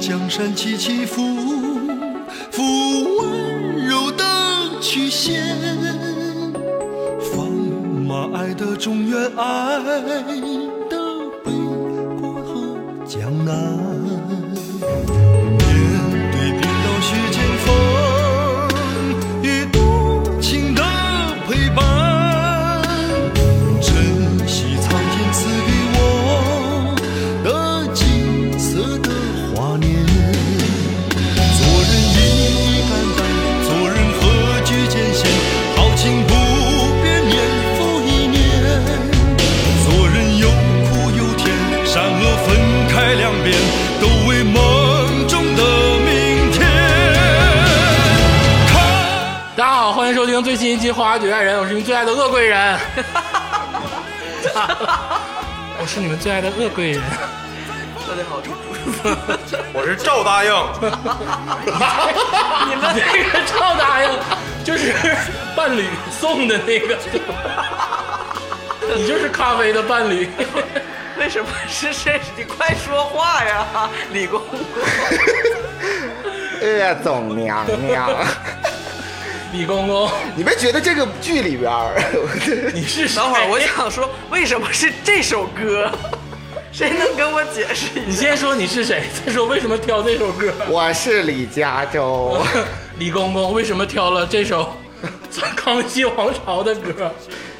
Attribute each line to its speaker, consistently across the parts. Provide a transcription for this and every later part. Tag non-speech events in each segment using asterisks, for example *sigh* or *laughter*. Speaker 1: 江山起起伏伏，温柔的曲线。放马爱的中原，爱的北国和江南。面对冰刀雪剑风雨多情的陪伴，珍惜苍天赐予我的金色的华年。做人义义淡淡，做人何惧艰险，豪情不变，年复一年。做人有苦有甜，善恶分开两边，都为梦中的明天。看。
Speaker 2: 大家好，欢迎收听最新一期《花花绝爱人》，我是你们最爱的恶贵人，
Speaker 3: *laughs*
Speaker 2: 我是你们最爱的恶贵人。
Speaker 3: 大家好，
Speaker 4: 我是赵答应，
Speaker 2: 你 *laughs* 们这个赵答应就是伴侣送的那
Speaker 3: *laughs*
Speaker 2: 个，你就是咖啡的伴
Speaker 3: *laughs*
Speaker 2: 侣。
Speaker 3: 为什么是这？你快说话呀， *laughs* 李公公！
Speaker 5: 鄂总娘娘，
Speaker 2: *laughs* 李公公，
Speaker 5: 你们觉得这个剧里边儿， *laughs*
Speaker 2: 你是谁
Speaker 3: 等会儿我想说，为什么是这首歌？ *laughs* 谁能跟我解释一
Speaker 2: 你
Speaker 3: 下？
Speaker 2: 先说你是谁，再说为什么挑这首歌。
Speaker 5: 我是李嘉洲，
Speaker 2: 李公公为什么挑了这首 *laughs* 康熙王朝的歌？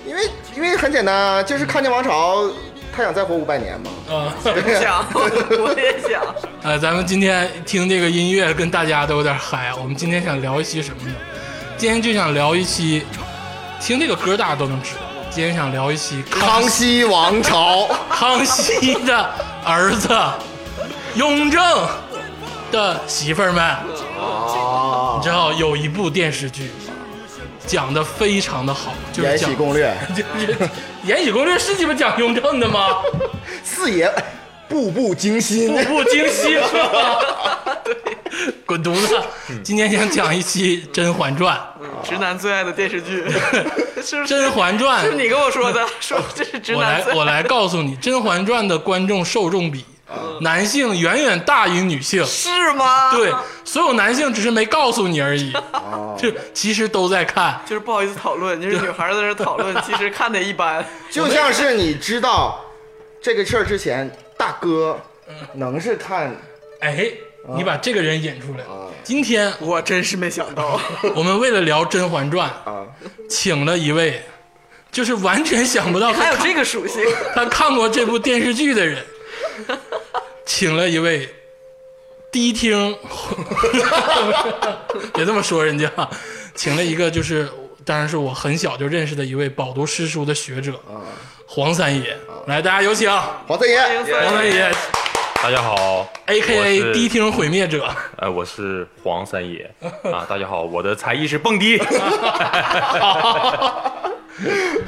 Speaker 5: 因为因为很简单啊，就是康健王朝，他想再活五百年嘛。
Speaker 3: *laughs*
Speaker 2: 啊、
Speaker 3: 我想，我也想。
Speaker 2: 呃，咱们今天听这个音乐，跟大家都有点嗨。啊我们今天想聊一期什么呢？今天就想聊一期，听这个歌大家都能知道。今天想聊一期康
Speaker 5: 康熙王朝，
Speaker 2: 康熙的儿子雍正的媳妇儿们。
Speaker 5: 哦
Speaker 2: 你知道有一部电视剧讲的非常的好， *laughs* 就
Speaker 5: 《
Speaker 2: 是
Speaker 5: 延
Speaker 2: 讲
Speaker 5: 禧攻略》，
Speaker 2: *laughs* 就是《延禧攻略》是鸡巴讲雍正的吗？
Speaker 5: 四爷步步惊心，
Speaker 2: 步步惊心是吧？
Speaker 3: *laughs*
Speaker 2: 对，滚犊子！
Speaker 3: 嗯
Speaker 2: 今天想讲一期《甄嬛传
Speaker 3: 直男最爱的电视 *laughs* 剧，是不》，
Speaker 2: 《
Speaker 3: 是？
Speaker 2: 甄嬛传
Speaker 3: 是》，你跟我说的， *laughs* 说这是直
Speaker 2: 我
Speaker 3: 男
Speaker 2: 来
Speaker 3: 最爱。
Speaker 2: 我来告诉你，《甄嬛传》的观众受众比男性远远大于女性。
Speaker 3: 啊是吗？
Speaker 2: 对，所有男性只是没告诉你而已，
Speaker 3: 啊
Speaker 2: 这其实都在看。
Speaker 3: 就是不好意思讨论，就是女孩在这讨 *laughs* 论，其实看的一般。
Speaker 5: 就像是你知道这个事儿之前，大哥能是看
Speaker 2: 哎，
Speaker 3: 啊
Speaker 2: 你把这个人引出来了。今天
Speaker 3: 我真是没想到，
Speaker 2: 我们为了聊《甄嬛传》，
Speaker 5: 啊，
Speaker 2: 请了一位，就是完全想不到他
Speaker 3: *laughs* 还有
Speaker 2: 看
Speaker 3: 这个属性。
Speaker 2: 他看过这部电视剧的
Speaker 3: *laughs*
Speaker 2: 人，请了一位低听， *laughs* 别这么说人家，请了一个就是，当然是我很小就认识的一位饱读诗书的学者，
Speaker 3: 啊
Speaker 2: 黄三爷。来，大家有请啊黄
Speaker 5: 黄三爷，
Speaker 3: 欢迎三
Speaker 2: 三
Speaker 3: 爷
Speaker 2: 爷
Speaker 4: 大家好
Speaker 2: ，A K
Speaker 4: 我
Speaker 2: A
Speaker 4: 是
Speaker 2: 低，听毁灭者。
Speaker 4: 呃，我是黄三爷啊，大家好，我的才艺是蹦 *laughs* 迪，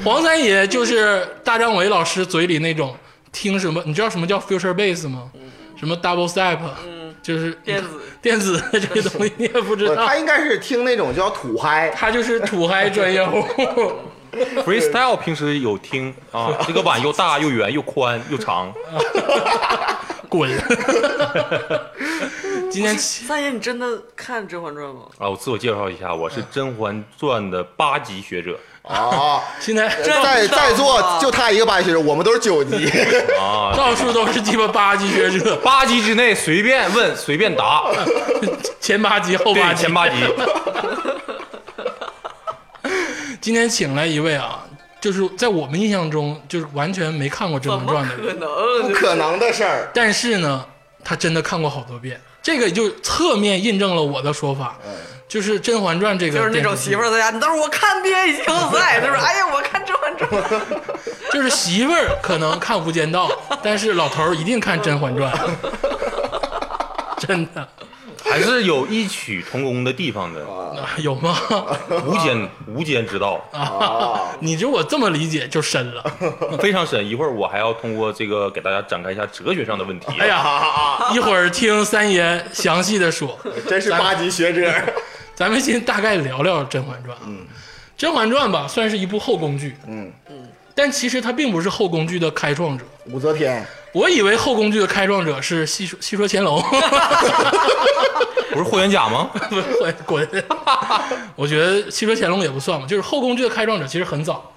Speaker 2: 黄三爷就是大张伟老师嘴里那种听什么，你知道什么叫 future bass 吗？什么 double step，就是
Speaker 3: 嗯电子
Speaker 2: 电子的这个东西你也不知
Speaker 5: 不
Speaker 2: 道
Speaker 5: 他。应该是听那种叫土嗨，
Speaker 2: 他就是土嗨专业户，
Speaker 4: freestyle 平时有听 *laughs* 啊，这个碗又大又圆又宽又长，
Speaker 2: 滚！ *laughs* 今天起
Speaker 3: 三爷，你真的看《甄嬛传》吗？
Speaker 4: 啊，我自我介绍一下，我是《甄嬛传》的八级学者
Speaker 2: *laughs*
Speaker 5: 啊，
Speaker 2: 现在
Speaker 3: 呃
Speaker 5: 在在座
Speaker 2: 啊
Speaker 5: 就他一个八学生，我们都是九级。 *laughs*
Speaker 4: 啊，
Speaker 2: 到处都是鸡巴八级学者，
Speaker 4: 八级之内随便问随便 *laughs* 答，
Speaker 2: *laughs* 前八级后八
Speaker 4: 对，
Speaker 2: 级。
Speaker 4: 前八级，
Speaker 2: 今天请来一位啊，就是在我们印象中就是完全没看过《甄
Speaker 3: 怎
Speaker 2: 嬛
Speaker 3: 么
Speaker 2: 传》的
Speaker 3: 可
Speaker 2: 人，
Speaker 3: 能？
Speaker 5: 不可能的事儿。
Speaker 2: 但是呢，他真的看过好多遍，这个就侧面印证了我的说法，就是《甄嬛传》这个
Speaker 3: 嗯就是那
Speaker 2: 电视
Speaker 3: 种
Speaker 2: 剧
Speaker 3: 媳妇儿在家，你到时候我看 NBA 季后赛，就是哎呀，我看《甄嬛传》，
Speaker 2: *laughs* 就是媳妇儿可能看《无
Speaker 3: *laughs*
Speaker 2: 间道》，但是老头儿一定看《甄嬛传》，真的
Speaker 4: *laughs*
Speaker 2: *laughs*
Speaker 4: 还是有异曲同工的地方的，
Speaker 2: 啊有吗？
Speaker 4: 无间无间之道
Speaker 2: 你如果这么理解就深了。 *laughs*
Speaker 4: 非常深，一会儿我还要通过这个给大家展开一下哲学上的问题。
Speaker 2: 哎呀，一会儿听三爷详细的
Speaker 3: *laughs*
Speaker 2: 说。
Speaker 5: *laughs* 真是八级学者，
Speaker 2: 咱啊们先大概聊聊《甄嬛传》。嗯，《甄嬛传》吧，算是一部后宫剧。嗯嗯，但其实他并不是后宫剧的开创者。
Speaker 5: *laughs* 武则天，
Speaker 2: 我以为后宫剧的开创者是戏说戏说乾隆， *laughs*
Speaker 4: 不是霍元甲吗？
Speaker 2: 滚滚！
Speaker 3: *laughs*
Speaker 2: 我觉得戏说乾隆也不算吧，就是后宫剧的开创者其实很早。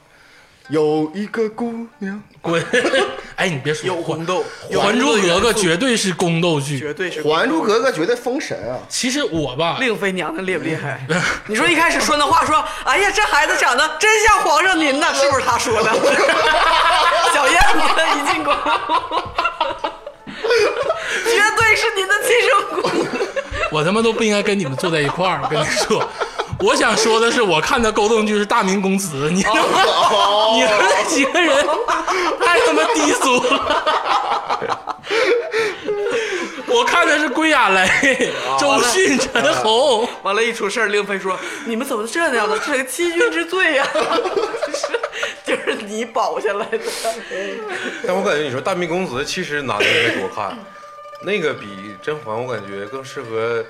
Speaker 5: 有一个姑娘，
Speaker 2: 滚！
Speaker 3: *laughs*
Speaker 2: 哎，你别说，
Speaker 3: 有
Speaker 2: 还
Speaker 3: 宫斗，有
Speaker 2: 还珠格格》
Speaker 3: 元素
Speaker 2: 绝对是宫斗剧。
Speaker 3: 绝对是
Speaker 5: 《还珠格格》绝对封神啊！
Speaker 2: 其实我吧，
Speaker 3: 令妃娘娘厉不厉害？ *laughs* 你说一开始说那话，说哎呀，这孩子长得真像皇上您呐，是不是他说的？ *laughs* 小燕子一进宫， *laughs* 绝对是您的亲生宫。
Speaker 2: 我他妈都不应该跟你们坐在一块儿。我跟你说，我想说的是，我看的勾动剧是《大明宫词》，你他
Speaker 5: 哦
Speaker 2: 妈，你们那几个人太他妈低俗了。我看的是归亚蕾、
Speaker 5: 哦
Speaker 2: *laughs* 周迅、
Speaker 5: 嗯
Speaker 2: 陈红，
Speaker 3: 完了，一出事儿，令妃说：“你们怎么这样呢？这是欺君之罪呀、 *laughs* 就是就是你保下来的，
Speaker 6: 但我感觉你说《大明宫词》其实男的应该多看，那个比《甄嬛》我感觉更适合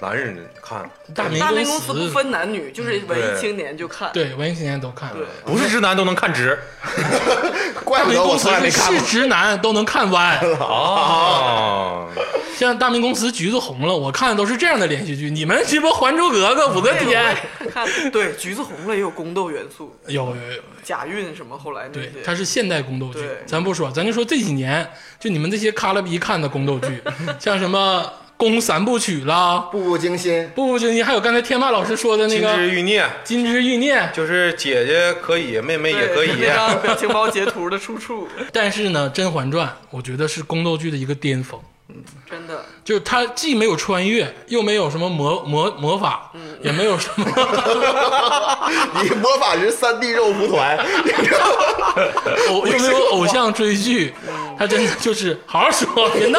Speaker 6: 男人看。
Speaker 2: 《大明
Speaker 3: 大明
Speaker 2: 宫
Speaker 3: 宫词不
Speaker 2: 词》嗯
Speaker 3: 分男女，就是文艺青年就看。
Speaker 2: 对文艺青年都看了，
Speaker 4: 不是直男都能看直
Speaker 5: 怪
Speaker 2: 《大
Speaker 5: 不
Speaker 2: 明
Speaker 5: 得
Speaker 2: 宫
Speaker 5: 我
Speaker 2: 词
Speaker 5: 从来》没看
Speaker 2: 是
Speaker 5: 过。
Speaker 2: 直男都能看歪。
Speaker 4: 哦啊！
Speaker 6: 哦
Speaker 2: 像《大明宫词》橘子红了，我看的都是这样的连续剧。你们鸡巴《还珠格格》《武则天》
Speaker 3: 看 *laughs* 对，橘子红了也有宫斗元素，
Speaker 2: 有有有。
Speaker 3: 贾韵什么后来那
Speaker 2: 对
Speaker 3: 些，，
Speaker 2: 它是现代宫斗剧
Speaker 3: 对，
Speaker 2: 咱不说，咱就说这几年，就你们这些卡拉逼看的宫斗 *laughs* 剧，像什么《宫三部曲》啦，《
Speaker 5: *laughs* 步步惊心， *laughs*
Speaker 2: 步步惊心》，还有刚才天霸老师说的那
Speaker 6: 金
Speaker 2: 个
Speaker 6: 枝
Speaker 2: 《
Speaker 6: 欲孽
Speaker 2: 金枝欲孽》。
Speaker 6: 就是姐姐可以，妹妹也可以
Speaker 3: 对。那张 *laughs* 表情包截图的出处，
Speaker 2: 但是呢，《甄嬛传》我觉得是宫斗剧的一个巅峰，
Speaker 3: 真的
Speaker 2: 就是它既没有穿越，又没有什么魔魔魔法，也没有什 *laughs* 么
Speaker 5: 你魔法师三 D 肉蒲团， *laughs*
Speaker 2: 偶 *laughs* 又没有偶像追剧，它真的就是好好说，别闹，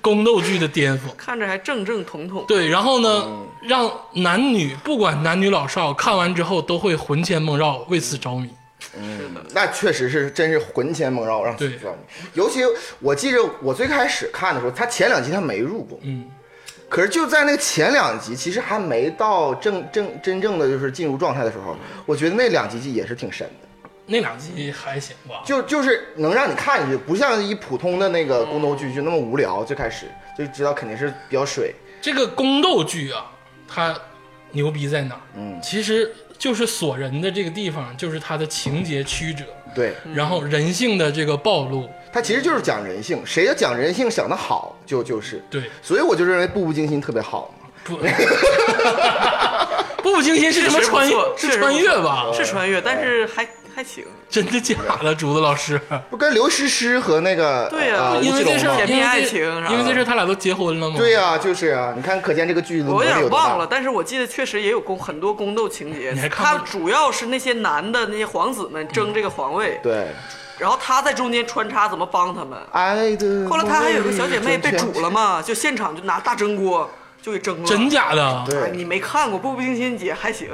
Speaker 2: 宫斗剧的巅峰。
Speaker 3: 看着还正正统统。
Speaker 2: 对，然后呢，让男女不管男女老少看完之后都会魂牵梦绕，为此着迷。
Speaker 5: 那确实是真是魂牵梦绕，让
Speaker 2: 对
Speaker 5: 让尤其我记着我最开始看的时候，他前两集他没入宫，
Speaker 2: 嗯，
Speaker 5: 可是就在那个前两集，其实还没到正正真正的就是进入状态的时候，我觉得那两集也是挺神的，
Speaker 2: 那两集还行吧，
Speaker 5: 就就是能让你看下去，不像一普通的那个宫斗剧就那么无聊，最开始就知道肯定是比较水，
Speaker 2: 这个宫斗剧啊，它牛逼在哪儿？
Speaker 5: 嗯
Speaker 2: 其实就是锁人的这个地方，就是它的情节曲折，
Speaker 5: 对，
Speaker 2: 然后人性的这个暴露。
Speaker 5: 它其实就是讲人性，谁要讲人性想得好，就就是，
Speaker 2: 对，
Speaker 5: 所以我就认为《步步惊心》特别好嘛。
Speaker 2: 不，步步惊心是什么
Speaker 3: 确实不
Speaker 2: 穿
Speaker 3: 错
Speaker 2: 越？
Speaker 3: 确
Speaker 2: 是
Speaker 3: 实不错
Speaker 2: 穿越吧？
Speaker 3: 是穿越，但
Speaker 2: 哦
Speaker 3: 是还还行。
Speaker 2: 真的假的，竹子老师？
Speaker 5: 不跟刘诗诗和那个
Speaker 3: 对呀
Speaker 5: 呃、吴
Speaker 2: 因为
Speaker 5: 奇
Speaker 2: 这
Speaker 5: 隆
Speaker 2: 事
Speaker 5: 吗
Speaker 2: 儿，
Speaker 3: 甜蜜
Speaker 2: 因为这
Speaker 3: 爱情啥
Speaker 2: 因为这
Speaker 3: 的
Speaker 2: 事儿他俩都结婚了吗？
Speaker 5: 对呀、就是啊，你看，可见这个剧子
Speaker 3: 我有
Speaker 5: 魔力
Speaker 3: 点
Speaker 5: 多大
Speaker 3: 忘了，但是我记得确实也有宫很多宫斗情节
Speaker 2: 你还。看
Speaker 3: 他
Speaker 2: 过
Speaker 3: 主要是那些男的那些皇子们争这个皇位，
Speaker 5: 嗯对，
Speaker 3: 然后他在中间穿插怎么帮他们。
Speaker 5: 爱的。
Speaker 3: 后来他还有个小姐妹被煮了。嘛，就现场就拿大蒸锅就给蒸了。
Speaker 2: 真假的？
Speaker 3: 哎，
Speaker 5: 对，
Speaker 3: 你没看过《步步惊心》姐还行，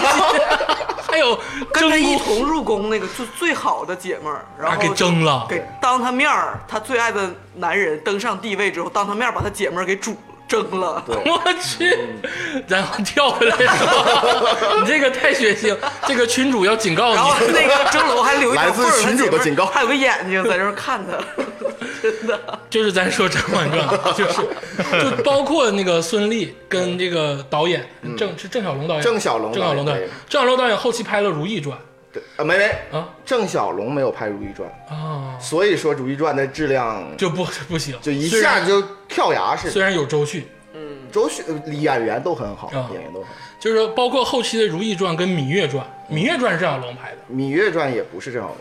Speaker 2: *laughs* 还有
Speaker 3: 跟她
Speaker 2: 蒸
Speaker 3: 一
Speaker 2: 锅
Speaker 3: 同入宫那个最最好的姐们儿，然
Speaker 2: 啊
Speaker 3: 后
Speaker 2: 给蒸了，
Speaker 3: 给当她面儿，她最爱的男人登上帝位之后，当她面儿把她姐们儿给煮蒸了。
Speaker 2: 我去，然后跳回来说，你这个太血腥，这个群主要警告
Speaker 3: 然后
Speaker 2: 你。
Speaker 3: 那
Speaker 5: *laughs*
Speaker 3: 个蒸笼还留一条
Speaker 5: 来自
Speaker 3: 缝儿，她
Speaker 5: 群主
Speaker 3: 姐
Speaker 5: 的
Speaker 3: 们儿
Speaker 5: 警告
Speaker 3: 还有个眼睛在这儿看她，真的。
Speaker 2: 就是咱说《甄嬛传》，就是就包括那个孙俪跟这个导演郑是郑晓龙导演，
Speaker 5: 郑晓龙
Speaker 2: 郑晓龙导
Speaker 5: 导演
Speaker 2: 演，郑晓龙导演后期拍了《如懿传
Speaker 5: 对啊，没没，》
Speaker 2: 啊
Speaker 5: 郑晓龙没有拍《如懿传
Speaker 2: 啊》，，
Speaker 5: 所以说《如懿传》的质量
Speaker 2: 就不 *laughs* 不行，
Speaker 5: 就一
Speaker 2: 虽然
Speaker 5: 下就跳崖似
Speaker 2: 虽
Speaker 5: 的。
Speaker 2: 然有周迅，
Speaker 5: 周迅呃演员都很好
Speaker 2: 啊，
Speaker 5: 演员都很好。
Speaker 2: 就是说包括后期的《如懿传》跟《芈月传》，《芈月传》是郑晓龙拍的
Speaker 5: 《芈月传》也不是郑晓龙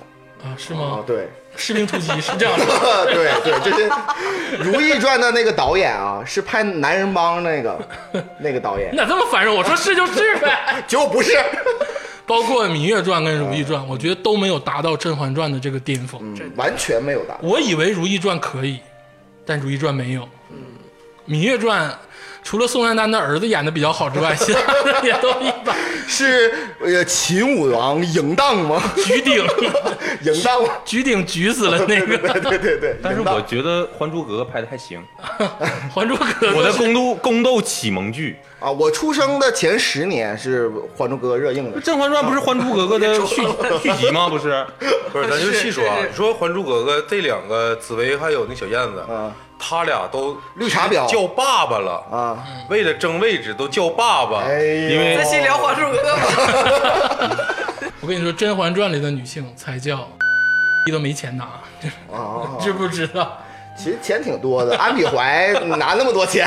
Speaker 2: 啊，是
Speaker 5: 啊
Speaker 2: 吗，？
Speaker 5: 对， *laughs* 呃
Speaker 2: 士兵突击是郑晓龙。
Speaker 5: 对对，这是《如懿传》的那个导演啊，是拍《男人帮》那
Speaker 4: *laughs*
Speaker 5: 个那个导
Speaker 2: *laughs*
Speaker 5: 演
Speaker 2: 你，咋这么烦人？我说是就是呗。
Speaker 5: 结果不是。
Speaker 2: 包括《芈月传》跟《如懿传》，我觉得都没有达到《甄嬛传》的这个巅峰。
Speaker 5: 嗯完全没有答案。
Speaker 2: 我以为《如懿传》可以，但《如懿传》没有。
Speaker 5: 嗯
Speaker 2: 芈月传》除了宋丹丹的儿子演的比较好之外，其他的也都一般。
Speaker 5: 是呃秦武王嬴荡吗？ *laughs*
Speaker 2: 举鼎， *laughs*
Speaker 5: 嬴荡吗？
Speaker 2: 举鼎举死了那
Speaker 5: 对
Speaker 2: 个
Speaker 5: 对对对，
Speaker 4: 但是
Speaker 5: 嬴荡
Speaker 4: 我觉得《还珠格格》拍的还行，
Speaker 2: 《还珠格格》。
Speaker 4: 我的宫斗宫斗启蒙剧，
Speaker 5: 啊，我出生的前十年是《还珠格格》热映的
Speaker 4: 《甄嬛传》不是《还珠格格》的续
Speaker 6: 哦
Speaker 4: 续集吗？不是，
Speaker 6: 不是，咱就细说啊。你说《还珠格格》这两个紫薇还有那小燕子
Speaker 5: 嗯，哦
Speaker 6: 他俩都
Speaker 5: 绿茶婊
Speaker 6: 叫爸爸了，
Speaker 5: 啊。
Speaker 6: 为了争位置都叫爸爸。
Speaker 5: 哎呦，
Speaker 4: 因为
Speaker 3: 咱先聊《还珠格格》吧。
Speaker 2: *laughs* 我跟你说，《甄嬛传》里的女性才叫， *laughs* 一都没钱拿， *laughs*
Speaker 5: 啊啊，啊
Speaker 2: 知不知道？
Speaker 5: 其实钱挺多的，安比怀拿那么多钱，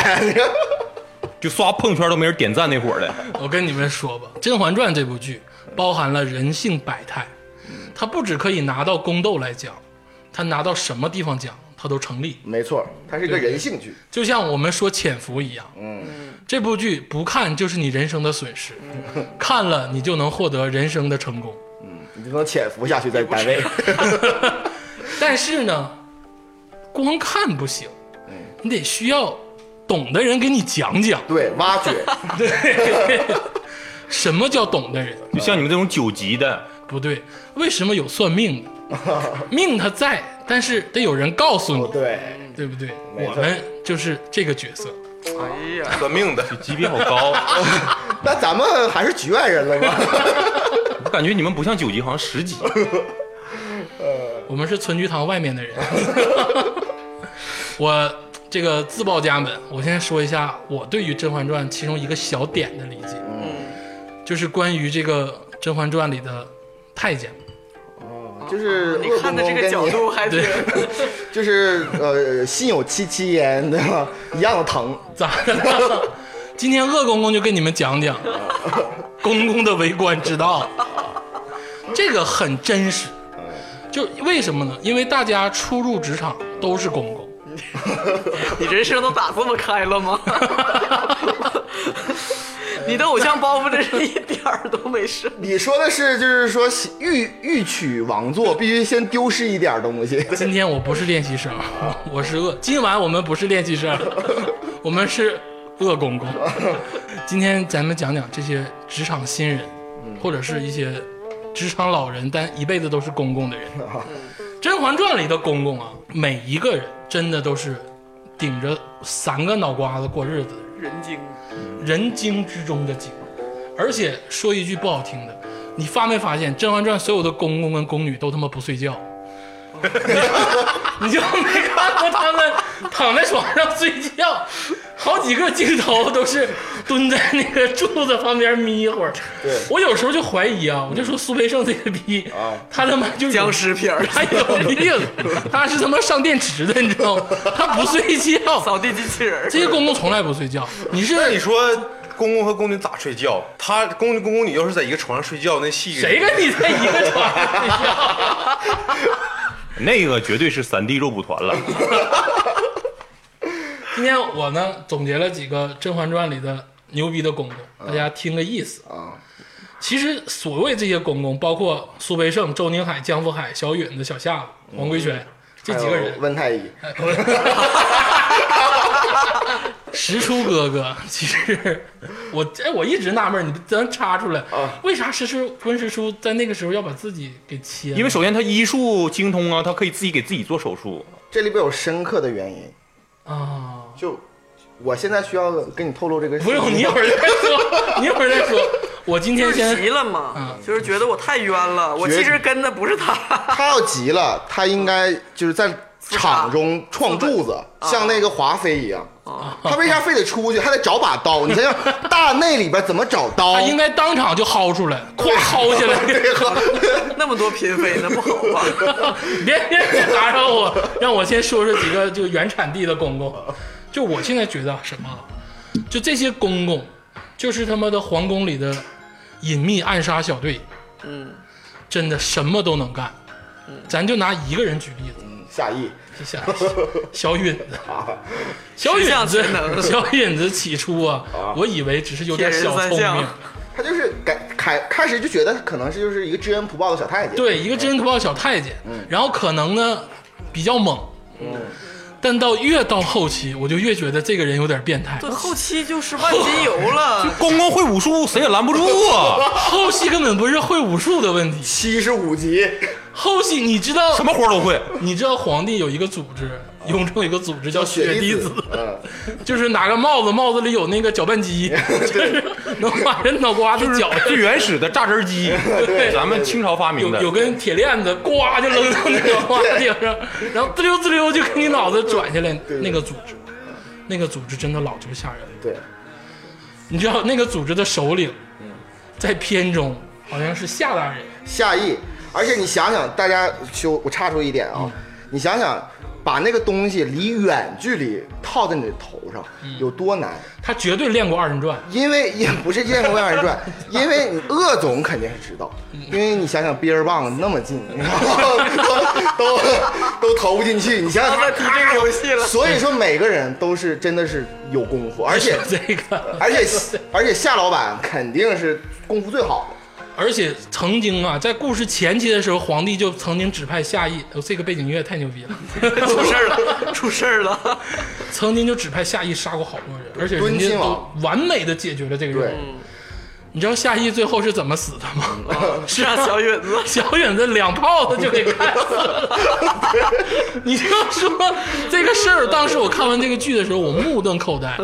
Speaker 5: *laughs*
Speaker 4: 就刷朋友圈都没人点赞那会儿的，
Speaker 2: 我跟你们说吧，《甄嬛传》这部剧包含了人性百态，它不只可以拿到宫斗来讲，它拿到什么地方讲，它都成立。
Speaker 5: 没错，它是一个人性剧。
Speaker 2: 就像我们说《潜伏》一样，嗯，这部剧不看就是你人生的损失，看了你就能获得人生的成功。
Speaker 5: 你就能潜伏下去在单位。
Speaker 2: 但是呢，光看不行，你得需要懂的人给你讲讲
Speaker 5: 对，挖掘，
Speaker 2: 什么叫懂的人。
Speaker 4: 就像你们这种九级的，
Speaker 2: 不对，为什么有算命的？命它在，但是得有人告诉
Speaker 5: 哦
Speaker 2: 你，
Speaker 5: 对，
Speaker 2: 对不对？
Speaker 5: 没错
Speaker 2: 我们就是这个角色。
Speaker 3: 哎
Speaker 6: 算命的， *laughs*
Speaker 4: 级别好高，
Speaker 5: 那咱们还是局外人了吗？
Speaker 4: 我感觉你们不像九级，好像十级。
Speaker 2: 我们是存局堂外面的人。 *laughs* 我这个自报家门，我先说一下我对于《甄嬛传》其中一个小点的理解，嗯，就是关于这个《甄嬛传》里的太监，
Speaker 5: 就是
Speaker 3: 你
Speaker 5: 恶
Speaker 3: 看
Speaker 5: 公
Speaker 3: 的
Speaker 5: 公
Speaker 3: 这个
Speaker 5: 跟
Speaker 3: 角
Speaker 5: 你，
Speaker 3: 度还挺
Speaker 2: 对，
Speaker 5: *laughs* 就是呃，心有戚戚焉，对吧？一样的疼。
Speaker 2: 咋的了？今天鄂公公就跟你们讲
Speaker 5: *laughs*
Speaker 2: 讲公公的为官之道，这个很真实。就为什么呢？因为大家初入职场都是公公，
Speaker 3: *laughs* 你人生都打这么开了吗？ *laughs* 你的偶像包袱真是一点儿都没剩。
Speaker 5: 你说的是，就是说欲欲取王座，必须先丢失一点东西。
Speaker 2: 今天我不是练习生， *laughs* 我是恶。今晚我们不是练习生， *laughs* 我们是恶公公。今天咱们讲讲这些职场新人，或者是一些职场老人，但一辈子都是公公的人。《甄嬛传》里的公公啊，每一个人真的都是顶着三个脑瓜子过日子的人
Speaker 3: 人精，
Speaker 2: 人精之中的精。而且说一句不好听的，你发没发现《甄嬛传》所有的公公跟宫女都他妈不睡觉？你就没看过他们躺在床上睡觉？好几个镜头都是蹲在那个柱子旁边眯一会儿。
Speaker 5: 对
Speaker 2: 我有时候就怀疑啊，我就说苏培盛这个逼，
Speaker 5: 啊
Speaker 2: 他他妈就是
Speaker 3: 僵尸片儿
Speaker 2: 他有病，他是他妈上电池的，你知道吗？他不睡
Speaker 3: *laughs*
Speaker 2: 觉，
Speaker 3: 扫地机器人儿。
Speaker 2: 这些公公从来不睡觉。你是
Speaker 6: 那你说公公和宫女咋睡觉？他公公宫女要是在一个床上睡觉，那戏
Speaker 2: *laughs* 谁跟你在一个床上 *laughs* 睡觉？
Speaker 4: 那个绝对是三 D 肉蒲团了，
Speaker 2: 今天我呢总结了几个《甄嬛传》里的牛逼的公公，大家听个意思
Speaker 5: 啊。
Speaker 2: 其实所谓这些公公，包括苏培盛、周宁海、江福海、小允子、小夏子、王贵全这几个人
Speaker 5: 还有，温哎太医，
Speaker 2: 石出哥哥， *laughs* 其实我哎，我一直纳闷儿，你咱插出来，为啥石出温石出在那个时候要把自己给切了？
Speaker 4: 因为首先他医术精通啊，他可以自己给自己做手术。
Speaker 5: 这里边有深刻的原因。
Speaker 2: 啊，
Speaker 5: 就我现在需要跟你透露这个，
Speaker 2: 不用你一会儿再说，你一会儿再说。我今
Speaker 3: 就
Speaker 2: 天
Speaker 3: 是急
Speaker 2: 先
Speaker 3: 了嘛
Speaker 2: 嗯，
Speaker 3: 就是觉得我太冤了，我
Speaker 5: 绝
Speaker 3: 其实跟的不是他， *laughs*
Speaker 5: 他要急了，他应该就是在场中撞柱子，
Speaker 2: 啊
Speaker 5: 像那个华妃一样。他为啥非得出去，还得找把刀？你想想，大内里边怎么找刀
Speaker 2: 他？啊应该当场就薅出来，咵薅起来。
Speaker 3: 那么多嫔妃呢，不好啊吧？
Speaker 2: *laughs* 别别别打扰我，让我先说说几个就原产地的公公。就我现在觉得啊什么啊，就这些公公，就是他妈的皇宫里的隐秘暗杀小队，
Speaker 3: 嗯，
Speaker 2: 真的什么都能干。咱就拿一个人举例子，
Speaker 5: 夏意
Speaker 2: 就像小允子，小
Speaker 3: 十项
Speaker 2: 允
Speaker 3: 全
Speaker 2: 子，*laughs*
Speaker 3: 能
Speaker 2: 小允子起初啊，我以为只是有点
Speaker 3: 铁人
Speaker 2: 小
Speaker 3: 三
Speaker 2: 聪
Speaker 3: 项
Speaker 2: 明，
Speaker 5: 他就是改开开始就觉得可能是就是一个知恩图报的小
Speaker 2: *laughs*
Speaker 5: 太监。
Speaker 2: 对，一个知恩图报的小太监，然后可能呢比较猛，但到越到后期，我就越觉得这个人有点变态。
Speaker 3: *laughs* 对，后期就是万金油 *laughs* 了，
Speaker 4: 公公会武术，谁也拦不住啊！
Speaker 2: 后期根本不是会武术的问题，
Speaker 5: 七十五级，
Speaker 2: 后期你知道
Speaker 4: 什么活儿都会。
Speaker 2: 你知道皇帝有一个组织，雍正有一个组织叫
Speaker 5: 血
Speaker 2: 血滴
Speaker 5: 子
Speaker 2: 子，，
Speaker 5: 嗯，
Speaker 2: *laughs* 就是拿个帽子，帽子里有那个搅拌机， *laughs* 就是能把人脑瓜子
Speaker 4: *laughs*
Speaker 2: 搅
Speaker 4: 最原始的榨
Speaker 2: *laughs*
Speaker 4: 汁机，咱们清朝发明
Speaker 2: 有
Speaker 4: 的。
Speaker 2: 有根铁链子，呱就扔到那个花顶上，然后滋溜滋溜就给你脑子转下来。那个组织，那个组织真的老这个吓人了。
Speaker 5: 对，
Speaker 2: 你知道那个组织的首领，在片中好像是夏大人，
Speaker 5: 下意。而且你想想，大家就我插出一点啊，
Speaker 2: 嗯
Speaker 5: 你想想，把那个东西离远距离套在你的头上、
Speaker 2: 嗯
Speaker 5: 有多难？
Speaker 2: 他绝对练过二人转。
Speaker 5: 因为也不是《燕国外人传》，因为你鄂总肯定是知道，因为你想想憋儿棒那么近，然后都都都投不进去，你想想
Speaker 3: 再提这个游戏了。
Speaker 5: 所以说每个人都是真的是有功夫，而且
Speaker 2: 这个，
Speaker 5: 而且而且夏老板肯定是功夫最好的。
Speaker 2: 而且曾经啊，在故事前期的时候，皇帝就曾经指派夏邑，哦，这个背景音乐太牛逼了，
Speaker 3: 出事儿了，出事儿了！
Speaker 2: 曾经就指派夏邑杀过好多人，而且人
Speaker 5: 敦
Speaker 2: 家
Speaker 5: 亲
Speaker 2: 都
Speaker 5: 王
Speaker 2: 完美的解决了这个任
Speaker 5: 对
Speaker 2: 务。，
Speaker 3: 嗯
Speaker 2: 你知道夏邑最后是怎么死的吗？
Speaker 3: 是啊，小允子，
Speaker 2: 小允子两炮子就给干死了。你就说这个事儿，当时我看完这个剧的时候，我目瞪口呆，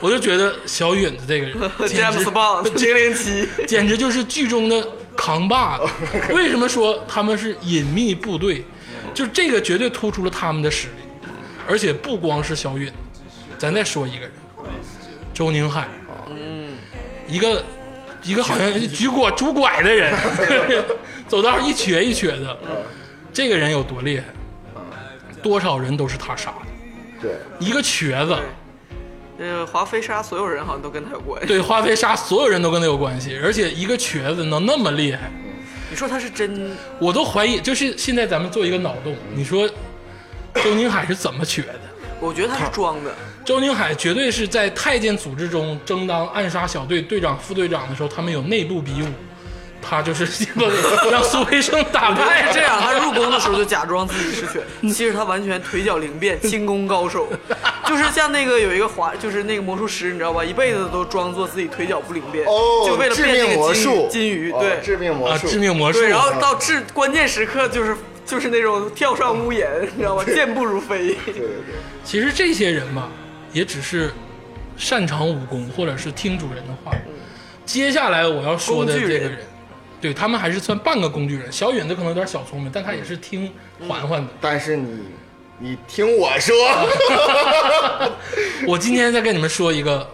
Speaker 2: 我就觉得小允子这个人简直
Speaker 3: *laughs* James Bond 零零七，
Speaker 2: 简直就是剧中的扛把 *laughs* 子。为什么说他们是隐秘部队？就这个绝对突出了他们的实力，而且不光是小允，咱再说一个人，周宁海，一个一个好像嗯举拐拄拐的 *laughs* 人，走道一瘸一瘸的，这个人有多厉害？多少人都是他杀的，
Speaker 5: 对，
Speaker 2: 一个瘸子。
Speaker 3: 呃，华妃杀所有人好像都跟他有关系。
Speaker 2: 对花飞杀所有人都跟他有关系，而且一个瘸子能那么厉害，
Speaker 3: 你说他是真
Speaker 2: 我都怀疑，就是现在咱们做一个脑洞，
Speaker 3: 嗯
Speaker 2: 你说周宁海是怎么瘸
Speaker 3: *laughs*
Speaker 2: 的？
Speaker 3: 我觉得他是装的，
Speaker 2: 周宁海绝对是在太监组织中争当暗杀小队队长、副队长的时候，他们有内部比武，他就是让苏培盛打
Speaker 3: *laughs* 他
Speaker 2: 败
Speaker 3: 也是哎
Speaker 2: 这
Speaker 3: 这
Speaker 2: 样。
Speaker 3: 样。他入宫的时候就假装自己是犬，其实他完全腿脚灵便，轻功高手。就是像那个有一个华，就是那个魔术师，你知道吧？一辈子都装作自己腿脚不灵便，
Speaker 5: 哦，
Speaker 3: 就为了
Speaker 5: 致
Speaker 3: 变那
Speaker 5: 命
Speaker 3: 个
Speaker 5: 魔
Speaker 3: 金
Speaker 5: 术，
Speaker 3: 金鱼。
Speaker 5: 哦
Speaker 3: 对，
Speaker 5: 致命魔
Speaker 2: 啊，
Speaker 5: 术，啊
Speaker 2: 致命魔术！
Speaker 3: 对，然后到至关键时刻就是就是那种跳上屋檐，你知道吗？健步如飞。
Speaker 5: 对对对，
Speaker 2: 其实这些人吧，也只是擅长武功，或者是听主人的话。接下来我要说的这个
Speaker 3: 嗯工
Speaker 2: 人
Speaker 3: 具人，
Speaker 2: 对他们还是算半个工具人。小允子可能有点小聪明，但他也是听
Speaker 3: 嗯
Speaker 2: 嬛嬛的。
Speaker 5: 但是你你听我说，
Speaker 2: *laughs* 我今天再跟你们说一个，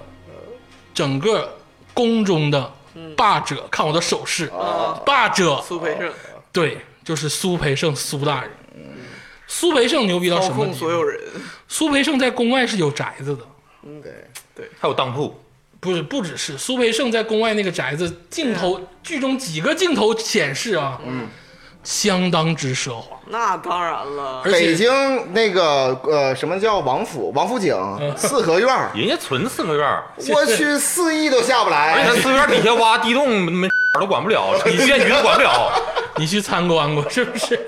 Speaker 2: 整个宫中的霸者，看我的手势，
Speaker 3: 嗯
Speaker 2: 霸者
Speaker 3: 苏培盛
Speaker 2: 对，就是苏培盛苏大人。苏培盛牛逼到
Speaker 3: 操
Speaker 2: 什么
Speaker 3: 控
Speaker 2: 地
Speaker 3: 所
Speaker 2: 步？
Speaker 3: 有人，
Speaker 2: 苏培盛在宫外是有宅子的，
Speaker 5: 对，
Speaker 4: 还有当铺，
Speaker 2: 不是，不只是苏培盛在宫外那个宅子镜头，
Speaker 3: 嗯
Speaker 2: 剧中几个镜头显示啊，嗯，相当之奢华，
Speaker 3: 那当然了。
Speaker 2: 而
Speaker 5: 北
Speaker 2: 且
Speaker 5: 京那个呃，什么叫王府？王府井、
Speaker 2: 嗯
Speaker 5: 四合院儿，
Speaker 4: 人家存四个院儿，
Speaker 5: *laughs* 我去，四亿都下不来
Speaker 4: 咱。四个院儿底下挖地洞，没都管不了，你建局都管不了。
Speaker 2: *laughs* 你去参观过是不是？ *laughs*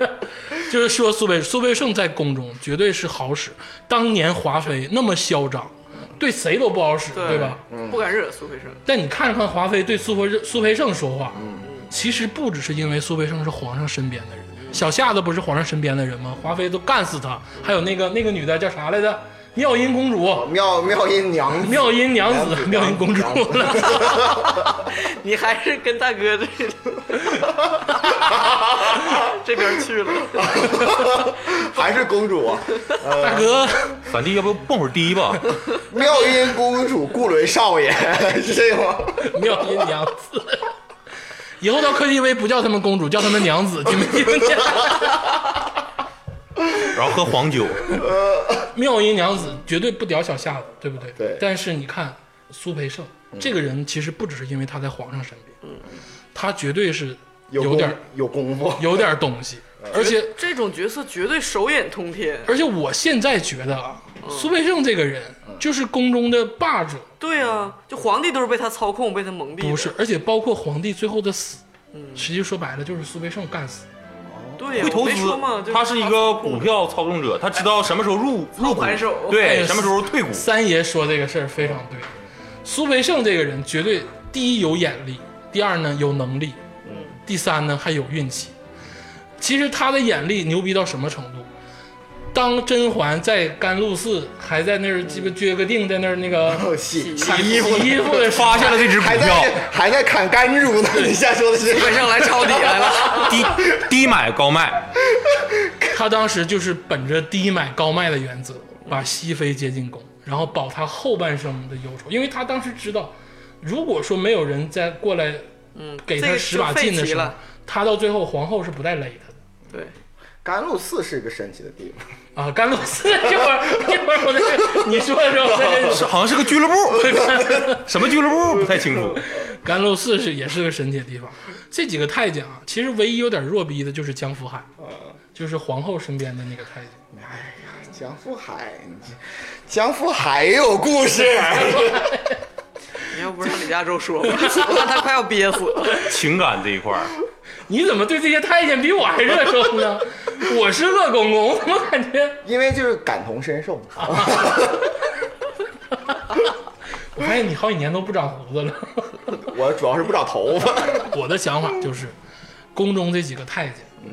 Speaker 2: 就是说苏培苏培盛在宫中绝对是好使，当年华妃那么嚣张，对谁都不好使，对吧？？
Speaker 3: 不敢惹苏培盛，
Speaker 2: 但你看看华妃对苏培苏培盛说话，其实不只是因为苏培盛是皇上身边的人，小夏子不是皇上身边的人吗？华妃都干死他，还有那个那个女的叫啥来着？妙音公主，
Speaker 5: 妙妙音娘 *laughs* 子，
Speaker 2: 妙音娘子
Speaker 5: 娘，子
Speaker 2: 妙音公主
Speaker 5: 娘子
Speaker 2: *laughs*
Speaker 3: *laughs* 你还是跟大哥这 *laughs* 这边去了。
Speaker 5: 还是公主啊？
Speaker 2: 大哥，
Speaker 4: 咱弟要不蹦会儿迪吧？
Speaker 5: 妙音公主顾伦少爷 *laughs* 是这个吗？
Speaker 2: 妙音娘子。以后到 KTV 不叫他们公主，叫他们娘子，听没听见？
Speaker 4: 然后喝黄酒，
Speaker 2: 妙音娘子绝对不屌小夏子，对不对？
Speaker 5: 对嗯
Speaker 2: 但是你看苏培盛、这个人，其实不只是因为他在皇上身边，他绝对是有
Speaker 5: 功
Speaker 2: 点
Speaker 5: 嗯有功夫，
Speaker 2: *laughs*
Speaker 5: 嗯
Speaker 2: 有点东西，而且
Speaker 3: *laughs* 这种角色绝对手眼通天。
Speaker 2: 而且我现在觉得啊，
Speaker 5: 嗯
Speaker 2: 苏培盛这个人就是宫中的霸者，
Speaker 3: 对啊，就皇帝都是被他操控、被他蒙蔽的。
Speaker 5: 嗯
Speaker 2: 不是，而且包括皇帝最后的死，实际说白了就是苏培盛干死。
Speaker 3: 对呀啊
Speaker 4: 会投
Speaker 3: 我没说嘛就是
Speaker 4: 资，他是一个股票操纵者，他知道什么时候入入股
Speaker 3: 盘手，
Speaker 4: 对，什么时候退股，
Speaker 2: 三爷说这个事儿非常对，苏培盛这个人绝对第一有眼力，第二呢有能力，第三呢还有运气。其实他的眼力牛逼到什么程度？当甄嬛在甘露寺还在那儿鸡巴撅个腚，在那儿那个
Speaker 5: 洗
Speaker 2: 洗衣服衣
Speaker 3: 哎
Speaker 2: 服的时候
Speaker 4: 发现了这只股
Speaker 5: 哦还
Speaker 4: 票，
Speaker 5: 在还在砍甘蔗呢，你瞎说的是
Speaker 3: 基本上来抄底来
Speaker 4: *laughs*
Speaker 3: 了。
Speaker 4: 低低买高卖，
Speaker 2: 他当时就是本着低买高卖的原则，把熹妃接进宫，然后保她后半生的忧愁，因为他当时知道，如果说没有人再过来，嗯，给
Speaker 3: 这
Speaker 2: 他
Speaker 3: 个
Speaker 2: 十
Speaker 3: 就
Speaker 2: 把
Speaker 3: 废
Speaker 2: 劲的
Speaker 3: 棋
Speaker 2: 时候
Speaker 3: 了，
Speaker 2: 他到最后皇后是不带勒他的。
Speaker 3: 对，
Speaker 5: 甘露寺是一个神奇的地方，
Speaker 2: 啊，甘露寺这会儿这会儿我这你说的时候，我在这
Speaker 4: 是好像是个俱
Speaker 3: *laughs*
Speaker 4: 乐部，什么俱乐部不太清楚。
Speaker 2: 甘露寺是也是个神奇的地方。这几个太监啊，其实唯一有点弱逼的就是江福海，
Speaker 3: 啊
Speaker 2: 就是皇后身边的那个太监。
Speaker 5: 江福海，你这江福海也有故 *laughs* 事。
Speaker 3: 你要不让李佳洲说吧，怕他快要憋死了。
Speaker 4: 情感这一块儿，
Speaker 2: 你怎么对这些太监比我还热衷呢？ *laughs* 我是恶公公，我怎么感觉？
Speaker 5: 因为就是感同身受，
Speaker 2: 我发现你好几年都不长胡子了。
Speaker 5: *laughs*
Speaker 2: *laughs*
Speaker 5: 我主要是不长头发。
Speaker 2: 我的想法就是，宫中这几个太监，
Speaker 5: 嗯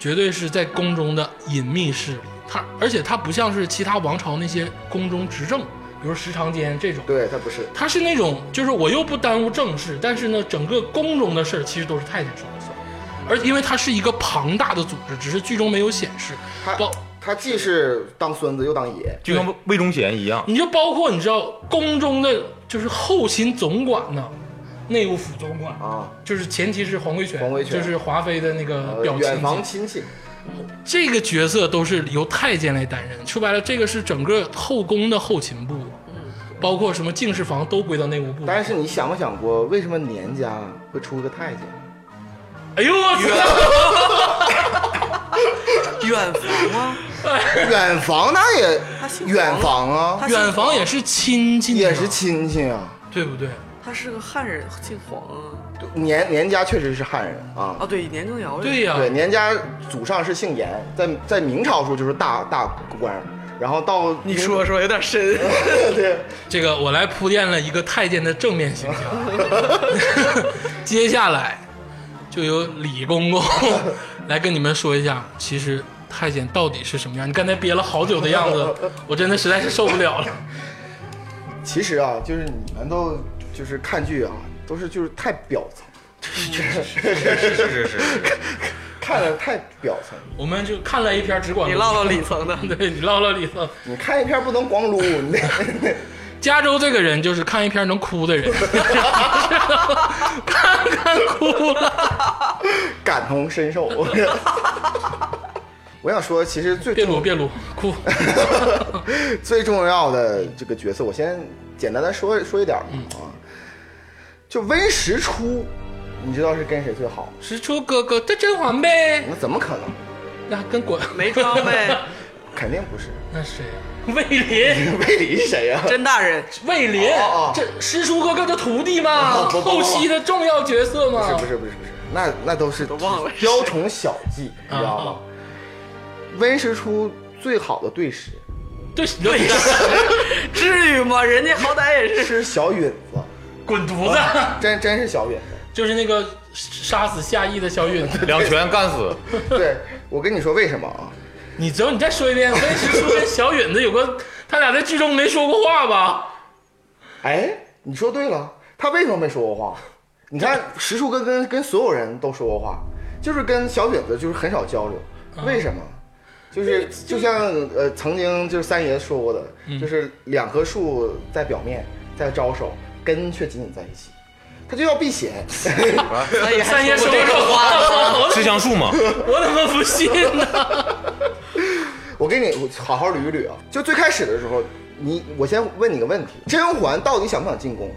Speaker 2: 绝对是在宫中的隐秘势力。他而且他不像是其他王朝那些宫中执政，比如十常监这种，
Speaker 5: 对他不是，
Speaker 2: 他是那种就是我又不耽误政事，但是呢，整个宫中的事儿其实都是太监说了算。而因为它是一个庞大的组织，只是剧中没有显示。
Speaker 5: 他
Speaker 2: 包
Speaker 5: 他既是当孙子又当爷，
Speaker 4: 就跟魏忠贤一样，
Speaker 2: 你就包括你知道宫中的就是后勤总管呢，内务府总管
Speaker 5: 啊，
Speaker 2: 就是前提是黄贵全，
Speaker 5: 黄贵全
Speaker 2: 就是华妃的那个
Speaker 5: 呃
Speaker 2: 表
Speaker 5: 远
Speaker 2: 亲
Speaker 5: 房
Speaker 2: 戚，
Speaker 5: 亲戚，
Speaker 2: 这个角色都是由太监来担任。说白了，这个是整个后宫的后勤部，包括什么进士房都归到内务部。
Speaker 5: 但是你想没想过，为什么年家会出个太监？
Speaker 2: 哎呦我操！
Speaker 3: 远房吗？
Speaker 5: 远房那也
Speaker 3: 他姓黄
Speaker 5: 远房啊，
Speaker 3: 他
Speaker 2: 远房也是亲戚、啊，
Speaker 5: 也是，亲戚啊。
Speaker 2: 对不对？
Speaker 3: 他是个汉人，姓黄啊。
Speaker 5: 年年家确实是汉人啊，
Speaker 3: 啊，对，年羹尧人。
Speaker 2: 对呀、
Speaker 5: 对，年家祖上是姓严，在在明朝时候就是大大官儿，然后到
Speaker 3: 你说说有点深。
Speaker 5: 对，
Speaker 2: 这个我来铺垫了一个太监的正面形象，
Speaker 5: *laughs*
Speaker 2: 接下来就由李公 *laughs* 公来跟你们说一下，其实太监到底是什么样。你刚才憋了好久的样子，我真的实在是受不了了。
Speaker 5: 其实啊，就是你们都就是看剧啊，都是就是太表层，
Speaker 6: 是是是是是，
Speaker 5: *laughs* 看的太表层。
Speaker 2: 我们就看了一篇只管
Speaker 3: *laughs* 你唠唠里层的，
Speaker 2: *laughs* 对你唠唠李层。
Speaker 5: 你看一片不能光撸，你得 *laughs*
Speaker 2: 加州这个人就是看一篇能哭的人，看看哭了，
Speaker 5: 感同身受。 *laughs* 我想说，其实最
Speaker 2: 别
Speaker 5: 重
Speaker 2: 撸别撸，哭。
Speaker 5: *laughs* 最重要的这个角色，我先简单的说说一点儿啊，就温实初，你知道是跟谁最好？
Speaker 2: 石出哥哥，这甄嬛呗，
Speaker 5: 那怎么可能？
Speaker 2: 那跟果
Speaker 3: 没装呗，
Speaker 5: 肯定不是。 *laughs*
Speaker 2: 那谁啊呀、卫林，
Speaker 5: 卫林是谁啊呀、
Speaker 3: 甄大人。
Speaker 2: 卫林，
Speaker 5: 哦哦
Speaker 2: 这师叔哥哥的徒弟嘛，
Speaker 5: 不不不
Speaker 2: 后期的重要角色嘛。
Speaker 5: 不是不是不是不是，那那都是都
Speaker 3: 忘了
Speaker 5: 雕虫小技，你知道吗？温实初最好的对食
Speaker 2: 对对，
Speaker 3: 至于吗？人家好歹也
Speaker 5: *laughs*
Speaker 3: 是
Speaker 5: 是小允子，
Speaker 2: 滚犊子，
Speaker 5: 真真是小允子。
Speaker 2: *laughs* 就是那个杀死夏邑的小允。
Speaker 4: 两拳干死。
Speaker 5: 对，我跟你说为什么啊？
Speaker 2: 你之后你再说一遍，温实初跟小允子有个，他俩在剧中没说过话吧？
Speaker 5: 哎，你说对了，他为什么没说过话？你看石树哥跟跟所有人都说过话，就是跟小允子就是很少交流，为什么？就是就像呃曾经就是三爷说过的，就是两棵树在表面在招手，根却紧紧在一起，他就要避嫌。
Speaker 2: 三爷说
Speaker 3: 这
Speaker 2: 这
Speaker 3: 种
Speaker 2: 话，
Speaker 4: 吃香树 *laughs* 嘛，
Speaker 2: 我怎么不信呢？
Speaker 5: 我给你我好好捋一捋啊，就最开始的时候，你我先问你个问题：甄嬛到底想不想进宫？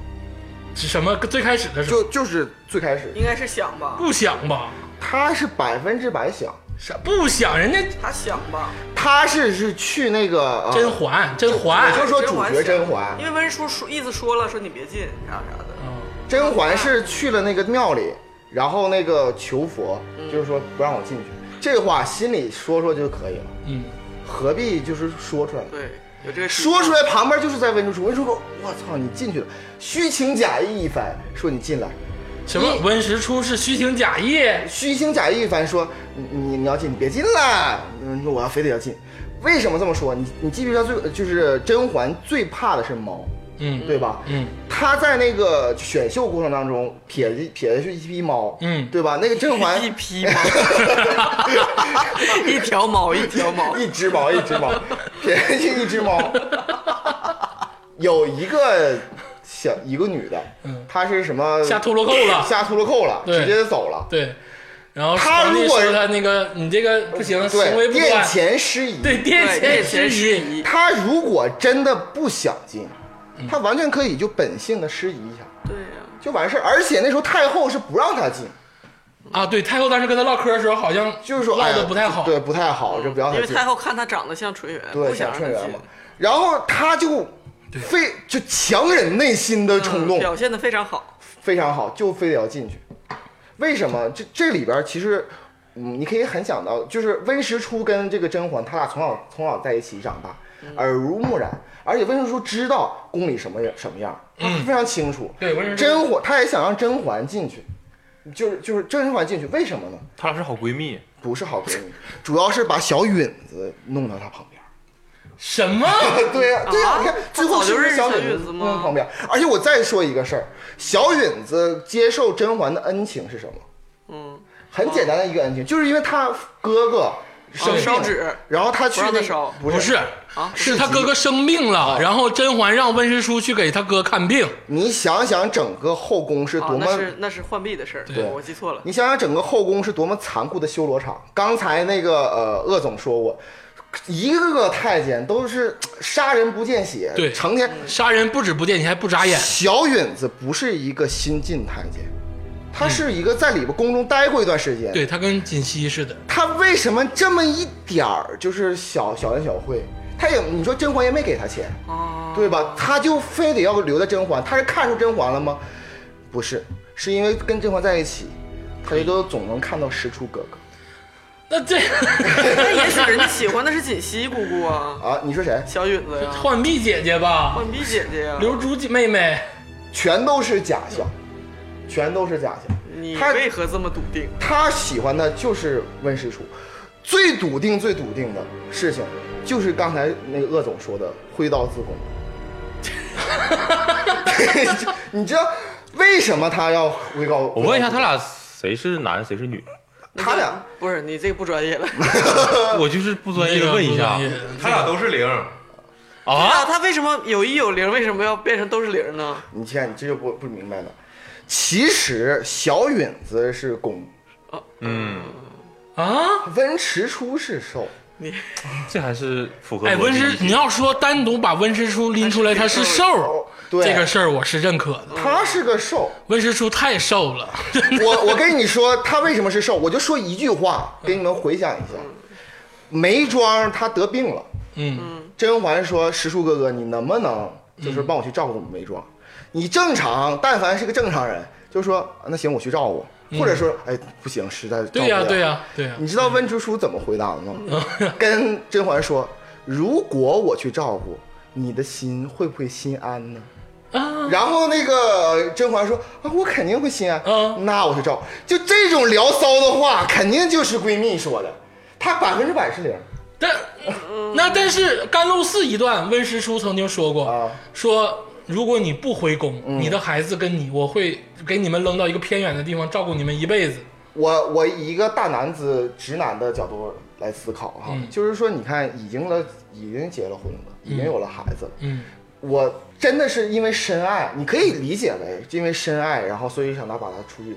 Speaker 2: 是什么？最开始的时候
Speaker 5: 就就是最开始，
Speaker 3: 应该是想吧，
Speaker 2: 不想吧？
Speaker 5: 她是百分之百想，
Speaker 2: 啥不想？人家
Speaker 3: 他想吧。
Speaker 5: 她是是去那个、呃、
Speaker 2: 甄嬛，甄嬛
Speaker 5: 我，就说主角甄
Speaker 3: 嬛
Speaker 5: 嬛
Speaker 3: 因，为温叔说意思说了，说你别进啥啥的。
Speaker 2: 嗯
Speaker 5: 甄嬛是去了那个庙里，然后那个求佛，就是说不让我进去。这话心里说说就可以了，
Speaker 2: 嗯，
Speaker 5: 何必就是说出来？
Speaker 3: 对，有这个体
Speaker 5: 说出来旁边就是在温州厨，温州厨，我操，你进去了，虚情假意一番，说你进来，
Speaker 2: 什么文实初是虚情假意？
Speaker 5: 虚情假意一番说你你你要进，你别进了，嗯你说我要非得要进，为什么这么说？你你记不记得最就是甄嬛最怕的是猫，
Speaker 2: 嗯，
Speaker 5: 对吧？
Speaker 2: 嗯，
Speaker 5: 她在那个选秀过程当中撇一撇的是一批猫，
Speaker 2: 嗯
Speaker 5: 对吧？那个甄
Speaker 2: *laughs*
Speaker 5: 嬛
Speaker 3: 一匹毛， *laughs* 一条毛一条毛，
Speaker 5: 一只猫，一只猫， *laughs* 撇下去一只猫。有一个小一个女的，
Speaker 2: 嗯
Speaker 5: 她是什么
Speaker 2: 下秃噜扣
Speaker 5: *laughs*
Speaker 2: 了
Speaker 5: 下秃噜扣了，
Speaker 2: 对
Speaker 5: 直接走了。
Speaker 2: 对。然后
Speaker 5: 他
Speaker 2: 皇帝
Speaker 5: 如果
Speaker 2: 说他那个你这个不行，行为
Speaker 5: 对，
Speaker 2: 不端
Speaker 5: 殿，前失仪。
Speaker 2: 对殿前
Speaker 3: 对
Speaker 2: 失
Speaker 3: 失
Speaker 2: 仪，
Speaker 3: 仪，
Speaker 5: 她如果真的不想进，
Speaker 2: 嗯
Speaker 5: 她完全可以就本性的失仪一下
Speaker 3: 对呀、
Speaker 5: 就完事儿。而且那时候太后是不让她进，
Speaker 2: 啊，对，太后当时跟他唠嗑的时候，好像
Speaker 5: 就是说
Speaker 2: 唠
Speaker 5: 哎
Speaker 2: 的
Speaker 5: 呀
Speaker 2: 不太好。嗯
Speaker 5: 对，不太好，就不让
Speaker 3: 因
Speaker 5: 她
Speaker 3: 为
Speaker 5: 进。
Speaker 3: 太后看他长得像纯元，
Speaker 5: 对，
Speaker 3: 不想让
Speaker 5: 想顺
Speaker 3: 他
Speaker 5: 缘
Speaker 3: 进
Speaker 5: 嘛。然后她就非就强忍内心的冲
Speaker 2: 嗯
Speaker 5: 动，
Speaker 3: 嗯表现的非常好。
Speaker 5: 非常好，就非得要进去。为什么？这这里边儿其实，嗯，你可以很想到，就是温实初跟这个甄嬛，他俩从小从小在一起长大，
Speaker 2: 嗯
Speaker 5: 耳濡目染，而且温实初知道宫里什么样什么样，他非常清楚。
Speaker 2: 嗯对温实初
Speaker 5: 甄嬛，他也想让甄嬛进去，就是就是甄嬛进去，为什么呢？
Speaker 4: 她俩是好闺蜜，
Speaker 5: 不是好闺蜜，主要是把小允子弄到她旁边儿。
Speaker 2: 什么？
Speaker 5: 对呀、对呀、
Speaker 3: 啊
Speaker 5: 你看
Speaker 3: 他
Speaker 5: 最后
Speaker 3: 早就是
Speaker 5: 不是
Speaker 3: 小
Speaker 5: 小
Speaker 3: 允
Speaker 5: 允
Speaker 3: 子
Speaker 5: 子
Speaker 3: 吗
Speaker 5: 弄旁边？而且我再说一个事儿，小允子接受甄嬛的恩情是什么？
Speaker 3: 嗯，
Speaker 5: 很简单的一个恩情，就是因为他哥哥生病
Speaker 3: 哦烧纸
Speaker 5: 然后他去
Speaker 3: 不让他
Speaker 5: 那
Speaker 3: 烧
Speaker 5: *laughs*
Speaker 2: 不
Speaker 5: 不
Speaker 2: 是
Speaker 5: 是，哦
Speaker 3: 啊
Speaker 2: 是他哥哥生病了，然后甄嬛让温实初去给他哥看病。
Speaker 5: 你想想整个后宫是
Speaker 3: 啊
Speaker 5: 多，么
Speaker 3: 那，是那是浣碧的事儿，我记错了。
Speaker 5: 你想想整个后宫是多么残酷的修罗场。刚才那个呃，鄂总说过，一个个太监都是杀人不见血，
Speaker 2: 对
Speaker 5: 成天
Speaker 3: 嗯
Speaker 2: 杀人不止不见你还不眨
Speaker 5: *laughs*
Speaker 2: 眼，
Speaker 5: 小允子不是一个新晋太监，他是一个在里边宫中待过一段时间。
Speaker 2: 对他跟锦汐似的，
Speaker 5: 他为什么这么一点儿就是小小恩小惠？他也你说甄嬛也没给他钱，
Speaker 3: 啊，
Speaker 5: 对吧？他就非得要留在甄嬛，他是看出甄嬛了吗？不是，是因为跟甄嬛在一起，他就都总能看到实初哥哥
Speaker 2: 那这 *laughs*
Speaker 3: 那也许人家喜欢的是锦汐姑姑啊，
Speaker 5: 啊。你说谁？
Speaker 3: 小允子 *laughs* 呀，
Speaker 2: 浣碧姐姐吧，
Speaker 3: 浣碧姐姐呀，
Speaker 2: 刘珠姐妹妹，
Speaker 5: 全都是假象，全都是假象。
Speaker 3: 你
Speaker 5: 他
Speaker 3: 为何这么笃定？
Speaker 5: 他喜欢的就是温实初，最笃定、最笃定的事情，就是刚才那个鄂总说的“挥刀自宫” 。 *laughs* 你知道为什么他要挥刀？
Speaker 4: 我问一下，他俩谁是男谁是女？
Speaker 5: 他俩
Speaker 3: 不是你这个不专业了
Speaker 4: 我就是不专业地问一下
Speaker 2: 那个不专业
Speaker 6: 他俩都是零，
Speaker 4: 啊，
Speaker 3: 啊？他为什么有一有零，为什么要变成都是零呢？
Speaker 5: 你看，你这就不不明白了。其实小允子是公，
Speaker 2: 啊！
Speaker 5: 温实初是受。
Speaker 4: 这还是符合
Speaker 2: 哎，
Speaker 4: 逻
Speaker 2: 温
Speaker 4: 辑
Speaker 2: 实，你要说单独把温实初拎出来，他是瘦，
Speaker 5: 对
Speaker 2: 这个事儿我是认可的。
Speaker 5: 他是个受，
Speaker 2: 温实初太瘦了，
Speaker 5: *laughs* 我我跟你说，他为什么是受？我就说一句话，给你们回想一下。眉庄她得病了，
Speaker 2: 嗯，
Speaker 5: 甄嬛说：“石叔哥哥，你能不能就是帮我去照顾眉庄？你正常，但凡是个正常人，就说啊那行，我去照顾。或者说，哎，不行，实在照
Speaker 2: 嗯
Speaker 5: 顾不
Speaker 2: 对呀，
Speaker 5: 了
Speaker 2: 对呀，对呀，
Speaker 5: 你知道温实初怎么回答的吗？ *laughs* 跟甄嬛说：“如果我去照顾，你的心会不会心安呢？”
Speaker 2: 啊，
Speaker 5: 然后那个甄嬛说：“啊，我肯定会心安。
Speaker 2: 嗯
Speaker 5: 那我去照。就这种聊骚的话，肯定就是闺蜜说的，她百分之百是零。
Speaker 2: 但那但是甘露寺一段，温实初曾经说过，
Speaker 5: 啊嗯
Speaker 2: 说如果你不回宫，你的孩子跟你，我会给你们扔到一个偏远的地方，照顾你们一辈子。
Speaker 5: 我我以一个大男子直男的角度来思考哈，
Speaker 2: 嗯
Speaker 5: 就是说，你看，已经了，已经结了婚了，已经有了孩子了，
Speaker 2: 嗯，
Speaker 5: 我真的是因为深爱，你可以理解为因为深爱，然后所以想他把他出去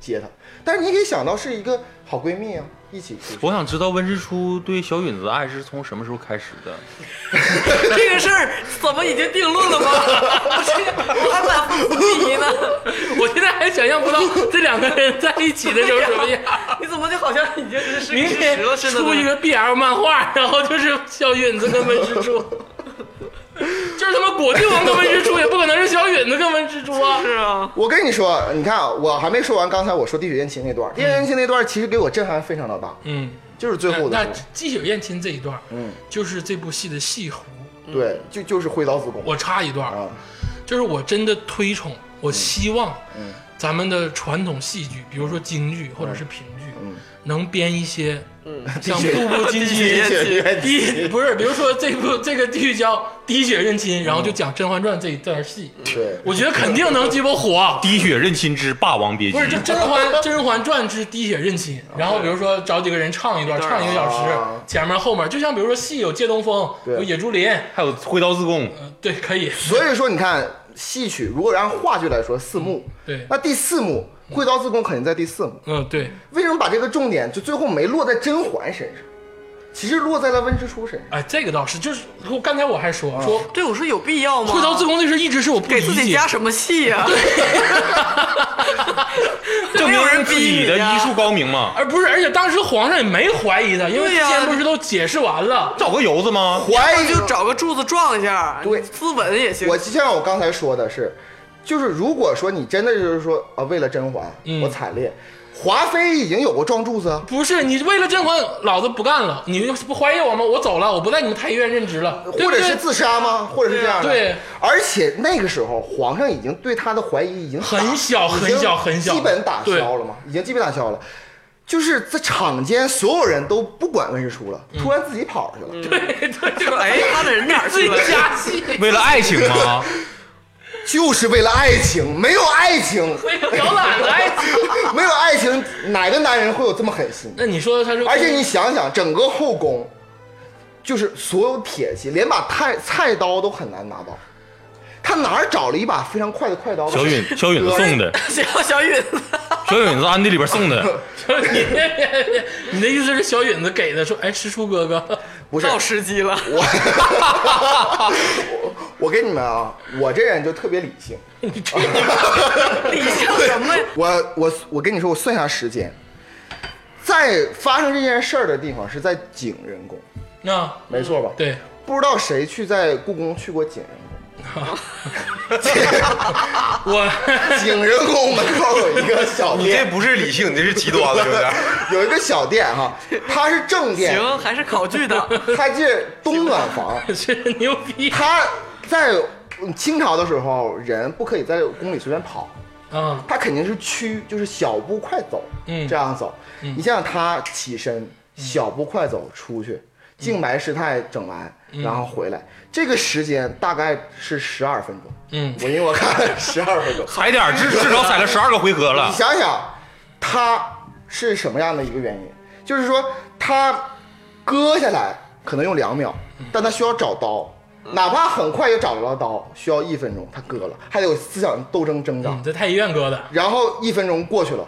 Speaker 5: 接他，但是你可以想到是一个好闺蜜啊，一起出去。
Speaker 4: 我想知道温实初对小允子的爱是从什么时候开始的？
Speaker 3: 这个事儿怎么已经定论了吗？ *laughs* 我这我还满腹狐疑呢。
Speaker 2: *laughs* 我现在还想象不到这两个人在一起的时候什么样。
Speaker 3: *laughs* 你怎么就好像已经是
Speaker 2: *laughs*
Speaker 3: 事
Speaker 2: 明
Speaker 3: 实
Speaker 2: 天
Speaker 3: 了似的呢？ *laughs*
Speaker 2: 出一个 BL 漫画，然后就是小允子跟温实初。就是他妈果郡王跟温之初也不可能是小允子跟温之初啊。
Speaker 3: 是啊，
Speaker 5: 我跟你说，你看啊，我还没说完刚才我说滴血验亲那段儿，滴血验亲那段儿其实给我震撼非常的大，
Speaker 2: 嗯，
Speaker 5: 就是最后
Speaker 2: 那
Speaker 5: 的时候，
Speaker 2: 鸡血燕亲这一段，
Speaker 5: 嗯，
Speaker 2: 就是这部戏的戏弧。
Speaker 5: 对，就就是挥刀自宫
Speaker 2: 我插一段
Speaker 5: 啊，
Speaker 2: 就是我真的推崇，我希望
Speaker 5: 嗯
Speaker 2: 咱们的传统戏剧，比如说京剧或者是评剧，
Speaker 5: 嗯
Speaker 2: 能编一些
Speaker 3: 嗯
Speaker 2: 像《步步惊
Speaker 3: 滴
Speaker 2: 心
Speaker 3: 血》
Speaker 2: *laughs*
Speaker 3: 验亲
Speaker 2: 滴不是，比如说这
Speaker 5: *laughs*
Speaker 2: 部这个地狱叫《滴血认
Speaker 5: 嗯
Speaker 2: 亲》，然后就讲《甄嬛传》这一段戏，
Speaker 5: 对，
Speaker 2: 我觉得肯定能鸡巴火。啊
Speaker 4: 滴血认亲之霸王别姬
Speaker 2: 不是，就《甄嬛甄嬛传之滴血认亲》，然后比如说找几个人唱一段，
Speaker 3: 一段
Speaker 2: 唱一个小时
Speaker 5: 啊，
Speaker 2: 前面后面，就像比如说戏有借东风，
Speaker 5: 对
Speaker 2: 有野猪林，
Speaker 4: 还有挥刀自宫，
Speaker 2: 呃对，可
Speaker 5: *laughs*
Speaker 2: 以，
Speaker 5: 所以说你看戏曲，如果按话剧来说，四幕，
Speaker 2: 对
Speaker 5: 那第四幕挥刀自宫肯定在第四幕，
Speaker 2: 嗯，对，
Speaker 5: 为什么把这个重点就最后没落在甄嬛身上，其实落在了温之初身上？
Speaker 2: 哎，这个倒是，就是我刚才我还说
Speaker 5: 啊
Speaker 2: 说
Speaker 3: 对，我说有必要吗？
Speaker 2: 挥刀自宫这事一直是我不
Speaker 3: 给
Speaker 2: 理
Speaker 3: 自己
Speaker 2: 解
Speaker 3: 加，什么戏呀？
Speaker 4: 证
Speaker 3: 没
Speaker 4: 明
Speaker 3: 有人逼
Speaker 4: 自己的
Speaker 3: 你呀
Speaker 4: 医术高明嘛。
Speaker 2: *laughs* 而不是，而且当时皇上也没怀疑他，因为
Speaker 3: 对
Speaker 2: 之
Speaker 3: 呀
Speaker 2: 前不是都解释完了，
Speaker 4: 找个油子吗？
Speaker 5: 怀
Speaker 3: 那 *laughs*
Speaker 5: 疑
Speaker 3: 就找个柱子撞一下，
Speaker 5: 对
Speaker 3: 自刎也行。
Speaker 5: 我就像我刚才说的是，就是如果说你真的就是说啊，为了甄嬛，
Speaker 2: 嗯
Speaker 5: 我惨烈，华妃已经有过撞柱子啊，
Speaker 2: 不是你为了甄嬛，老子不干了，你不怀疑我吗？我走了，我不在你们太医院任职了，对不
Speaker 5: 或者是
Speaker 2: 对？啊
Speaker 5: 自杀吗？或者是这样的。
Speaker 2: 对，
Speaker 5: 而且那个时候皇上已经对她的怀疑已经打
Speaker 2: 很小
Speaker 5: 已经
Speaker 2: 很小很小
Speaker 5: 基本打消了嘛，已经基本打消了。就是在场间，所有人都不管温实初
Speaker 2: 嗯
Speaker 5: 了，突然自己跑去了。
Speaker 3: 说哎，他的人哪儿
Speaker 2: 自
Speaker 3: 去
Speaker 2: 己
Speaker 3: 了？ *laughs*
Speaker 2: 加戏，
Speaker 4: 为了爱情吗？
Speaker 5: 就是为了爱情，没有爱情， *laughs*
Speaker 2: 为了摇篮的爱情。
Speaker 5: 没有爱情，哪个男人会有这么狠心？
Speaker 2: 哎那你说 *laughs* 他是，
Speaker 5: 而且你想想，整个后宫，就是所有铁器，连把菜菜刀都很难拿到。他哪儿找了一把非常快的快刀？
Speaker 4: 小
Speaker 5: *laughs*
Speaker 4: 允，小允子送的，
Speaker 3: 谁要小允子？
Speaker 4: 小允子暗地里边送的，
Speaker 2: 你你的意思是小允子给的，说哎，吃出哥哥，
Speaker 5: 不是
Speaker 3: 到时机了，
Speaker 5: 我，我跟你们啊，我这人就特别理性。
Speaker 3: 理性什么呀？
Speaker 5: 我我我跟你说，我算一下时间，在发生这件事儿的地方是在景仁宫，
Speaker 2: 那
Speaker 5: 没错吧？。
Speaker 2: 对， *laughs*
Speaker 5: 不知道谁去在故宫去过景仁宫，
Speaker 2: 我
Speaker 5: 景仁宫门口有一个小
Speaker 6: 你这
Speaker 5: 店，
Speaker 6: 不是理性，你这是极端了，有点。
Speaker 5: *laughs* 有一个小店哈，它是正店，
Speaker 3: 行，还是考据的。 *laughs*
Speaker 5: 它是东暖房，
Speaker 2: 是牛逼
Speaker 5: 他在清朝的时候，人不可以在宫里随便跑，
Speaker 2: 啊！
Speaker 5: 他肯定是驱，就是小步快走，
Speaker 2: 嗯
Speaker 5: 这样走。你想想，他起身，小步快走出
Speaker 2: 嗯
Speaker 5: 去，静埋师太整完，然后回来，这个时间大概是十二分钟。
Speaker 2: 嗯，
Speaker 5: 我因为我看了十二分钟，
Speaker 4: 踩点儿至至少踩了十二个回合
Speaker 5: 你 *laughs*
Speaker 4: 了。
Speaker 5: 想想，他是什么样的一个原因？就是说他割下来可能用两秒，但他需要找刀，
Speaker 2: 嗯
Speaker 5: 哪怕很快就找到了刀，需要一分钟，他割了，还得有思想斗争挣扎。
Speaker 2: 你嗯在太医院割的，
Speaker 5: 然后一分钟过去了，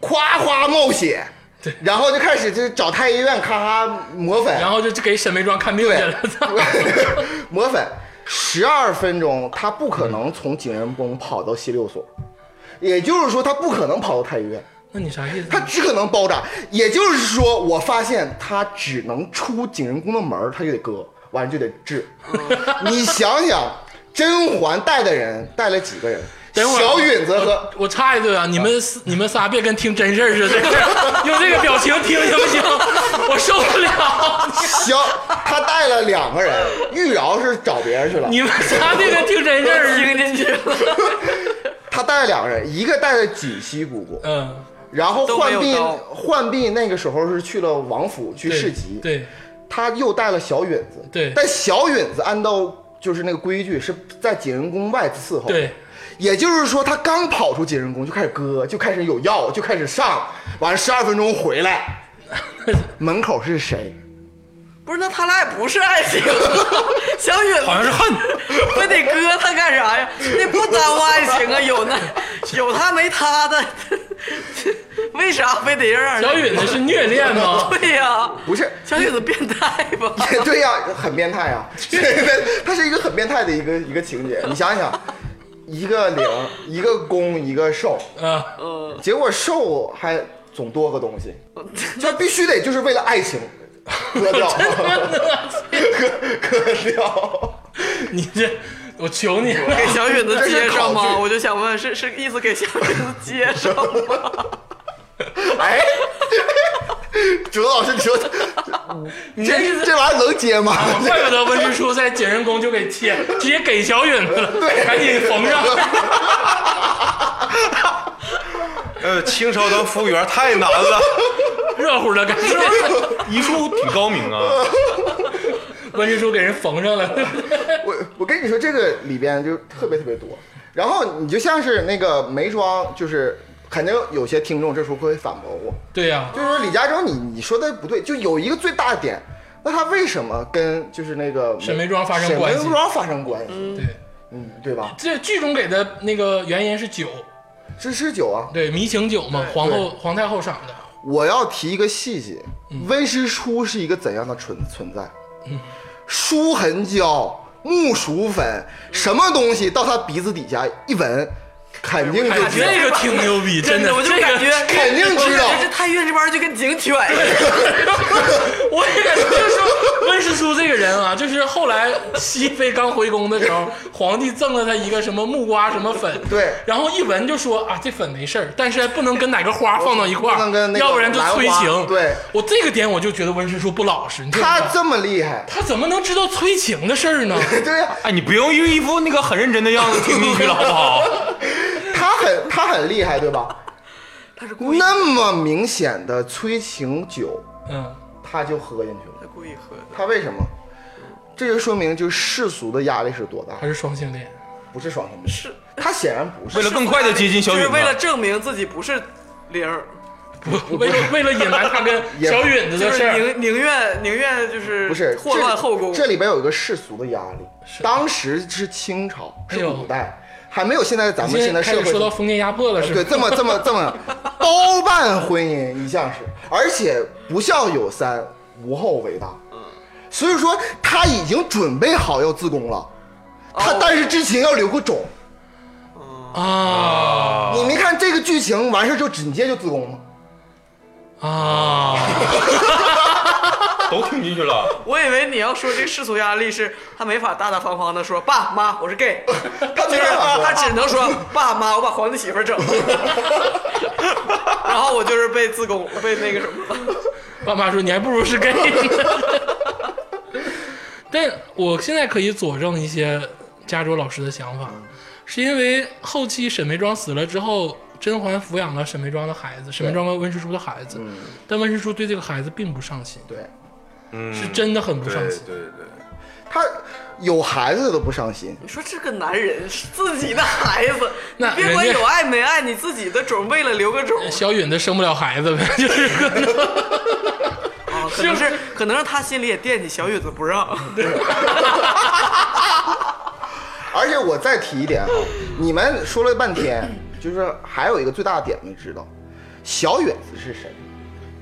Speaker 5: 夸夸冒血，
Speaker 2: 嗯对
Speaker 5: 然后就开始就找太医院咔咔抹粉，
Speaker 2: 然后就给沈眉庄看病去
Speaker 5: *laughs*
Speaker 2: 了。操 *laughs*
Speaker 5: 抹粉，十二分钟，他不可能从景仁宫跑到西六所，也就是说他不可能跑到太医院。
Speaker 2: 那你啥意思
Speaker 5: 他？只可能包扎。也就是说，我发现他只能出景仁宫的门儿，他就得割，完了就得治。你想想，甄嬛带的人带了几个人？
Speaker 2: 等会儿
Speaker 5: 小允子和
Speaker 2: 我插一句啊，你们四你们仨别跟听真事儿似的， *laughs* 用这个表情听行不行？ *laughs* 我受不了！ *laughs*
Speaker 5: 小，他带了两个人，玉娆是找别人去了，
Speaker 2: 你们仨别跟听真事儿似的。
Speaker 3: 听进去了，
Speaker 5: 他带了两个人，一个带了锦溪姑姑，
Speaker 2: 嗯，
Speaker 5: 然后
Speaker 3: 都没
Speaker 5: 浣
Speaker 3: 有
Speaker 5: 碧
Speaker 3: 刀
Speaker 5: 浣碧那个时候是去了王府去
Speaker 2: 对
Speaker 5: 市集，
Speaker 2: 对，
Speaker 5: 他又带了小允子，
Speaker 2: 对
Speaker 5: 但小允子按照就是那个规矩是在景仁宫外伺候，
Speaker 2: 对，
Speaker 5: 也就是说他刚跑出景仁宫就开始割，就开始有药，就开始上，完了十二分钟回来，
Speaker 2: *laughs*
Speaker 5: 门口是谁？
Speaker 3: 不是？那他俩也不是爱情， *laughs* 小允
Speaker 4: 好像
Speaker 3: 子
Speaker 4: 是恨，
Speaker 3: *laughs* 非得割他干啥呀？那不耽误爱情啊，有那有他没他的，为啥非得让人
Speaker 2: 小允子是虐恋吗？ *laughs*
Speaker 3: 对呀、
Speaker 5: 不是，
Speaker 3: 小允子变态
Speaker 5: *laughs*
Speaker 3: 吧？
Speaker 5: 对呀、很变态
Speaker 2: *laughs*
Speaker 5: 啊， *laughs* 对它是一个很变态的一个一个情节，你想想。一个零，一个攻，一个受，
Speaker 2: 啊，
Speaker 3: 嗯，
Speaker 5: 结果受还总多个东西，这必须得就是
Speaker 2: *laughs*
Speaker 5: 为 *laughs* 了爱情割掉，割割掉。
Speaker 2: 你这，我求你了，
Speaker 3: 给小允子
Speaker 5: 这是
Speaker 3: 接上
Speaker 5: 考
Speaker 3: 吗？
Speaker 5: 据
Speaker 3: 我就想问，是是意思给小允子接上吗？
Speaker 5: 哎， *laughs* 主任老师，你说
Speaker 2: *laughs* 你这意
Speaker 5: 这
Speaker 2: 思
Speaker 5: 这玩意儿能
Speaker 2: *laughs*
Speaker 5: 接吗？
Speaker 2: 怪不得温之初在景仁宫就给切，直接给小允 *laughs* 子了，赶紧缝上。
Speaker 6: 呃，清朝当服务员太
Speaker 5: *laughs*
Speaker 6: 难了，
Speaker 2: *laughs* 热乎的感觉。
Speaker 4: 医术挺高明啊，
Speaker 2: *laughs* 温之初给人缝上了， *laughs*
Speaker 5: 我我跟你说，这个里边就特别特别多。然后你就像是那个眉庄，就是肯定有些听众这时候会反驳我，
Speaker 2: 对呀、
Speaker 5: 就是说李嘉诚你你说的不对，就有一个最大的点，那他为什么跟就是那个
Speaker 2: 沈眉庄发生关系
Speaker 5: 沈眉庄发生关系，
Speaker 2: 对，
Speaker 5: 嗯，对吧？
Speaker 2: 这剧中给的那个原因是酒，
Speaker 5: 这是酒啊，
Speaker 2: 对，迷情酒嘛，皇后皇太后赏的，
Speaker 5: 我要提一个细节，
Speaker 2: 嗯
Speaker 5: 温实初是一个怎样的存存在？舒痕胶、木薯粉，什么东西到他鼻子底下一闻，肯定就
Speaker 2: 哎，
Speaker 5: 知道，
Speaker 2: 这个挺牛逼，真的，
Speaker 3: *laughs* 我就
Speaker 2: 这
Speaker 3: 感觉
Speaker 2: 个
Speaker 5: 肯定知道
Speaker 3: 我感觉这太岳这玩意儿就跟警犬一样。
Speaker 2: *laughs* 我
Speaker 5: *laughs*
Speaker 2: 也感觉就是说温实初这个人啊，就是后来熹妃刚回宫的时候，皇帝赠了他一个什么木瓜什么粉，
Speaker 5: 对
Speaker 2: 然后一闻就说啊这粉没事儿，但是不能跟哪个花放到一块儿，
Speaker 5: 不能跟那个
Speaker 2: 要不然就催
Speaker 5: 兰
Speaker 2: 情。
Speaker 5: 花对，
Speaker 2: 我这个点我就觉得温实初不老实，你知道吗
Speaker 5: 他这么厉害， *laughs*
Speaker 2: 他怎么能知道催情的事儿呢？
Speaker 5: 对呀、
Speaker 4: 哎，你不用一副那个很认真的样子听进去了，好不好？
Speaker 5: 他很他很厉害，对吧？
Speaker 3: 他是故意，
Speaker 5: 那么明显的催情酒，
Speaker 2: 嗯，
Speaker 5: 他就喝进去了，
Speaker 3: 他故意喝的。
Speaker 5: 他为什么？这就说明就是世俗的压力是多大
Speaker 2: 还，是双性恋。
Speaker 5: 不是双性恋，是他显然不是
Speaker 4: 为了 *laughs* 更快的接近小
Speaker 3: 就
Speaker 4: 雨
Speaker 3: 是
Speaker 4: 呢，
Speaker 3: 为了证明自己不是零儿，
Speaker 2: 不为了为了隐瞒他跟
Speaker 5: 也
Speaker 2: 小允子
Speaker 3: 就
Speaker 2: 的事
Speaker 3: 是
Speaker 2: 儿，
Speaker 3: 宁宁愿宁愿就是
Speaker 5: 不是
Speaker 3: 祸乱
Speaker 5: 这
Speaker 3: 后宫。
Speaker 5: 这里边有一个世俗的压力，当时是清朝，
Speaker 2: 哎
Speaker 5: 是
Speaker 2: 呦
Speaker 5: 古代，还没有现在咱们
Speaker 2: 现
Speaker 5: 现
Speaker 2: 在
Speaker 5: 在
Speaker 2: 开
Speaker 5: 社
Speaker 2: 始
Speaker 5: 会
Speaker 2: 说到封建压迫了，是
Speaker 5: *laughs* 对
Speaker 2: 吧？
Speaker 5: 这么这么这么包办婚姻一向是，而且不孝有三，无后为大。所以说他已经准备好要自宫了，他
Speaker 3: 哦
Speaker 5: 但是之前要留个种。
Speaker 2: 啊
Speaker 4: 哦
Speaker 5: 你没看这个剧情完事儿就紧接就自宫吗？
Speaker 2: 啊！
Speaker 4: 都听进去了，
Speaker 3: 我以为你要说这个世俗压力是他没法大大方方的说爸妈我是 gay，
Speaker 5: 他
Speaker 3: 就
Speaker 5: 没
Speaker 3: 是
Speaker 5: 办法
Speaker 3: 他
Speaker 5: 说，
Speaker 3: 只能说爸妈我把皇帝媳妇儿整了，然后我就是被自宫被那个什么了。
Speaker 2: 爸妈说你还不如是
Speaker 5: *laughs*
Speaker 2: gay 呢。但我现在可以佐证一些家卓老师的想法，
Speaker 5: 嗯
Speaker 2: 是因为后期沈眉庄死了之后，甄嬛抚养了沈眉庄的孩子，沈眉庄跟温实初的孩子，但温实初对这个孩子并不上心，
Speaker 5: 嗯对
Speaker 6: 嗯，
Speaker 2: 是真的很不
Speaker 6: 对
Speaker 2: 上
Speaker 6: 对
Speaker 2: 心。
Speaker 6: 对。
Speaker 5: 他有孩子都不伤心，
Speaker 3: 你说这个男人是自己的孩子，你
Speaker 2: 那
Speaker 3: 别管
Speaker 2: 人家
Speaker 3: 有爱没爱，你自己的种为了留个种
Speaker 2: 小允子生不了孩子呗， *laughs* 就是可能
Speaker 3: 啊，可能是可能是他心里也惦记小允子不让。
Speaker 5: 而且我再提一点哈，啊你们说了半天，就是还有一个最大的点没知道，小远子是谁？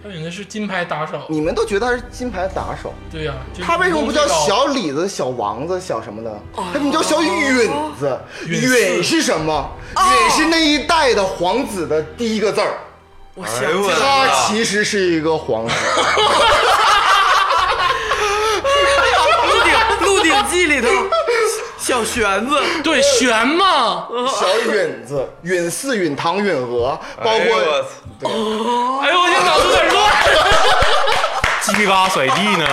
Speaker 2: 小允子是金牌打手，
Speaker 5: 你们都觉得他是金牌打手，
Speaker 2: 对呀、就是
Speaker 5: 他为什么不叫
Speaker 2: 武功最高？
Speaker 5: 小李子、小王子、小什么的？他怎么叫小允子？
Speaker 2: 允四
Speaker 5: 允是什么？允是那一代的皇子的第一个字儿。
Speaker 3: *laughs* 我
Speaker 6: 哎呦
Speaker 3: 想
Speaker 6: 我的妈
Speaker 5: 他其实是一个皇子，
Speaker 3: 鹿鼎《鹿鼎记》里头，小玄子
Speaker 2: 对，玄嘛。
Speaker 5: 小允子、允四、允堂、允娥，包
Speaker 6: 哎呦我
Speaker 5: 括
Speaker 6: 操
Speaker 2: 哎呦，我现在脑子有点乱。
Speaker 4: 叽里嘎甩地呢，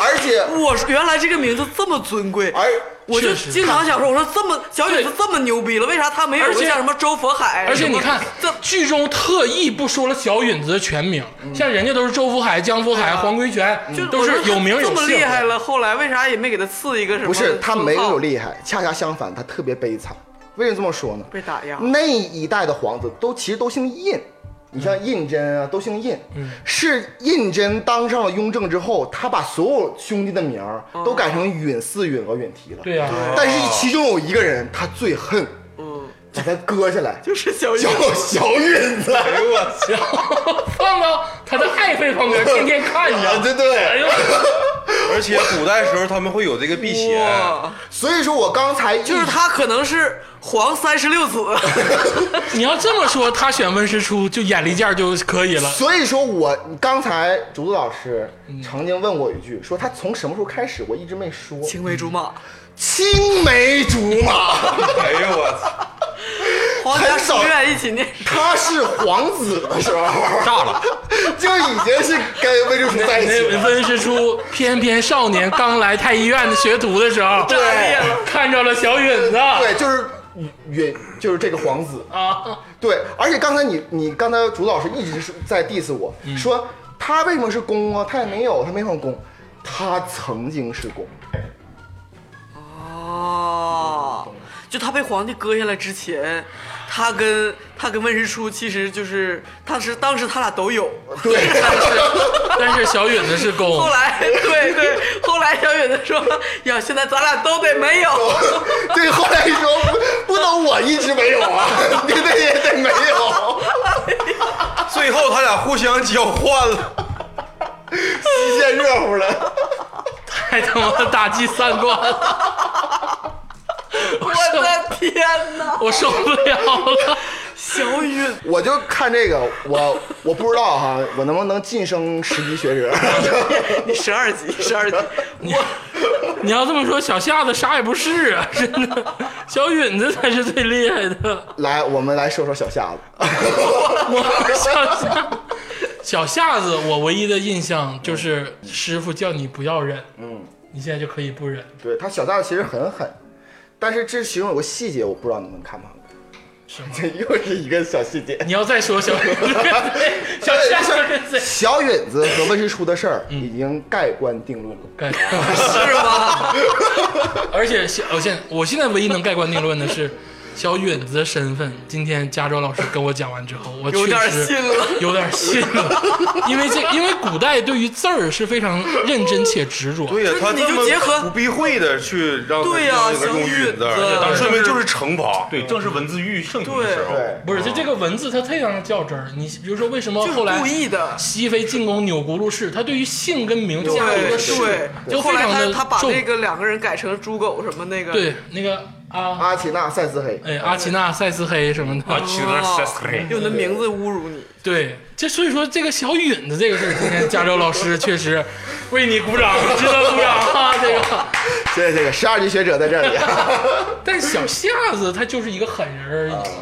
Speaker 5: 而且
Speaker 3: 我说原来这个名字这么尊贵，
Speaker 5: 而
Speaker 3: 我就
Speaker 2: 确实
Speaker 3: 经常想说，我说这么小允子这么牛逼了，为啥他没有
Speaker 2: 而
Speaker 3: 个
Speaker 2: 且
Speaker 3: 像什么周佛海？啊
Speaker 2: 而且
Speaker 3: 什么
Speaker 2: 你看，
Speaker 3: 哎
Speaker 2: 嗯
Speaker 3: 这
Speaker 2: 剧中特意不说了小允子的全名，
Speaker 3: 嗯
Speaker 2: 像人家都是周福海、江福海、黄规全，
Speaker 3: 就
Speaker 2: 都
Speaker 3: 啊嗯我说
Speaker 2: 是
Speaker 3: 他
Speaker 2: 有名有
Speaker 3: 这
Speaker 2: 姓。
Speaker 3: 么厉害了，后来为啥也没给他赐一个什么？
Speaker 5: 不是他没有，厉害，恰恰相反，他特别悲惨。为什么这么说呢？
Speaker 3: 被打压。
Speaker 5: 那一代的皇子都其实都姓胤，你像胤禛啊，都姓胤。
Speaker 3: 嗯
Speaker 5: 是胤禛当上了雍正之后，他把所有兄弟的名儿
Speaker 3: 嗯
Speaker 5: 都改成允祀、允娥、允提了。
Speaker 2: 对呀、
Speaker 5: 但是其中有一个人他最恨，
Speaker 3: 啊嗯，
Speaker 5: 把他割下来，
Speaker 3: *laughs* 就是小允
Speaker 5: 叫。小
Speaker 3: *laughs*
Speaker 5: 允子。
Speaker 6: 哎呦我操！
Speaker 2: 然后 *laughs* 放到他的爱妃旁边，天天看
Speaker 3: *laughs*
Speaker 5: 啊，
Speaker 2: 着。
Speaker 5: 对对
Speaker 2: 哎，呦，
Speaker 6: 而且古代时候他们会有这个避嫌，
Speaker 3: 哇，
Speaker 5: 所以说我刚才
Speaker 3: 就是他可能是皇三十六子， *laughs*
Speaker 2: 你要这么说，他选温实初就眼力见儿就可以了。
Speaker 5: 所以说我刚才
Speaker 3: 嗯
Speaker 5: 竹子老师曾经问我一句，说他从什么时候开始，我一直没说。
Speaker 3: 青梅竹马。
Speaker 5: 青梅竹马，
Speaker 6: 哎呦我操！
Speaker 3: 皇家书院一起念书，
Speaker 5: 他是皇子的时候，
Speaker 4: 炸了，
Speaker 5: *laughs* 就已经是跟魏六叔在一起
Speaker 2: 那
Speaker 3: 啊
Speaker 5: 了。
Speaker 2: 温实初翩翩少年刚来太医院的学徒的时候，
Speaker 5: 对
Speaker 2: 看着了小允子，
Speaker 5: 对，就是允，就是这个皇子。
Speaker 2: 啊，
Speaker 5: 对，而且刚才你你刚才朱老师一直是在 diss 我、
Speaker 4: 嗯
Speaker 5: 说他为什么是公啊？他也没有，他没什么公，他曾经是公。 *laughs*
Speaker 3: 哦，就他被皇帝割下来之前，他跟他跟温实初其实就是，他是当时他俩都有， *laughs*
Speaker 5: 对，
Speaker 2: 但是小允子是
Speaker 3: 后
Speaker 2: 公，
Speaker 3: 来对对，后来小允子说呀，现在咱俩都得没有，
Speaker 5: 对，后来说不不能我一直没有啊， *laughs* 你得也得没
Speaker 4: *laughs*
Speaker 5: 有，
Speaker 6: 最后他俩互相交换了，
Speaker 5: 极限热乎了。
Speaker 2: 太他妈打击三观了，
Speaker 3: 我的天哪！
Speaker 2: 我受不了了。
Speaker 3: 小允，
Speaker 5: 我就看这个，我我不知道哈，我能不能晋升十级学者？
Speaker 3: 你十二级，十 *laughs* 二级，
Speaker 2: 你要这么说，小夏子啥也不是啊，真的，小允子才是最厉害的。
Speaker 5: 来，我们来说说小夏子。
Speaker 2: 我小夏，小夏子，我唯一的印象就是师傅叫你不要忍，嗯，你现在就可以不忍，
Speaker 5: 对他小夏子其实很狠，但是这其中有个细节，我不知道你们看没看过。
Speaker 2: 是吗？
Speaker 5: 这又是一个小细节。
Speaker 2: 你要再说小
Speaker 3: *laughs*
Speaker 2: 允子跟谁，小夏子跟谁？
Speaker 5: 小允子和温实初的事儿已经盖棺定论了。
Speaker 2: 干
Speaker 3: 是吗？
Speaker 2: 而且小我现我现在唯一能盖棺定论的是，小允子的身份。今天加州老师跟我讲完之后，我
Speaker 3: 有点
Speaker 2: 确实
Speaker 3: 信了，
Speaker 2: 有点信了，因为这因为古代对于字儿是非常认真且执着。
Speaker 6: 对呀、他
Speaker 3: 你就
Speaker 6: 这么
Speaker 3: 结合
Speaker 6: 不避讳的去让
Speaker 3: 对呀
Speaker 6: 让那
Speaker 3: 小
Speaker 6: 个用
Speaker 3: 允
Speaker 6: 允字儿，
Speaker 3: 子
Speaker 6: 这说明就是惩罚。
Speaker 4: 对，正是文字狱盛行的时候。
Speaker 5: 对，
Speaker 2: 不是，就这个文字它非常较真儿。你比如说，为什么
Speaker 3: 就是
Speaker 2: 后来
Speaker 3: 故意的。
Speaker 2: 西非进攻钮钴禄氏，他对于姓跟名加了一个氏
Speaker 3: 对，
Speaker 2: 就
Speaker 3: 后
Speaker 2: 非
Speaker 3: 来
Speaker 2: 常
Speaker 3: 他
Speaker 2: 的
Speaker 3: 他把
Speaker 2: 重
Speaker 3: 那。个两个人改成猪狗什么那个，
Speaker 2: 对，那个阿
Speaker 5: 阿奇纳塞斯黑，
Speaker 2: 哎阿奇纳塞斯黑什么的，
Speaker 4: 啊，其实
Speaker 3: 哦，用你的名字侮辱你，
Speaker 2: 对，这所以说这个小允子这个事儿，今天加州老师确
Speaker 3: *laughs*
Speaker 2: 实为你鼓掌，值得鼓掌啊！这个，
Speaker 5: 谢谢这个十二级学者在这里。 *laughs*
Speaker 2: 但小夏子他就是一个狠人
Speaker 3: 啊
Speaker 2: 而已，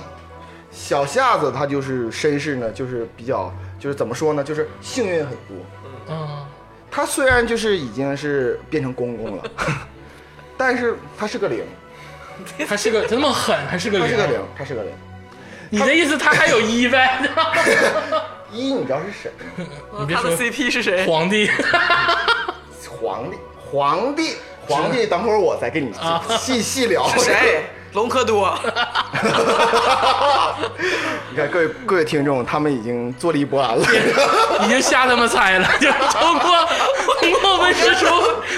Speaker 5: 小夏子他就是身世呢，就是比较就是怎么说呢，就是幸运很多。
Speaker 2: 嗯，
Speaker 5: 他虽然就是已经是变成公公了， *laughs* 但是他是个零，
Speaker 2: 他是个他那么狠，还是个
Speaker 5: 他
Speaker 2: 零，
Speaker 5: 是个零，他是个零。
Speaker 2: 你的意思他还有一呗？
Speaker 5: 一你知道是谁吗？
Speaker 2: 你别
Speaker 3: 他
Speaker 2: 说
Speaker 3: 的 CP 是谁？
Speaker 2: 皇帝，
Speaker 5: 皇帝，皇帝，皇帝。等会儿我再跟你细细聊。
Speaker 3: 啊是谁？隆
Speaker 2: *laughs*
Speaker 3: 科多，
Speaker 5: *laughs* 你看各位各位听众，他们已经坐立不安
Speaker 3: *laughs*
Speaker 5: 了。
Speaker 2: 已经瞎他妈猜了， *laughs* 就是通过通过温实初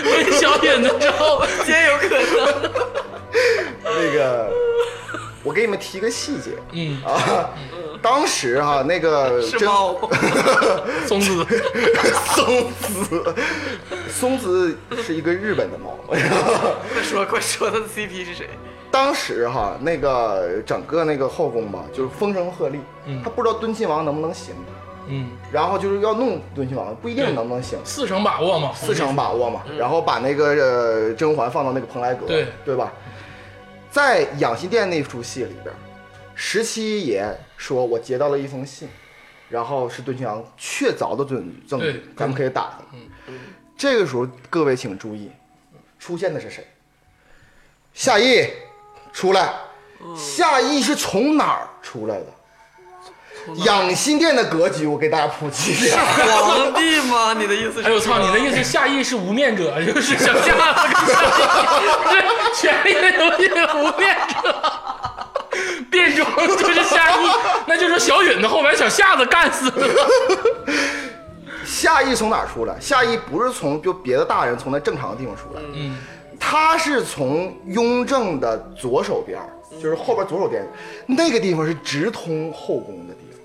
Speaker 2: 问小允子之后，
Speaker 3: 皆有可能。
Speaker 5: 那个，我给你们提个细节
Speaker 2: 嗯，
Speaker 5: 啊，当时哈、那个
Speaker 3: 是
Speaker 5: 真
Speaker 3: 猫
Speaker 2: 松子
Speaker 5: *laughs* 松子，松子是一个日本的猫。 *laughs*
Speaker 3: 快说快说，他的 CP 是谁？
Speaker 5: 当时哈、那个整个那个后宫吧，就是风声鹤唳，
Speaker 3: 嗯
Speaker 5: 他不知道敦亲王能不能行，
Speaker 2: 嗯，
Speaker 5: 然后就是要弄敦亲王，不一定能不能行。
Speaker 2: 四成把握嘛，
Speaker 5: 四成把握嘛，然后把那个呃甄嬛放到那个蓬莱阁，
Speaker 2: 嗯对
Speaker 5: 对吧？在养心殿那出戏里边，十七爷说我接到了一封信，然后是敦亲王确凿的证证
Speaker 2: 对嗯
Speaker 5: 据，咱们可以打他。这个时候各位请注意，出现的是谁？夏邑出来，
Speaker 2: 嗯
Speaker 5: 夏邑是从哪儿出来的？养心殿的格局，我给大家普及一
Speaker 2: *laughs*
Speaker 5: 下。
Speaker 3: 皇帝吗？你的意思是？
Speaker 2: 哎呦我操！你的意思下意是无面者， *laughs* 就是小夏子跟上这权力的游戏的无面者， *laughs* 变装就是下意，那就说小允子后把小夏子干死了。
Speaker 5: 夏邑从哪儿出来？夏邑不是从就别的大人从那正常的地方出来，
Speaker 2: 嗯，
Speaker 5: 他是从雍正的左手边儿，就是后边左手边那个地方是直通后宫的地方。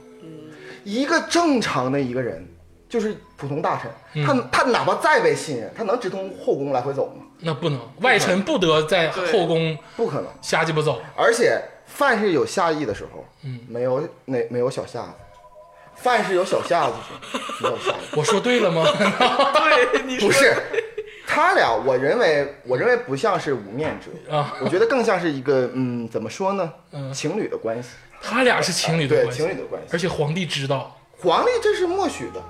Speaker 5: 一个正常的一个人，就是普通大臣，他他哪怕再被信任，他能直通后宫来回走吗？
Speaker 2: 那不能，外臣不得在后宫
Speaker 5: 不可能。
Speaker 2: 瞎鸡巴走。
Speaker 5: 而且凡是有夏邑的时候，没有那没有小夏子，凡是有小夏子的时候，没有夏邑。
Speaker 2: 我说对了吗？
Speaker 5: *laughs*
Speaker 3: 对，你说
Speaker 5: 不是，他俩，我认为我认为不像是无面者，
Speaker 2: 啊，
Speaker 5: 我觉得更像是一个嗯，怎么说呢
Speaker 2: 嗯？
Speaker 5: 情侣的关系，
Speaker 2: *laughs* 他俩是情侣的
Speaker 5: 对
Speaker 2: 关系，
Speaker 5: 情侣的关系。
Speaker 2: 而且皇帝知道，
Speaker 5: 皇帝这是默许的，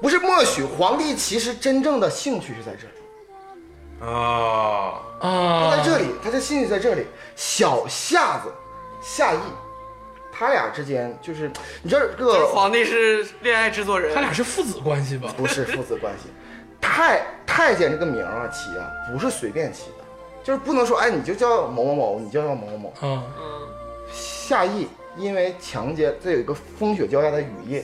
Speaker 5: 不是默许。皇帝其实真正的兴趣是在这里，
Speaker 6: 啊，
Speaker 2: 啊，
Speaker 5: 他在这里，他的兴趣在这里。小夏子，夏意，他俩之间就是，你知道这
Speaker 3: 就是
Speaker 5: 个
Speaker 3: 皇帝是恋爱制作人
Speaker 2: 他，俩是父子关系吧？
Speaker 5: 不是父子关系。太太监这个名儿啊，起啊，不是随便起的，就是不能说哎，你就叫某某某，你就叫某某某。
Speaker 2: 啊，
Speaker 3: 嗯，
Speaker 5: 夏意因为强奸，这有一个风雪交加的雨夜，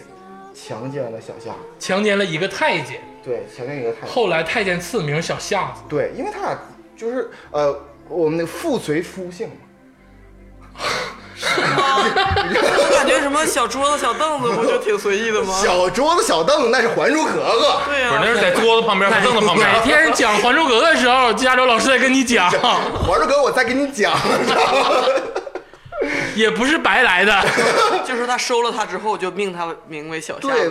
Speaker 5: 强奸了小夏，
Speaker 2: 强奸了一个太监，
Speaker 5: 对，强奸一个太监。
Speaker 2: 后来太监赐名小夏子，
Speaker 5: 对，因为他俩就是呃，我们那个父随夫姓嘛，
Speaker 3: 我感觉什么小桌子、小凳子不就挺随意的吗？
Speaker 5: 小桌子小凳子那是《还珠格格
Speaker 3: 对呀、
Speaker 4: 不是，那是在桌子旁边和凳子旁
Speaker 2: 哪
Speaker 4: *laughs* 边。
Speaker 2: 天讲《还珠格格》的时候，加州老师再跟你讲，》， *laughs*
Speaker 5: 《还珠格格》我再给你讲，知道吗？
Speaker 2: 也不是白来的。 *laughs*
Speaker 3: 就是他收了他之后，就命他名为小夏。
Speaker 5: 对，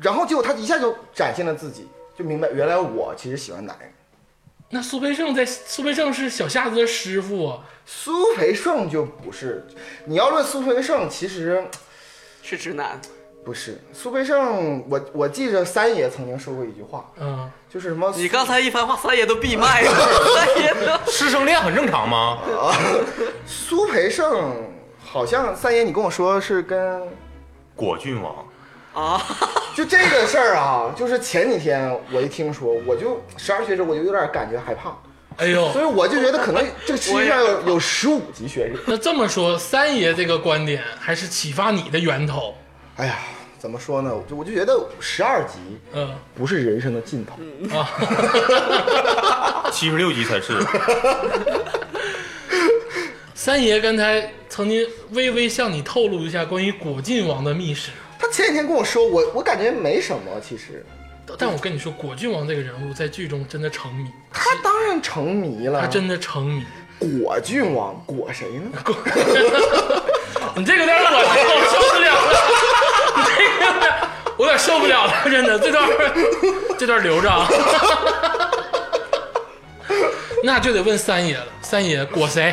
Speaker 5: 然后结果他一下就展现了自己，就明白原来我其实喜欢男人。
Speaker 2: 那苏培盛在苏培盛是小夏子的师傅啊，
Speaker 5: 苏培盛就不是，你要论苏培盛，其实
Speaker 3: 是直男，
Speaker 5: 不是苏培盛。我我记着三爷曾经说过一句话，
Speaker 2: 嗯，
Speaker 5: 就是什么
Speaker 3: 你刚才一番话，三爷都闭麦了，三爷都
Speaker 4: 师生恋很正常吗？
Speaker 5: 苏培盛，好像三爷你跟我说是跟
Speaker 4: 果郡王，
Speaker 3: 啊，
Speaker 5: 就这个事儿啊，就是前几天我一听说，我就十二学生，我就有点感觉害怕，
Speaker 2: 哎呦
Speaker 5: 所，以我就觉得可能这个世界上有有十五级学生。
Speaker 2: 那这么说，三爷这个观点还是启发你的源头，
Speaker 5: 哎呀，怎么说呢？我就我就觉得十二级
Speaker 2: 嗯
Speaker 5: 不是人生的尽头。
Speaker 2: 啊，
Speaker 4: 七十六级才是。
Speaker 2: 三爷刚才曾经微微向你透露一下关于果郡王的秘史，
Speaker 5: 他前几天跟我说，我我感觉没什么，其实
Speaker 2: 但我跟你说，果郡王这个人物在剧中真的成迷，
Speaker 5: 他当然成迷了。
Speaker 2: 他真的成迷。
Speaker 5: 果郡王果谁呢？
Speaker 2: *laughs* 你这个段我我受不了了，你这个有点我有点受不了了，真的，这段这段留着啊。那就得问三爷了，三爷裹谁？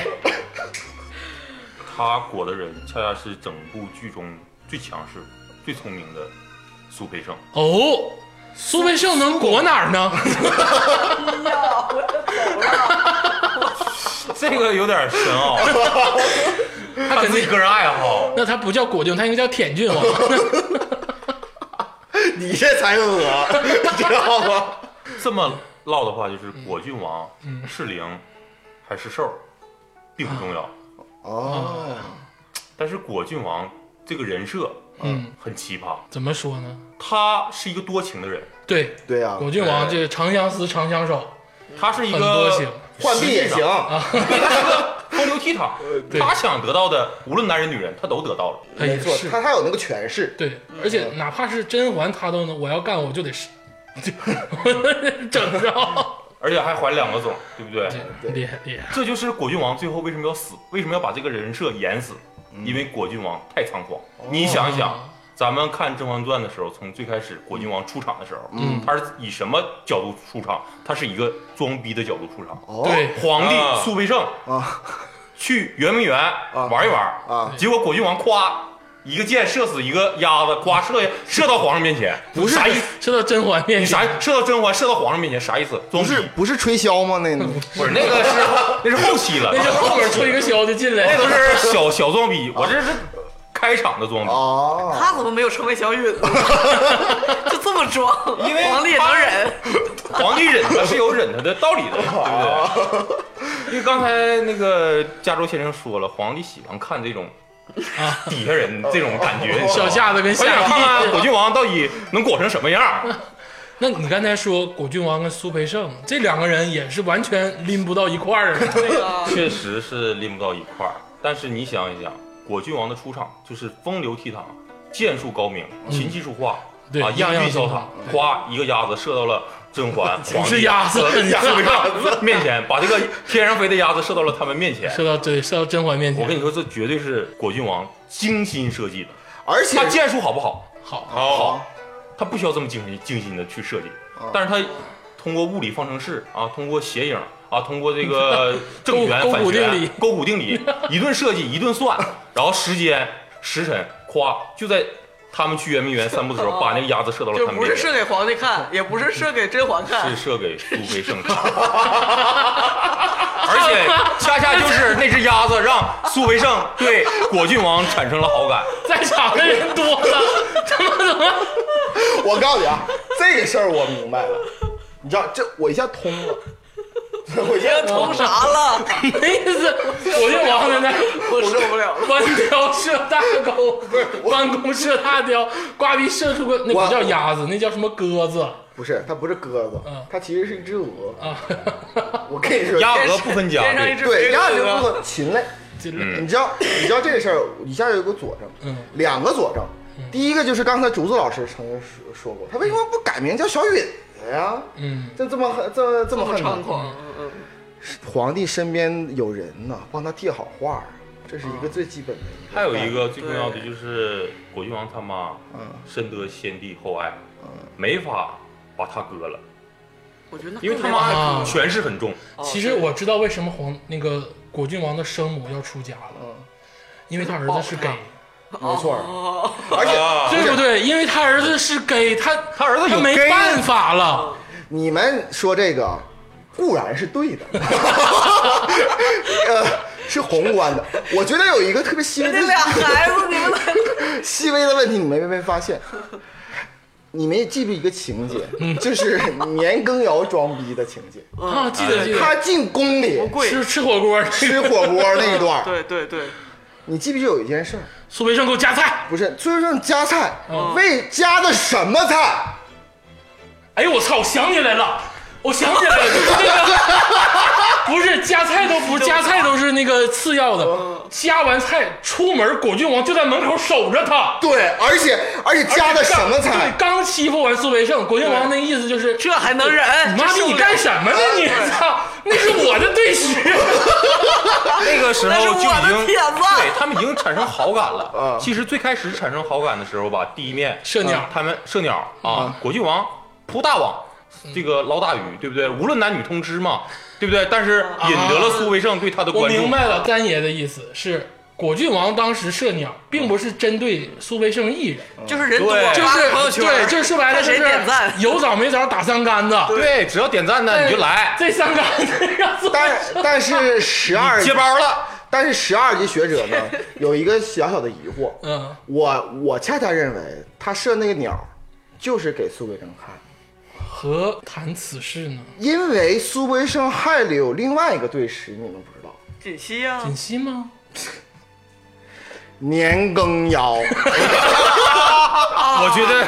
Speaker 4: 他裹的人恰恰是整部剧中最强势、最聪明的苏培盛。
Speaker 2: 哦，苏培盛能裹哪儿呢？
Speaker 4: 这个有点深 *laughs* 奥，
Speaker 2: 他
Speaker 4: 看
Speaker 2: 肯
Speaker 4: 自己
Speaker 2: 定，
Speaker 4: 个人爱好。
Speaker 2: 那他不叫果郡王，他应该叫舔郡王。
Speaker 5: 你这才恶，你知道吗？
Speaker 4: 这么唠的话，就是果郡王是零还是瘦，并不重要。
Speaker 5: 哦，
Speaker 4: 但是果郡王这个人设
Speaker 2: 嗯，
Speaker 4: 很奇葩，
Speaker 2: 怎么说呢？
Speaker 4: 他是一个多情的人，
Speaker 2: 对，
Speaker 5: 对啊呀、
Speaker 2: 果郡王这长相思长相守，
Speaker 4: 他是一
Speaker 2: 很多
Speaker 4: 个
Speaker 2: 情
Speaker 5: 浣碧也行，啊
Speaker 4: *laughs*
Speaker 2: 啊
Speaker 4: 风流倜傥，
Speaker 2: 对
Speaker 4: 他想得到的，无论男人女人，他都得到了。
Speaker 2: 哎
Speaker 5: 没
Speaker 2: 也
Speaker 5: 错
Speaker 2: 是，。
Speaker 5: 他还有那个权势。
Speaker 2: 对，而且哪怕是甄嬛，她都能，我要干我就得是， *laughs* 就整着，
Speaker 4: 而且还怀两个种，对不对？
Speaker 2: *laughs* 厉害厉害，
Speaker 4: 这就是果郡王最后为什么要死，为什么要把这个人设演死？因为果郡王太猖狂。你想一想，咱们看《甄嬛传》的时候，从最开始果郡王出场的时候，
Speaker 2: 嗯
Speaker 4: 他是以什么角度出场？他是一个装逼的角度出场。
Speaker 5: 哦，
Speaker 2: 对，
Speaker 4: 皇帝
Speaker 6: 啊
Speaker 4: 苏培盛
Speaker 5: 啊
Speaker 4: 去圆明园玩一玩
Speaker 5: 啊
Speaker 4: 结果果郡王夸一个箭射死一个鸭子，夸射射到皇上面前，
Speaker 2: 不是
Speaker 4: 啥意思？
Speaker 2: 射到甄嬛面
Speaker 4: 你
Speaker 2: 前，
Speaker 4: 啥射到甄嬛，射到皇上面前啥意思？装
Speaker 5: 不
Speaker 4: 逼
Speaker 5: 是不是吹箫吗？那
Speaker 4: 不是那个是那是后期了，
Speaker 2: 那就后边吹个箫就进来
Speaker 4: 那都
Speaker 2: 了，
Speaker 4: 是小小装逼，我这是开场的装逼。
Speaker 5: 哦，
Speaker 3: 他怎么没有成为小允呢？就这么装，
Speaker 4: 因为
Speaker 3: 皇帝也能忍。
Speaker 4: *laughs* 皇帝忍他是有忍他的道理的，对不对？因为刚才那个加州先生说了，皇帝喜欢看这种
Speaker 2: 啊
Speaker 4: 底下人这种感觉，你知道
Speaker 2: 小
Speaker 4: 吗哎
Speaker 2: 夏子跟
Speaker 4: 我想
Speaker 2: 夏
Speaker 4: 看看果
Speaker 2: 帝。
Speaker 4: 郡王到底能裹成什么样。
Speaker 2: 那你刚才说果郡王跟苏培盛这两个人也是完全拎不到一块儿
Speaker 4: *laughs*
Speaker 2: 的，
Speaker 3: 对啊，
Speaker 4: 确实是拎不到一块儿，但是你想一想，果郡王的出场就是风流倜傥，剑术高明，琴棋书画，
Speaker 2: 嗯对
Speaker 4: 啊，
Speaker 2: 样
Speaker 4: 样
Speaker 2: 样
Speaker 4: 样
Speaker 2: 精
Speaker 4: 潇洒
Speaker 2: 通。
Speaker 4: 夸一个鸭子射到了
Speaker 2: *laughs*
Speaker 4: 甄嬛，
Speaker 2: 不是鸭子
Speaker 4: 皇帝
Speaker 2: 鸭子
Speaker 4: 和尚面前，把这个天上飞的鸭子射到了他们面前。
Speaker 2: 射到对射到甄嬛面
Speaker 4: 我跟
Speaker 2: 前，
Speaker 4: 你说，这绝对是果郡王精心设计的。
Speaker 5: 而且
Speaker 4: 他剑术好不好？
Speaker 2: 好，
Speaker 4: 好，他不需要这么精心精心的去设计，但是他通过物理方程式啊，通过斜影啊，通过这个正
Speaker 2: 勾
Speaker 4: 弦、
Speaker 2: 勾
Speaker 4: 反
Speaker 2: 股定理
Speaker 4: 旋、勾股定理，一顿设计，一顿算，然后时间、时辰，咵，就在他们去圆明园散步的时候，把那个鸭子射到了
Speaker 3: 就
Speaker 4: 他们
Speaker 3: 不
Speaker 4: 面
Speaker 3: 是
Speaker 4: 前，
Speaker 3: 射给皇帝看，也不是射给甄嬛看
Speaker 4: 是，射给苏菲盛看。而且恰恰就是那只鸭子让苏培盛对果郡王产生了好感，
Speaker 2: 在场的人多了，怎么怎么
Speaker 5: *laughs* 我告诉你啊，这个事儿我明白了，你知道这我一下通了， *laughs* 我一下通
Speaker 3: 通啥了？
Speaker 2: 没意
Speaker 4: *laughs*
Speaker 2: 思？我就王在那儿
Speaker 3: 我受不了了。
Speaker 2: 弯雕射大钩，弯弓射大雕，瓜皮射出个那
Speaker 5: 我
Speaker 2: 不叫鸭子，那叫什么鸽子
Speaker 5: 不是，它不是鸽子
Speaker 2: 嗯，
Speaker 5: 它其实是一只鹅。
Speaker 2: 啊？
Speaker 5: *laughs* 我跟你说，
Speaker 4: 鸭鹅不分家。
Speaker 3: 天上
Speaker 4: 对
Speaker 3: 一只
Speaker 5: 对，
Speaker 3: 飞
Speaker 5: 鸭
Speaker 3: 鸽
Speaker 5: 子
Speaker 3: 子，
Speaker 5: 不禽类。
Speaker 2: 这
Speaker 4: 嗯
Speaker 5: 你知道，你知道这个事儿一下就有个佐证，
Speaker 2: 嗯
Speaker 5: 两个佐证。第一个就是刚才竹子老师曾经说说过，他为什么不改名叫小允子呀？
Speaker 2: 嗯，
Speaker 5: 这这么狠，这这
Speaker 3: 这
Speaker 5: 么
Speaker 3: 么
Speaker 5: 狠呢
Speaker 3: 猖狂，嗯嗯。
Speaker 5: 皇帝身边有人呐，帮他递好话儿，这是一个最基本的一个。
Speaker 4: 还有一个最重要的就是果郡王他妈，
Speaker 3: 嗯
Speaker 4: 深得先帝厚爱，没法把他割了，
Speaker 3: 我觉得那
Speaker 4: 因为他
Speaker 2: 没法
Speaker 4: 妈
Speaker 3: 啊
Speaker 2: 割
Speaker 4: 权势很重。
Speaker 3: 哦
Speaker 2: 其实我知道为什么皇那个果郡王的生母要出家了，
Speaker 4: 嗯
Speaker 2: 因为他儿子是 gay，
Speaker 5: 没错儿，
Speaker 3: 哦，
Speaker 5: 而且
Speaker 2: *laughs*
Speaker 4: 啊
Speaker 2: 对不对？因为他儿子是 gay，他他
Speaker 4: 儿子有
Speaker 2: 没
Speaker 4: gay
Speaker 2: 办法了，
Speaker 5: 你们说这个固然是对 *laughs* 的，呃，是宏观的。我觉得有一个特别细微
Speaker 3: 人
Speaker 5: 的
Speaker 3: 家俩孩子，你们
Speaker 5: 细微的问题，你们没没发现？你们也记住一个情节，就是年羹尧装逼的情节。
Speaker 2: 啊，记
Speaker 4: 哎
Speaker 2: 得记得，
Speaker 5: 他进宫里
Speaker 3: 不贵。
Speaker 2: 吃吃火锅那个
Speaker 5: 吃火锅那一 *laughs* 段儿，
Speaker 3: 对对对，
Speaker 5: 你记不记得有一件事儿？
Speaker 2: 苏培盛给我夹菜，
Speaker 5: 不是崔顺夹菜，为夹的什么菜？
Speaker 2: 哎呦我操，我想起来了，我想起来了，就是那个。不是夹菜都不夹菜都是那个次要
Speaker 5: 嗯
Speaker 2: 的，夹完菜出门，果郡王就在门口守着他。
Speaker 5: 对，而且而且夹的什么菜
Speaker 2: 对，？刚欺负完苏培盛，果郡王那意思就是
Speaker 3: 这还能忍？
Speaker 2: 你妈逼，
Speaker 3: 这
Speaker 2: 你
Speaker 3: 受
Speaker 2: 干什么呢你？操，那是我的对
Speaker 5: *laughs*
Speaker 2: 手。
Speaker 4: 那个时
Speaker 3: *laughs* 那
Speaker 4: 候
Speaker 3: 是嗯
Speaker 4: 就已
Speaker 3: 我的
Speaker 4: 经
Speaker 3: 帖子
Speaker 4: 对他们已经产生好感了
Speaker 5: 啊。
Speaker 4: 其实最开始产生好感的时候吧，第一面
Speaker 2: 射鸟
Speaker 4: 嗯他们射鸟啊，
Speaker 3: 嗯
Speaker 4: 果郡王扑大网，
Speaker 2: 嗯
Speaker 4: 这个捞大鱼，对不对？无论男女通吃嘛，对不对？但是引得了苏维盛对他的
Speaker 2: 啊我
Speaker 4: 关注。
Speaker 2: 明白了，干爷的意思是，果郡王当时射鸟，并不是针对苏培盛一人，
Speaker 3: 了就是人多，
Speaker 4: 对
Speaker 2: 就
Speaker 3: 发个朋友
Speaker 2: 是
Speaker 3: 圈，
Speaker 2: 对，就是说白了
Speaker 3: 看
Speaker 2: 就
Speaker 3: 谁
Speaker 2: 是
Speaker 3: 点赞，
Speaker 2: *laughs* 有枣没枣打三杆子，
Speaker 4: 对，只要点赞呢，你就来，
Speaker 2: 这三杆子让苏培
Speaker 5: 但但是十二
Speaker 4: 接包了。
Speaker 5: 但是十二级学
Speaker 2: *laughs*
Speaker 5: 者呢，有一个小小的疑惑。
Speaker 2: 嗯，
Speaker 5: 我我恰恰认为他射那个鸟，就是给苏培盛看，
Speaker 2: 何谈此事呢？
Speaker 5: 因为苏培盛害里有另外一个对食，你们不知道。
Speaker 3: 锦溪呀，
Speaker 2: 锦溪吗？
Speaker 5: 年羹尧，哎
Speaker 2: 啊
Speaker 4: 我觉得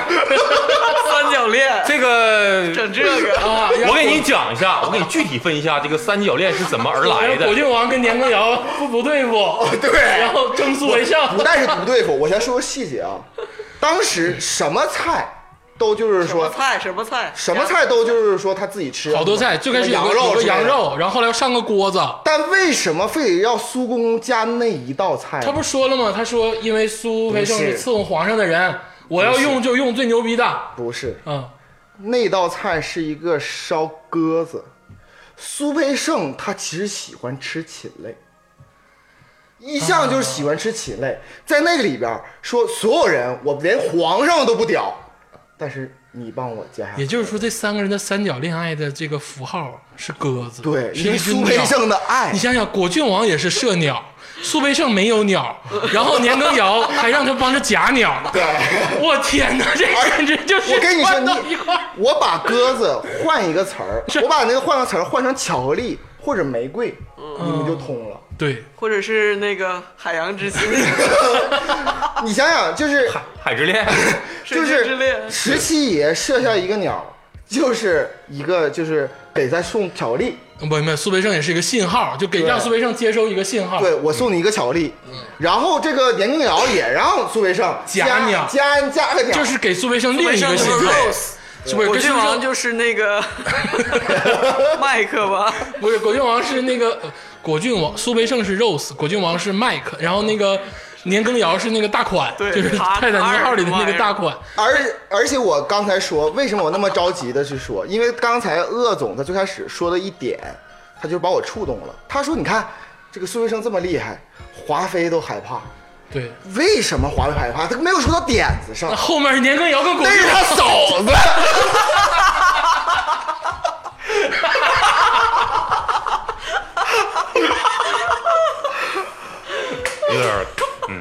Speaker 3: 三角 *laughs* 恋，
Speaker 4: 这个
Speaker 3: 整这个，
Speaker 2: 啊，
Speaker 5: *laughs*
Speaker 4: 我给你讲一下，我给你具体分一下这个三角恋是怎么而来
Speaker 2: 果
Speaker 4: 的。
Speaker 2: 郡王跟年羹尧不不对付，
Speaker 5: 对
Speaker 2: *laughs* 然后争苏为胜，
Speaker 5: 不但是不对付，我先说个细节啊。当时什么菜都就是
Speaker 3: 什么
Speaker 5: 说
Speaker 3: 菜什么菜
Speaker 5: 什么菜都就是说他自己吃，
Speaker 2: 好多菜，最开始有
Speaker 5: 羊
Speaker 2: 个
Speaker 5: 肉
Speaker 2: 有个
Speaker 5: 之类的哎
Speaker 2: 羊。肉，然后后来上个锅子，
Speaker 5: 但为什么非得要苏公公加那一道菜呢？
Speaker 2: 他不是说了吗？他说因为苏培盛
Speaker 5: 不
Speaker 2: 是
Speaker 5: 是
Speaker 2: 伺候皇上的人，我要用就用最牛逼的。
Speaker 5: 不是
Speaker 2: 嗯，
Speaker 5: 那道菜是一个烧鸽子。苏培盛他其实喜欢吃禽类，一向就是喜欢吃禽类。在那个里边说，所有人我连皇上都不屌，但是你帮我加
Speaker 2: 也
Speaker 5: 上。
Speaker 2: 就是说这三个人的三角恋爱的这个符号是鸽子，
Speaker 5: 对，
Speaker 2: 是一
Speaker 5: 你
Speaker 2: 只
Speaker 5: 苏培
Speaker 2: 鸟。
Speaker 5: 盛的爱
Speaker 2: 你，想想，果郡王也是射鸟，苏培盛没有鸟，然后年羹尧还让他帮着夹鸟。
Speaker 5: *laughs* 对，
Speaker 2: 我天哪，这简直就是
Speaker 5: 我跟你说，
Speaker 2: 换 *laughs* 到一
Speaker 5: 你
Speaker 2: 块儿
Speaker 5: 我把鸽子换一个词儿，我把那个换个词儿换成巧克力或者玫瑰，
Speaker 2: 嗯
Speaker 5: 你们就通了。
Speaker 2: 对，
Speaker 3: 或者是那个海洋之心，
Speaker 5: 你想想，就是
Speaker 4: 海
Speaker 5: *laughs*
Speaker 4: 之恋，
Speaker 5: 就
Speaker 3: 神经之
Speaker 5: 是
Speaker 3: 恋
Speaker 5: 十七爷射下一个鸟，就是一个就是给他送巧克力，
Speaker 2: 不明白，苏培盛也是一个信号，就给
Speaker 5: 对
Speaker 2: 让苏培盛接收一个信号。
Speaker 5: 对我送你一个巧克力，然后这个年羹尧也让苏培盛
Speaker 2: 夹鸟
Speaker 5: 加加个鸟，
Speaker 2: 这是给苏培盛另一
Speaker 3: 上
Speaker 2: 个
Speaker 3: 就
Speaker 2: 信
Speaker 3: 是
Speaker 2: 号。
Speaker 3: Rose，
Speaker 2: 是不是
Speaker 3: 果
Speaker 2: 跟苏
Speaker 3: 郡
Speaker 2: 培
Speaker 3: 王
Speaker 2: 盛
Speaker 3: 就是那个麦克吧？
Speaker 2: 不是果郡王是那个呃果郡王，苏培盛是 Rose，果郡王是 Mike，然后那个年羹尧是那个大款，
Speaker 3: 对
Speaker 2: 就是《
Speaker 3: 他
Speaker 2: 泰坦尼克号》里的那个大款。
Speaker 5: 而而且我刚才说，为什么我那么着急的去说？因为刚才鄂总他最开始说的一点，他就把我触动了。他说：“你看这个苏培盛这么厉害，华妃都害怕，
Speaker 2: 对，
Speaker 5: 为什么华妃害怕？他没有说到点子上
Speaker 2: *laughs* 那，后面年羹尧跟巩
Speaker 5: 那是
Speaker 2: 俐
Speaker 5: 他嫂子。
Speaker 4: 有点儿嗯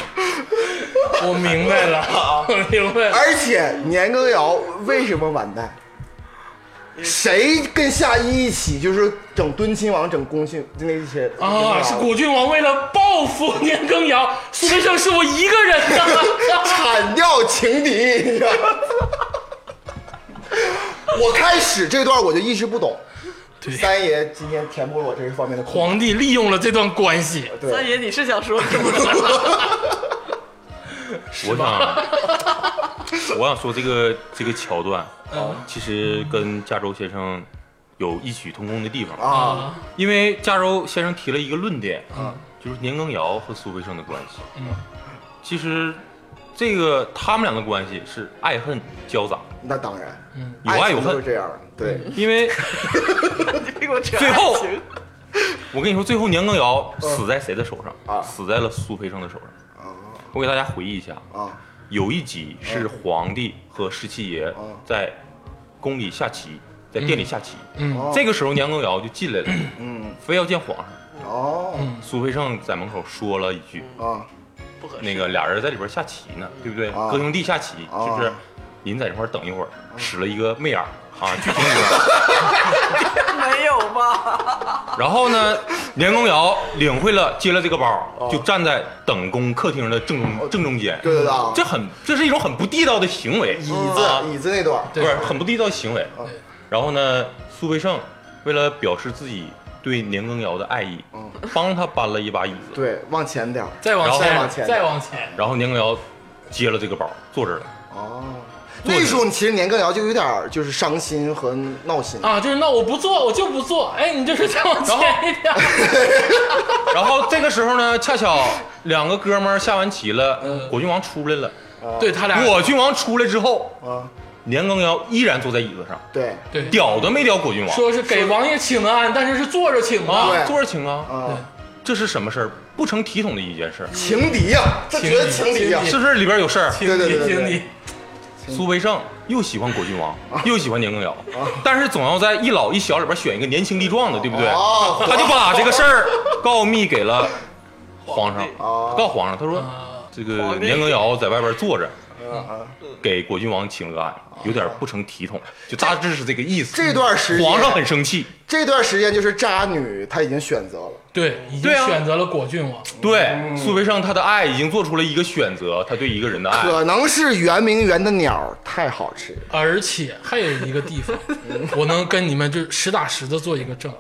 Speaker 2: 我明白了，我明白了。
Speaker 5: 而且年羹尧为什么完蛋？谁跟夏一一起就是整敦亲王、整恭亲那些
Speaker 2: 啊，是果郡王为了报复年羹尧，苏培盛是我一个人啊的。
Speaker 5: 砍掉情敌，你知道吗？ *laughs* 我开始这段我就一直不懂，
Speaker 2: 对
Speaker 5: 三爷今天填补了我这方面的空
Speaker 2: *laughs*
Speaker 5: 白。
Speaker 2: 皇帝利用了这段关系，
Speaker 3: 三
Speaker 5: 对，
Speaker 3: 爷，你是想说什么？
Speaker 4: 我想，我想说这个这个桥段，
Speaker 5: 嗯
Speaker 4: 其实跟加州先生有异曲同工的地方
Speaker 5: 啊，
Speaker 4: 因为加州先生提了一个论点，
Speaker 5: 嗯
Speaker 4: 就是年羹尧和苏培盛的关系。
Speaker 2: 嗯
Speaker 4: 其实这个他们俩的关系是爱恨交杂，
Speaker 5: 那当然，
Speaker 4: 有爱有
Speaker 5: 情就是
Speaker 4: 恨。
Speaker 5: 这样。对，
Speaker 4: 因为
Speaker 3: 你 *laughs* 别给我扯
Speaker 4: 最
Speaker 3: 爱
Speaker 4: 后
Speaker 3: 情
Speaker 4: 我跟你说，最后年羹尧死在谁的手上？
Speaker 5: 嗯啊
Speaker 4: 死在了苏培盛的手上。我给大家回忆一下，
Speaker 5: 啊，
Speaker 4: 有一集是皇帝和十七爷
Speaker 5: 嗯
Speaker 4: 在宫里下棋，在殿里下棋。
Speaker 2: 嗯，
Speaker 4: 这个时候年羹尧就进来了，
Speaker 5: 嗯，
Speaker 4: 非要见皇上。
Speaker 5: 哦，
Speaker 4: 苏培盛在门口说了一句
Speaker 5: 啊，
Speaker 3: 不合：“适
Speaker 4: 那个俩人在里边下棋呢，对不对？
Speaker 5: 啊
Speaker 4: 哥兄弟下棋，
Speaker 5: 啊嗯
Speaker 4: 就是您在这块儿等一会儿。”使了一个媚眼儿啊，剧情里边。
Speaker 3: 没有吧？
Speaker 4: 然后呢，年羹尧领会了，接了这个包，就站在等宫客厅的正中正中间。
Speaker 5: 哦对对对啊
Speaker 4: 这很这是一种很不地道的行为。啊
Speaker 5: 椅子椅子那段，
Speaker 4: 不是很不地道的行为
Speaker 5: 啊。
Speaker 4: 然后呢，苏培盛为了表示自己对年羹尧的爱意
Speaker 5: 嗯，
Speaker 4: 帮他搬了一把椅子，
Speaker 5: 对，往前点儿。
Speaker 2: 再往
Speaker 4: 然后
Speaker 5: 往前
Speaker 2: 再往前，
Speaker 4: 然后年羹尧接了这个包，坐这儿了。
Speaker 5: 哦，
Speaker 4: 坐着
Speaker 5: 那时候你其实年羹尧就有点儿就是伤心和闹心。
Speaker 2: 啊，就是那我不做，我就不做。哎，你就是再往前一点。
Speaker 5: *laughs*
Speaker 4: 然后这个时候呢，恰巧两个哥们儿下完棋
Speaker 5: 嗯
Speaker 4: 了，果郡王出来了。
Speaker 2: 对他俩，
Speaker 4: 果郡王出来之后，
Speaker 5: 啊，
Speaker 4: 年羹尧依然坐在椅子上，
Speaker 5: 对，
Speaker 2: 对，
Speaker 4: 屌都没屌果郡王
Speaker 2: 说是给王爷请安，但是是坐着请啊。
Speaker 5: 对
Speaker 4: 啊，坐着请啊，
Speaker 5: 啊，
Speaker 4: 这是什么事儿？不成体统的一件事儿，
Speaker 5: 情敌呀，这绝对
Speaker 2: 情
Speaker 5: 情
Speaker 2: 敌
Speaker 5: 敌呀
Speaker 2: 情，
Speaker 4: 是不是里边有事儿？
Speaker 2: 请
Speaker 5: 对对
Speaker 2: 你，
Speaker 5: 对对
Speaker 2: 请
Speaker 5: 对
Speaker 2: 你，
Speaker 4: 苏培盛又喜欢果郡王，
Speaker 5: 啊
Speaker 4: 又喜欢年羹尧，但是总要在一老一小里边选一个年轻力壮的，对不对？
Speaker 5: 哦
Speaker 4: 他就把这个事儿告密给了皇上，
Speaker 5: 哦
Speaker 4: 告皇上，他说
Speaker 2: 啊
Speaker 4: 这个年羹尧在外边坐着，
Speaker 5: 嗯
Speaker 4: 给果郡王请了个安，有点不成体统，就大致是这个意思。
Speaker 5: 这段时间
Speaker 4: 皇上很生气，
Speaker 5: 这段时间就是渣女，她已经选择了，
Speaker 2: 对，已经
Speaker 4: 对啊
Speaker 2: 选择了果郡王。
Speaker 4: 对
Speaker 5: 嗯
Speaker 4: 苏培盛他的爱已经做出了一个选择，他对一个人的爱，
Speaker 5: 可能是圆明园的鸟儿太好吃了。
Speaker 2: 而且还有一个地方，我能跟你们就实打实的做一个证。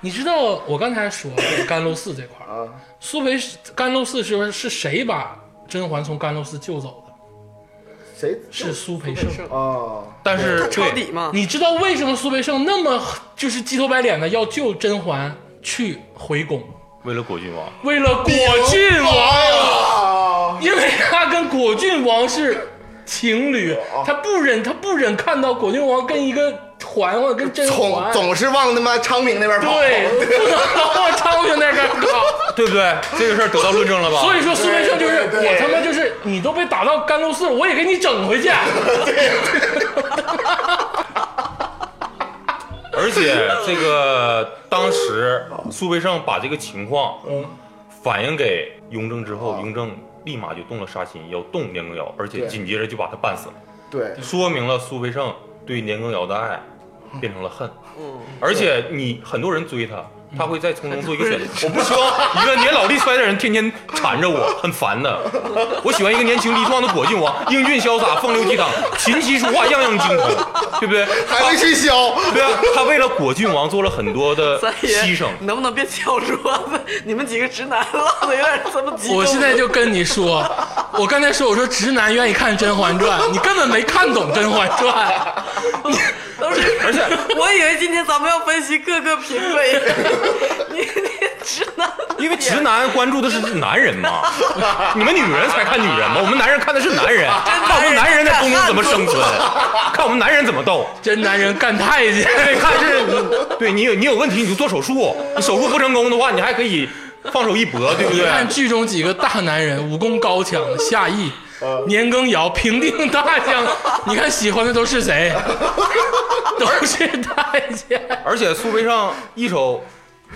Speaker 2: 你知道我刚才说这个甘露寺这块儿，苏培甘露寺是是谁把甄嬛从甘露寺救走的？
Speaker 5: 谁
Speaker 2: 是苏培盛。
Speaker 5: 哦，
Speaker 4: 但是
Speaker 3: 抄
Speaker 4: 对
Speaker 3: 底嘛？
Speaker 2: 你知道为什么苏培盛那么就是鸡头白脸的要救甄嬛去回宫？
Speaker 4: 为了果郡王，
Speaker 2: 为了果郡王，
Speaker 5: 啊，
Speaker 2: 因为他跟果郡王是情侣，他不忍他不忍看到果郡王跟一个嬛嬛跟甄
Speaker 5: 总
Speaker 2: 嬛
Speaker 5: 总是往他妈昌平那边跑。
Speaker 2: 对，不能往昌平那边搞。
Speaker 4: 对不对？这个事儿得到论证了吧？
Speaker 2: 所以说苏培盛就是
Speaker 5: 对对对
Speaker 2: 我他妈就是你都被打到甘露寺，我也给你整回去。
Speaker 4: 而且这个当时苏培盛把这个情况反映给雍正之后，雍正立马就动了杀心，要动年羹尧，而且
Speaker 5: 对
Speaker 4: 紧接着就把他办死了，
Speaker 5: 对
Speaker 4: 说明了苏培盛对年羹尧的爱变成了恨。
Speaker 3: 嗯，
Speaker 4: 而且你很多人追他，他会在从中做一
Speaker 3: *laughs*
Speaker 4: 个选择。我不希望一个年老力衰的人天天缠着
Speaker 3: *laughs*
Speaker 4: 我，很烦的。我喜欢一个年轻力壮的果郡王，英俊潇洒，风流倜傥，琴棋书画样样精通，对不对？
Speaker 5: 还会吃宵。
Speaker 4: 对啊，他为了果郡王做了很多的
Speaker 3: *laughs* 三爷，
Speaker 4: 牺牲。
Speaker 3: 能不能别敲桌子？ *laughs* 你们几个直男唠的有点这么激动。
Speaker 2: 我现在就跟你说，我刚才说我说直男愿意看《甄嬛传》，你根本没看懂《甄嬛传》。
Speaker 3: 都是，
Speaker 4: 而且
Speaker 3: *laughs* 我以为今天咱们要分析各个品味，你你 *laughs* 直男，
Speaker 4: 因为直男关注的是男人
Speaker 3: *laughs*
Speaker 4: 嘛，你们女人才看女人嘛，我们男人看的是男人，看我们男人在东京怎么生存，看我们男人怎么斗。
Speaker 2: 真男人干太监，
Speaker 4: 对，看是你， *laughs* 对你有你有问题你就做手术，你手术不成功的话，你还可以放手一搏，对不
Speaker 2: 你
Speaker 4: 对？
Speaker 2: 看剧中几个大男人，武功高强，夏邑、年羹尧平定大将，你看喜欢的都是谁？都是太监。
Speaker 4: 而且苏培盛一手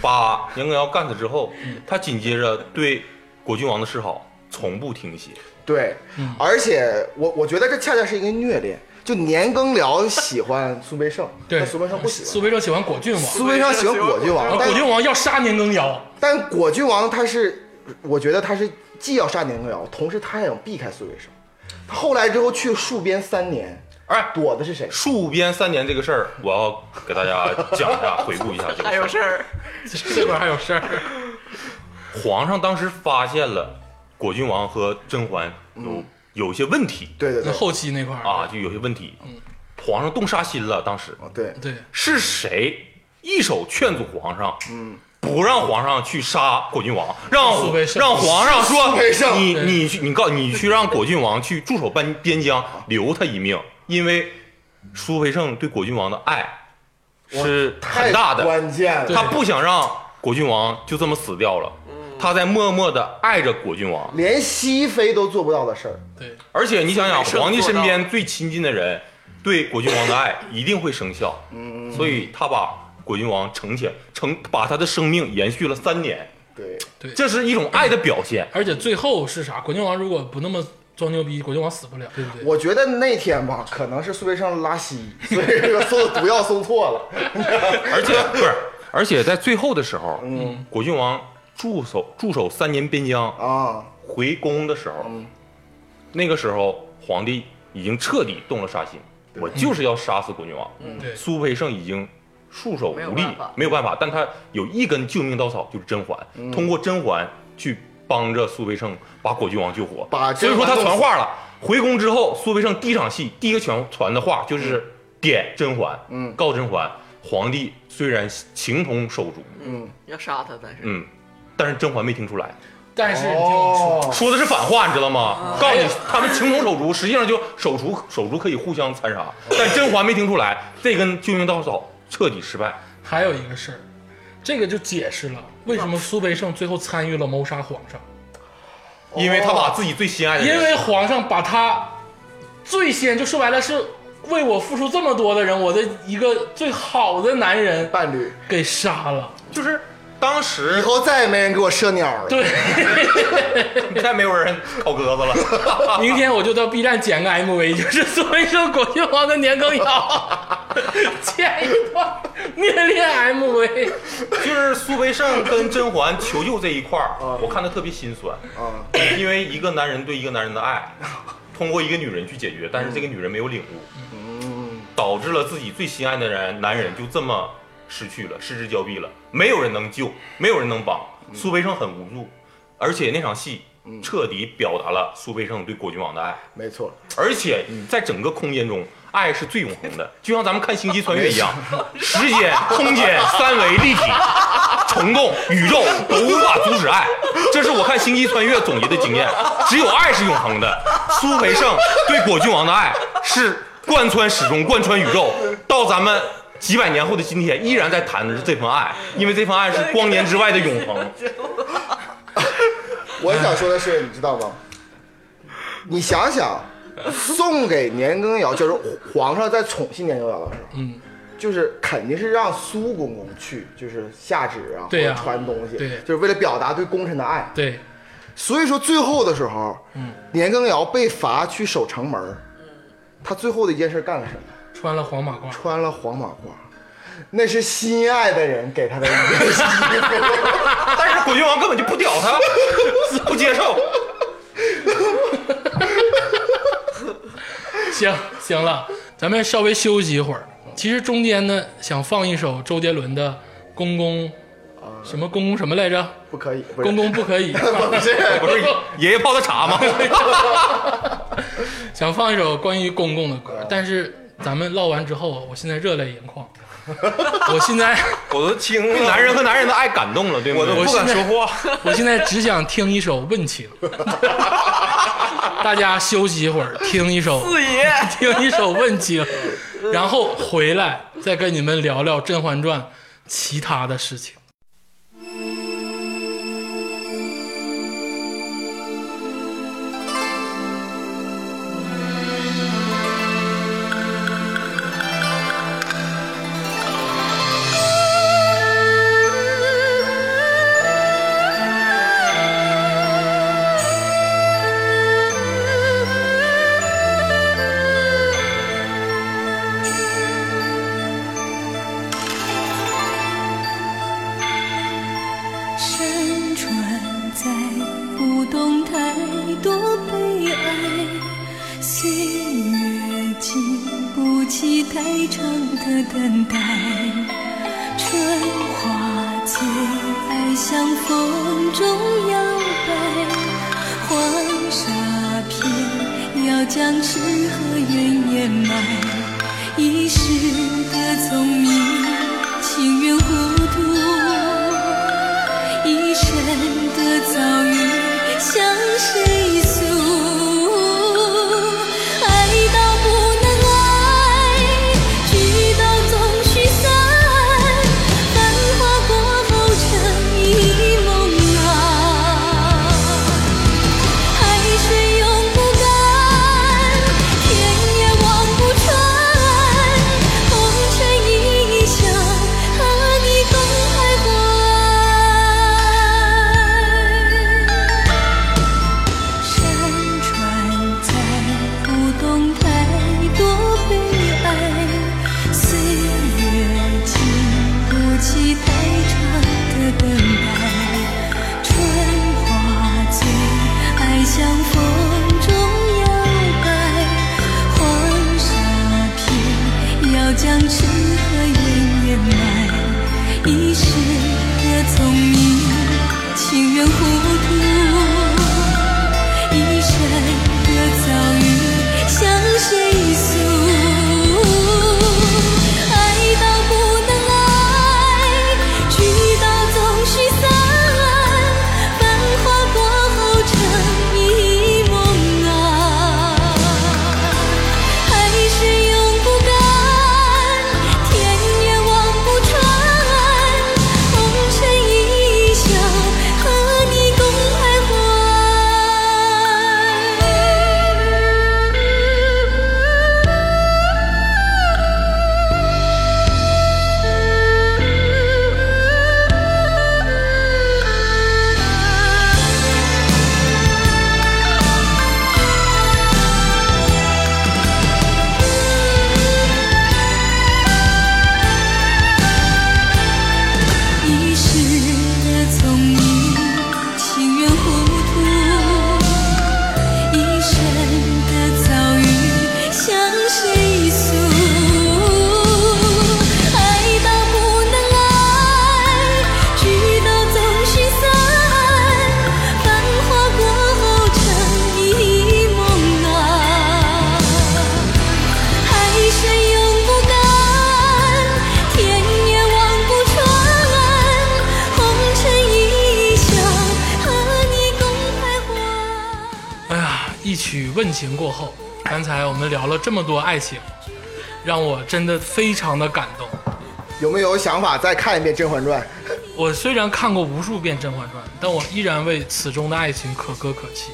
Speaker 4: 把年羹尧干死之后，他紧接着对果郡王的示好从不停歇。
Speaker 5: 对，而且我我觉得这恰恰是一个虐恋，就年羹尧喜欢苏培盛，
Speaker 2: 对
Speaker 5: 但苏培盛不喜欢
Speaker 2: 苏。培盛喜欢果郡王，
Speaker 5: 苏培盛喜欢果郡
Speaker 2: 然后
Speaker 5: 王，
Speaker 2: 果郡
Speaker 5: 但
Speaker 2: 啊王要杀年羹尧，
Speaker 5: 但果郡王他是，我觉得他是既要杀年羹尧，同时他还想避开苏培盛。他后来之后去戍边三年，
Speaker 4: 哎，
Speaker 5: 躲的是谁？
Speaker 4: 戍边三年这个事儿，我要给大家讲一下，回顾一下这
Speaker 3: 还
Speaker 4: 个
Speaker 3: 有
Speaker 4: 事
Speaker 3: 事
Speaker 4: 儿。
Speaker 3: 儿，
Speaker 2: *laughs* 这块还有事儿。
Speaker 4: 皇上当时发现了果郡王和甄嬛有有些问题
Speaker 5: 对对对，
Speaker 2: 后期 *laughs* 那块儿
Speaker 4: 啊，，就有些问题。皇上动杀心了，当时
Speaker 5: 哦对
Speaker 2: 对，
Speaker 4: 是谁一手劝阻皇上？嗯。不让皇上去杀果郡王，让
Speaker 2: 苏培盛
Speaker 4: 让皇上说
Speaker 5: 苏培盛
Speaker 4: 你
Speaker 2: 对
Speaker 4: 你去你告你去让果郡王去驻守边边疆，留他一命，因为苏培盛对果郡王的爱是很大
Speaker 5: 太
Speaker 4: 的，
Speaker 5: 关键了。嗯
Speaker 4: 他不想让果郡王就这么死掉了，他在默默的爱着果郡王。
Speaker 5: 连熹妃都做不到的事儿，
Speaker 2: 对，
Speaker 4: 而且你想想，
Speaker 3: 没事
Speaker 4: 皇帝
Speaker 3: 做到
Speaker 4: 身边最亲近的人，对果郡王
Speaker 3: *laughs*
Speaker 4: 的爱一定会生效，
Speaker 3: 嗯
Speaker 4: 所以他把果郡王成前成把他的生命延续了三年，
Speaker 5: 对，
Speaker 4: 这是一种爱的表现。
Speaker 2: 而且最后是啥？果郡王如果不那么装牛逼，果郡王死不了，对不对？
Speaker 5: 我觉得那天吧，可能是苏培盛拉稀，所以这个送毒药送错了。
Speaker 4: 而
Speaker 3: *laughs*
Speaker 4: 且不是，而且在最后的时候，
Speaker 3: 嗯
Speaker 4: 果郡王驻守驻守三年边疆，
Speaker 5: 啊，
Speaker 4: 回宫的时候，
Speaker 5: 嗯
Speaker 4: 那个时候皇帝已经彻底动了杀心，我就是要杀死果郡王。
Speaker 5: 嗯
Speaker 2: 对
Speaker 4: 苏培盛已经束手
Speaker 3: 没有
Speaker 4: 无力
Speaker 3: 办法，
Speaker 4: 没有办法，但他有一根救命稻草，就是甄嬛，
Speaker 5: 嗯
Speaker 4: 通过甄嬛去帮着苏培盛把果郡王救活。
Speaker 5: 把
Speaker 4: 所以说他
Speaker 5: 甄嬛弄
Speaker 4: 传
Speaker 5: 死
Speaker 4: 话了。回宫之后，苏培盛第一场戏第一个传传的话就是点甄嬛，
Speaker 5: 嗯
Speaker 4: 告甄嬛，皇帝虽然情同手足，
Speaker 5: 嗯
Speaker 3: 要杀他，但是
Speaker 4: 嗯，但是甄嬛没听出来。
Speaker 2: 但是你听我说，
Speaker 5: 哦
Speaker 4: 说的是反话，你知道吗？告诉你，他们情同手足，实际上就手足手足可以互相残杀。但甄嬛没听出来，这根救命稻草彻底失败。
Speaker 2: 还有一个事儿，这个就解释了为什么苏培盛最后参与了谋杀皇上，
Speaker 4: 因为他把自己最心爱的人，
Speaker 2: 因为皇上把他最先就说白了是为我付出这么多的人，我的一个最好的男人
Speaker 5: 伴侣，
Speaker 2: 给杀了。
Speaker 4: 就是当时
Speaker 5: 以后再也没人给我射鸟了。
Speaker 2: 对，
Speaker 4: 再没有人 *laughs* 烤鸽子
Speaker 2: *laughs*
Speaker 4: 了。
Speaker 2: 明天我就到 B 站剪个 MV，就是 *laughs* 苏培盛、果郡王的年羹尧， *laughs* 剪一段虐恋 MV。
Speaker 4: *laughs* 就是苏培盛跟甄嬛求救这一块儿，我看的特别心酸，
Speaker 5: 啊，
Speaker 4: 因为一个男人对一个男人的爱，通过一个女人去解决，但是这个女人没有领悟，导致了自己最心爱的人男人就这么失去了，失之交臂了，没有人能救，没有人能帮，苏培盛很无助，而且那场戏彻底表达了苏培盛对果郡王的爱，
Speaker 5: 没错，
Speaker 4: 而且你在整个空间中，爱是最永恒的，就像咱们看《星际穿越》一样，时间、空间三维立体。虫洞、宇宙都无法阻止爱，这是我看《星际穿越》总结的经验。只有爱是永恒的。苏培盛对果郡王的爱是贯穿始终、贯穿宇宙，到咱们几百年后的今天，依然在谈的是这份爱，因为这份爱是光年之外的永恒。
Speaker 5: 我想说的是，你知道吗？你想想，送给年羹尧，就是皇上在宠幸年羹尧的时候，
Speaker 2: 嗯，
Speaker 5: 就是肯定是让苏公公去，就是下旨啊，
Speaker 2: 对呀
Speaker 5: 或者传东西，
Speaker 2: 对
Speaker 5: 就是为了表达对功臣的爱。
Speaker 2: 对，
Speaker 5: 所以说最后的时候，嗯，年羹尧被罚去守城门儿，他最后的一件事干了什么？
Speaker 2: 穿了黄马褂。
Speaker 5: 穿了黄马褂，那是心爱的人给他的一件
Speaker 2: *laughs*
Speaker 5: 衣服。
Speaker 4: 但是果郡王根本就不屌他，不接受。
Speaker 2: 行行了，咱们稍微休息一会儿。其实中间呢，想放一首周杰伦的《公公》，什么公公什么来着？
Speaker 5: 不可以，不是
Speaker 2: 公公不可以。 *laughs*
Speaker 4: 不是爷爷泡的茶吗？
Speaker 2: 想放一首关于公公的歌，但是咱们唠完之后，我现在热泪盈眶，我现在
Speaker 6: 我都惊
Speaker 4: 被
Speaker 6: 了，
Speaker 4: 男人和男人的爱感动了，对吗？
Speaker 6: 我都不敢说话。
Speaker 2: 我现在只想听一首《问情》， *laughs* 大家休息一会儿，听一首
Speaker 3: 四爷，
Speaker 2: 听一首《问情》，然后回来再跟你们聊聊《甄嬛传》其他的事情。
Speaker 7: 山川载不动太多悲哀，岁月经不起太长的等待。春花结爱像风中摇摆，黄沙片要将诗和远掩埋，一世的聪明，情愿糊涂。一生的遭遇向谁诉？爱到不能爱，聚到总须散。繁华过后成一梦啊。海水永不干，天也望不穿。红尘一笑，和你共徘徊。山川载不动太多悲哀，岁月经不起太长的等待。春花醉，爱像风中摇摆，黄沙片要将痴和怨掩埋，一世的聪明，情愿糊涂。一生的遭遇向谁诉？爱到不能爱，聚到总须散。繁华过后成一梦啊，海水永不干，天也望不穿。红尘一笑，和你共徘徊。一世的聪明，情愿糊涂；一生的遭遇，向谁诉？爱到不能爱，聚到总须散。繁华过后成一梦啊。海水永不干，天也望不穿。红尘一笑，和你共徘徊。
Speaker 2: 哎呀，一曲问情过后，刚才我们聊了这么多爱情，让我真的非常的感动。
Speaker 5: 有没有想法再看一遍《甄嬛传》？
Speaker 2: 我虽然看过无数遍《甄嬛传》，但我依然为此中的爱情可歌可泣。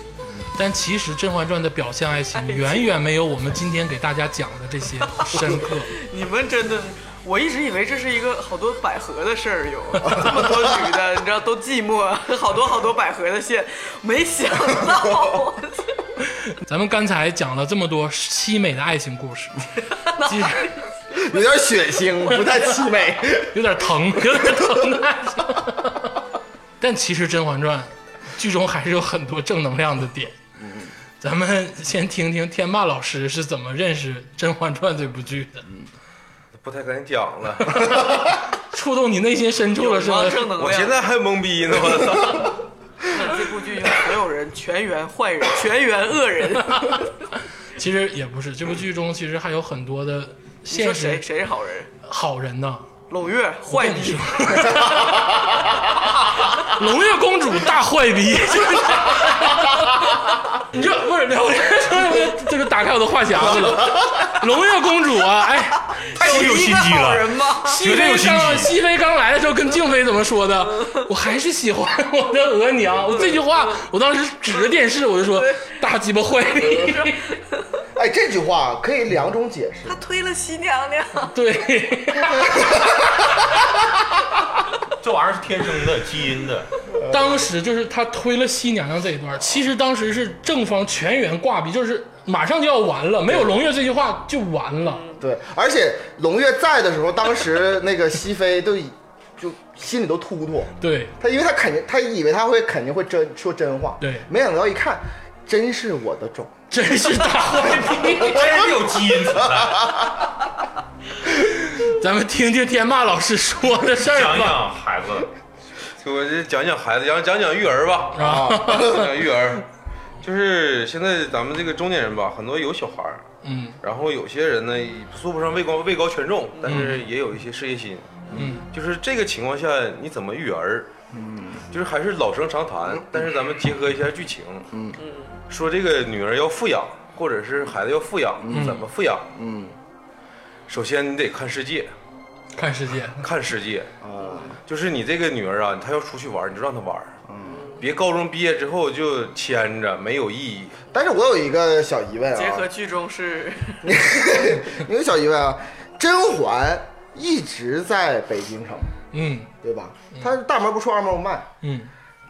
Speaker 2: 但其实《甄嬛传》的表象爱情远远没有我们今天给大家讲的这些深刻。
Speaker 3: 你们真的，我一直以为这是一个好多百合的事儿，有这么多女的，你知道都寂寞，好多好多百合的线，没想到，
Speaker 2: 咱们刚才讲了这么多凄美的爱情故事， *laughs* 其实
Speaker 5: 有点血腥，不太凄美。
Speaker 2: 有点疼， *laughs* 有点疼的爱情。但其实《甄嬛传》剧中还是有很多正能量的点。咱们先听听天霸老师是怎么认识《甄嬛传》这部剧的，
Speaker 6: 不太敢讲了，
Speaker 2: 触动你内心深处了是吗
Speaker 3: 王？正能量。
Speaker 6: 我现在还懵逼呢，我操！
Speaker 3: 这部剧用所有人全员坏人，全员恶人。
Speaker 2: 其实也不是，这部剧中其实还有很多的
Speaker 3: 你
Speaker 2: 现
Speaker 3: 说
Speaker 2: 实
Speaker 3: 谁谁是好人？
Speaker 2: 好人呢。
Speaker 3: 胧月坏逼，
Speaker 2: *laughs* 胧月公主大坏逼， *laughs* 就是你这不是我这这个打开我的话匣子了。胧月公主啊，哎，
Speaker 4: 太有
Speaker 3: 一
Speaker 4: 心
Speaker 3: 个
Speaker 4: 机
Speaker 3: 好人
Speaker 4: 了。
Speaker 3: 吗？
Speaker 2: 熹
Speaker 4: 绝对
Speaker 2: 妃
Speaker 4: 有心
Speaker 2: 刚
Speaker 4: 机
Speaker 2: 熹妃刚来的时候跟静妃怎么说的？我还是喜欢我的额娘。我这句话，我当时指着电视我就说大鸡巴坏逼，
Speaker 5: *laughs* 哎，这句话可以两种解释
Speaker 3: 他。推了熹娘娘，
Speaker 2: 对。
Speaker 4: *laughs* 这玩意儿是天生的，基因 *laughs* 的。
Speaker 2: 当时就是他推了西娘娘这一段，其实当时是正方全员挂壁，就是马上就要完了，没有胧月这句话就完了。
Speaker 3: 嗯
Speaker 5: 对，而且胧月在的时候，当时那个熹妃都已就心里都突突，
Speaker 2: 对，
Speaker 5: 她因为她肯定，她以为她会肯定会真说真话，
Speaker 2: 对
Speaker 5: 没想到一看，真是我的种。
Speaker 2: 真是大坏逼！
Speaker 4: 真是有基因存 *laughs* 在。
Speaker 2: 咱们听听天霸老师说的事儿
Speaker 4: 讲
Speaker 2: 吧。
Speaker 4: 讲孩子，
Speaker 6: *laughs* 就我这讲讲孩子，讲讲讲育儿吧，
Speaker 2: 啊，
Speaker 6: 讲讲育儿，就是现在咱们这个中年人吧，很多有小孩儿，
Speaker 2: 嗯
Speaker 6: 然后有些人呢，说不上位高位高权重，但是也有一些事业心。
Speaker 2: 嗯，
Speaker 6: 就是这个情况下，你怎么育儿？嗯，就是还是老生常谈，但是咱们结合一下剧情。嗯说这个女儿要富养，或者是孩子要富养，怎么富养？
Speaker 5: 嗯，
Speaker 6: 首先你得看世界，
Speaker 2: 看世界，
Speaker 6: 看世界。
Speaker 5: 啊，
Speaker 6: 就是你这个女儿啊，她要出去玩儿，你就让她玩。嗯，别高中毕业之后就牵着，没有意义。
Speaker 5: 但是我有一个小疑问啊，
Speaker 3: 结合剧中是
Speaker 5: 有一个小疑问啊，甄嬛一直在北京城，
Speaker 2: 嗯
Speaker 5: 对吧？她大门不出二门不迈，
Speaker 2: 嗯，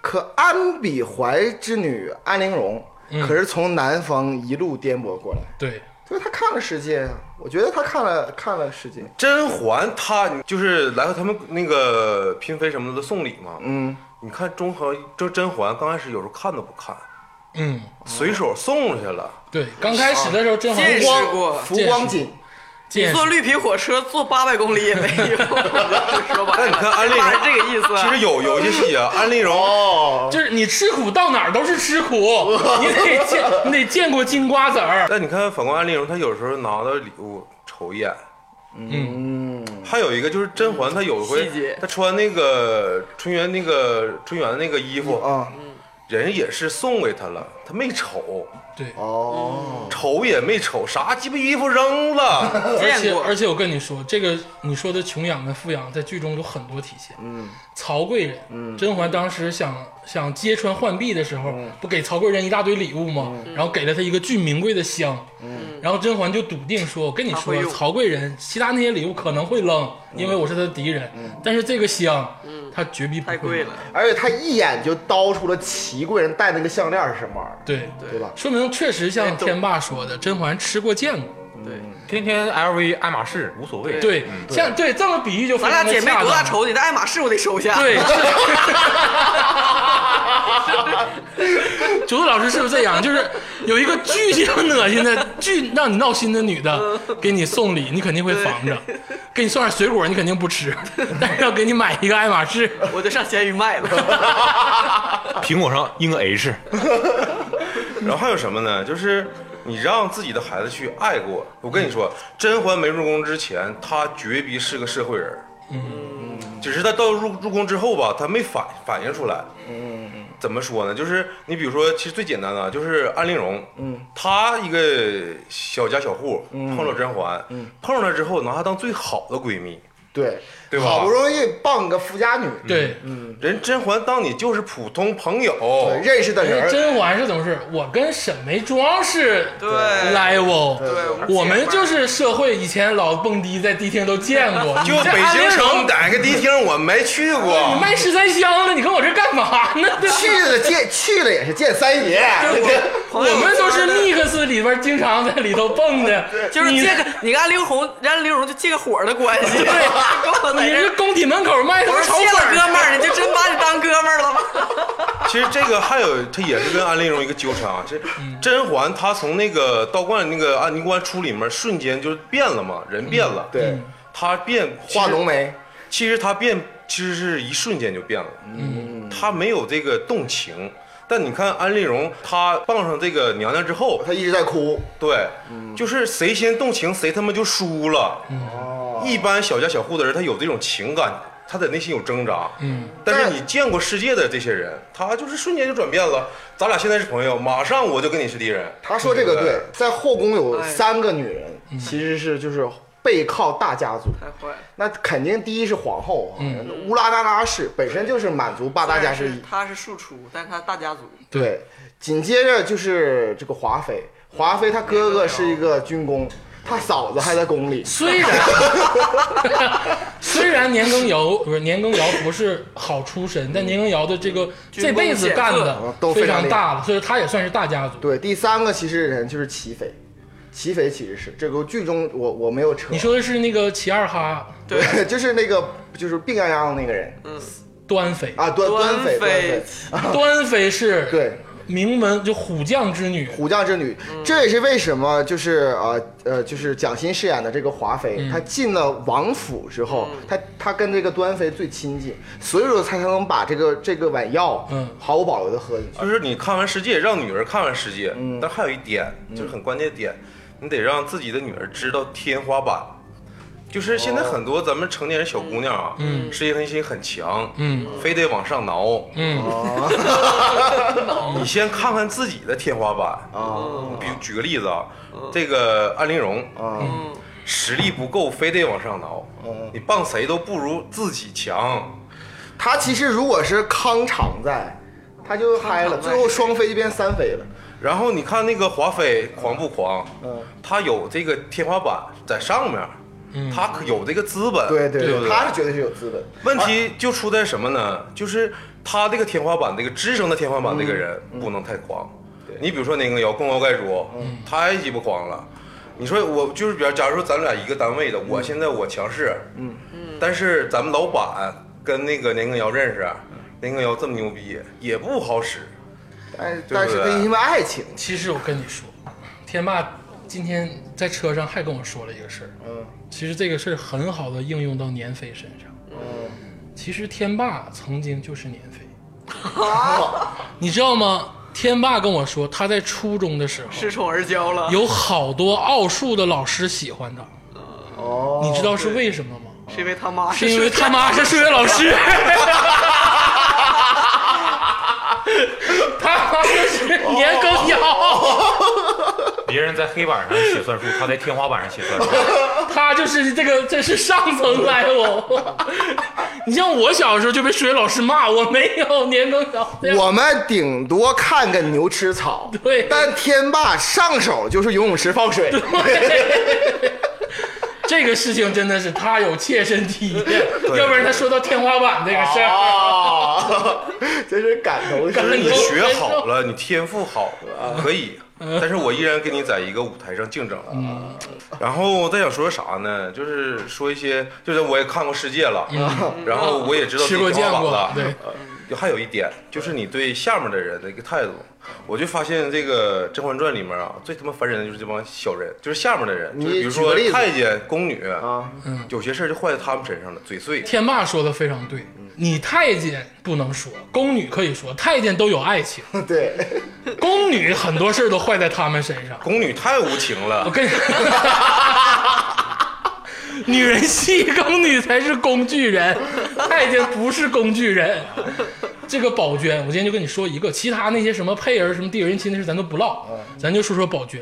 Speaker 5: 可安比怀之女安陵容，
Speaker 2: 嗯
Speaker 5: 可是从南方一路颠簸过来，
Speaker 2: 对，
Speaker 5: 所以她看了世界呀。我觉得她看了看了世界，
Speaker 6: 甄嬛她就是来和他们那个嫔妃什么的送礼嘛。
Speaker 5: 嗯，
Speaker 6: 你看中和这甄嬛刚开始有时候看都不看，
Speaker 2: 嗯
Speaker 6: 随手送去了。
Speaker 2: 对。刚开始的时候，甄嬛
Speaker 3: 见识过，
Speaker 5: 浮光锦，
Speaker 2: 见识
Speaker 3: 坐绿皮火车坐八百公里也没有。说白
Speaker 6: 但
Speaker 3: 了，
Speaker 6: 你看安陵
Speaker 3: 妈是
Speaker 6: 容
Speaker 3: 这个意思
Speaker 6: 其
Speaker 3: 啊
Speaker 6: 实。有有一些细节，
Speaker 3: *laughs*
Speaker 6: 安陵容
Speaker 5: 哦，
Speaker 2: 就是你吃苦到哪儿都是吃苦， *laughs* 你得见你得见过金瓜子儿，
Speaker 6: 但你看，反观安陵容，她有时候拿到礼物瞅一眼。
Speaker 2: 嗯
Speaker 6: 还有一个就是甄嬛，她有一
Speaker 3: 细节
Speaker 6: *laughs* 回她穿那个春元那个春元那个衣服，
Speaker 5: 啊，
Speaker 6: 人也是送给她了，她没瞅，
Speaker 2: 对。
Speaker 5: 哦，
Speaker 6: 瞅也没瞅，啥鸡巴衣服扔了。
Speaker 2: 而且
Speaker 3: 见过
Speaker 2: 而且我跟你说，这个你说的穷养跟富养在剧中有很多体现。嗯，曹贵人，
Speaker 3: 嗯
Speaker 2: 甄嬛当时想想揭穿浣碧的时候，不给曹贵人一大堆礼物吗？
Speaker 3: 嗯
Speaker 2: 然后给了他一个巨名贵的香。嗯，然后甄嬛就笃定说：“我跟你
Speaker 3: 他
Speaker 2: 说
Speaker 3: 会，用嗯
Speaker 2: 曹贵人其他那些礼物可能会扔，因为我是他的敌人。但是这个香，他绝逼不
Speaker 3: 太
Speaker 2: 会
Speaker 3: 贵
Speaker 2: 扔
Speaker 3: 了，，
Speaker 5: 而且她一眼就叨出了祺贵人戴那个项链是什么玩意儿，
Speaker 2: 对对，
Speaker 5: 对吧？
Speaker 2: 说明确实像天霸说的，甄嬛吃过见过。
Speaker 3: 对，
Speaker 4: 天天 LV 爱马仕无所谓。嗯
Speaker 2: 对，像对这么比喻就非
Speaker 3: 嗯咱俩
Speaker 2: 常地
Speaker 3: 姐妹
Speaker 2: 恰
Speaker 3: 多大
Speaker 2: 当
Speaker 3: 仇？你的爱马仕我得收
Speaker 6: *laughs*
Speaker 3: 下。
Speaker 2: 对， *laughs* 竹子老师是不是这样？就是有一个巨鸡巴恶心的、巨让你闹心的女的
Speaker 6: 嗯
Speaker 2: 给你送礼，你肯定会防着；给你送点水果，你肯定不吃； *laughs* 但是要给你买一个爱马仕，
Speaker 3: *laughs* 我就上闲鱼卖了。
Speaker 4: 苹果上印个 H，
Speaker 6: 然后还有什么呢？就是你让自己的孩子去爱过。我跟你说，甄嬛没入宫之前，她绝逼是个社会人。嗯，只是她到入入宫之后吧，她没反反映出来。嗯，怎么说呢？就是你比如说，其实最简单的就是安陵容，嗯，她一个小家小户碰到甄嬛，嗯，碰上她之后拿她当最好的闺蜜，
Speaker 5: 对，
Speaker 6: 对吧
Speaker 5: 好不容易傍个富家女，
Speaker 2: 对。
Speaker 6: 人甄嬛当你就是普通朋友，
Speaker 5: 对认识的
Speaker 2: 因为
Speaker 5: 人，
Speaker 2: 哎甄嬛是怎么回事？我跟沈眉庄是
Speaker 3: 对
Speaker 2: level，
Speaker 3: 对
Speaker 2: 我们就是社会以前老蹦迪在迪厅都见过。
Speaker 6: *laughs* 就
Speaker 2: 你这
Speaker 6: 北
Speaker 2: 安
Speaker 6: 京
Speaker 2: 陵容哎
Speaker 6: 城哪个迪厅我没去过
Speaker 2: 你。卖十三香了，你跟我这干嘛呢？ *laughs* 对吧
Speaker 5: 去了见去了也是见三爷，
Speaker 2: 我们都是 mix 里边经常在里头蹦的，
Speaker 3: *laughs* 就是
Speaker 2: 你
Speaker 3: 借个你跟安陵容，人家安陵容就借个火的关系，跟我在
Speaker 2: 你
Speaker 3: 这
Speaker 2: 是
Speaker 3: 儿。
Speaker 2: 工体门口卖什
Speaker 3: 我
Speaker 2: 么
Speaker 3: 说
Speaker 2: 炒
Speaker 3: 谢
Speaker 2: 粉
Speaker 3: 了
Speaker 2: 儿
Speaker 3: 哥
Speaker 2: *laughs*
Speaker 3: 们儿，你就真把你当哥们儿了吗？
Speaker 6: 其实这个还有，它也是跟安陵容一个纠缠啊。这甄嬛她从那个道观那个安宁观出里面，瞬间就变了嘛，人变了。，
Speaker 5: 对，
Speaker 6: 她变
Speaker 5: 画浓。眉，
Speaker 6: 其实其实她变，其实是一瞬间就变了。嗯，她没有这个动情，但你看安陵容，她傍上这个娘娘之后，
Speaker 5: 他一直在哭，
Speaker 6: 对，就是谁先动情，谁他妈就输了。一般小家小户的人，他有这种情感，他在内心有挣扎。嗯，但是
Speaker 5: 但
Speaker 6: 你见过世界的这些人，他就是瞬间就转变了。咱俩现在是朋友，马上我就跟你是敌人。
Speaker 5: 他说这个
Speaker 6: 对
Speaker 5: 对，在后宫有
Speaker 3: 哎
Speaker 5: 三个女人，其实是就是背靠大家族。
Speaker 3: 太坏了。
Speaker 5: 那肯定第一是皇后啊，
Speaker 2: 嗯
Speaker 5: 乌拉那拉氏本身就是满族八大家之一，
Speaker 3: 他是庶出，但是他大家族，
Speaker 5: 对，紧接着就是这个华妃，华妃她哥哥是一个军功，她嫂子还在宫里，
Speaker 2: 虽然
Speaker 3: *laughs*
Speaker 2: 虽然年羹尧不是年羹尧不是好出身，但年羹尧的这
Speaker 3: *laughs*
Speaker 2: 个这辈子干的
Speaker 5: 都
Speaker 2: 非
Speaker 5: 非常
Speaker 2: 常大了，所以他也算是大家族。
Speaker 5: 对，第三个其实人就是齐妃，齐妃其实是这个剧中我我没有扯，
Speaker 2: 你说的是那个齐二哈
Speaker 5: *laughs* 就是那个就是病殃殃的那个人
Speaker 3: 嗯，
Speaker 2: 端妃，
Speaker 3: *laughs*
Speaker 5: 啊，端端妃，
Speaker 3: 端妃
Speaker 5: 端妃，
Speaker 2: 端妃是
Speaker 5: 对，
Speaker 2: 名门就虎将之女，
Speaker 5: 虎将之女，这也是为什么就是呃呃，就是蒋欣饰演的这个华妃，她进了王府之后，她她跟这个端妃最亲近，所以说她才能把这个这个碗药，
Speaker 2: 嗯
Speaker 5: 毫无保留的喝进去。
Speaker 6: 就是你看完世界，让女儿看完世界，但还有一点就是很关键的点，你得让自己的女儿知道天花板。就是现在很多咱们成年人小姑娘啊，事业心很强，
Speaker 2: 嗯，
Speaker 6: 非得往上挠，
Speaker 2: 嗯，
Speaker 6: 你先看看自己的天花板
Speaker 5: 哦。
Speaker 6: 比举个例子啊，这个安陵容
Speaker 5: 嗯啊，嗯
Speaker 6: 实力不够，非得往上挠，你傍谁都不如自己强。
Speaker 5: 她其实如果是康常在，她就嗨了，
Speaker 3: 康常在
Speaker 5: 最后双飞就变三飞了。
Speaker 6: 然后你看那个华妃狂不狂？
Speaker 5: 嗯，
Speaker 6: 她有这个天花板在上面，她可有这个资本，
Speaker 5: 对
Speaker 6: 对不
Speaker 5: 对，她是绝对是有资本。
Speaker 6: 问题就出在什么呢？就是他这个天花板，这个支撑的天花板，这个人不能太狂。你比如说那个姚共高盖主，太鸡巴狂了。你说我就是比方，假如说咱俩一个单位的，我现在我强势，嗯但是咱们老板跟那个年羹尧认识，年羹尧这么牛逼也不好使。
Speaker 5: 哎，
Speaker 6: 对
Speaker 5: 但是她因为爱情，
Speaker 2: 其实我跟你说，天霸今天在车上还跟我说了一个事儿，
Speaker 5: 嗯
Speaker 2: 其实这个事儿很好的应用到年妃身上。
Speaker 5: 嗯，
Speaker 2: 其实天霸曾经就是年
Speaker 5: *laughs*
Speaker 2: 妃，你知道吗？天霸跟我说，他在初中的时
Speaker 5: *laughs*
Speaker 2: 候
Speaker 3: 恃宠而骄了。
Speaker 2: 有好多奥数的老师喜欢他，
Speaker 5: 哦，
Speaker 2: 你知道是为什么吗？
Speaker 3: 是因为他妈，
Speaker 2: 是因为他妈是数学老
Speaker 5: *laughs*
Speaker 2: 师。他妈是
Speaker 5: 哦
Speaker 2: 年羹尧，
Speaker 4: 别人在黑板上写算术，他在天花板上写算术。
Speaker 2: 他就是这个，这是上层 level。你 *laughs* 像我小时候就被数学老师骂，我没有年羹尧这样。
Speaker 5: 我们顶多看个牛吃草，
Speaker 2: 对
Speaker 5: 但天霸上手就是游泳池放水，
Speaker 2: 这个事情真的是他有切身体验，要不然他说到天花板这个事儿，
Speaker 5: 啊， *laughs* 真是感同身
Speaker 2: 感
Speaker 6: 你
Speaker 2: 同
Speaker 5: 受。
Speaker 6: 学好了，你天赋好了，可以。但是我依然跟你在一个舞台上竞争。
Speaker 2: 嗯
Speaker 6: 然后我再想说啥呢？就是说一些，就是我也看过世界了，然后我也知
Speaker 2: *laughs*
Speaker 6: 道
Speaker 2: 吃嗯过
Speaker 6: 自己
Speaker 2: 见
Speaker 6: 啊天花板
Speaker 2: 过
Speaker 6: 了，。
Speaker 2: 对，
Speaker 6: 就还有一点，就是你对下面的人的一个态度。我就发现这个《甄嬛传》里面啊，最他妈烦人的就是这帮小人，就是下面的人，
Speaker 5: 你
Speaker 6: 就是比如
Speaker 5: 举
Speaker 6: 说
Speaker 5: 个例子
Speaker 6: 太监、宫女
Speaker 5: 啊，
Speaker 6: 有些事儿就坏在他们身上了，嘴碎。
Speaker 2: 天霸说的非常对，
Speaker 6: 嗯
Speaker 2: 你太监不能说，宫女可以说，太监都有爱情，
Speaker 5: 对，
Speaker 2: 宫女很多事儿都坏在他们身上。
Speaker 6: 宫女太无情
Speaker 2: 我 *laughs*
Speaker 6: 了，
Speaker 2: 跟你，女人戏，宫女才是工具人，太监不是工具人。这个宝娟，我今天就跟你说一个，其他那些什么配儿、什么地有人亲的事咱都不唠，咱就说说宝娟。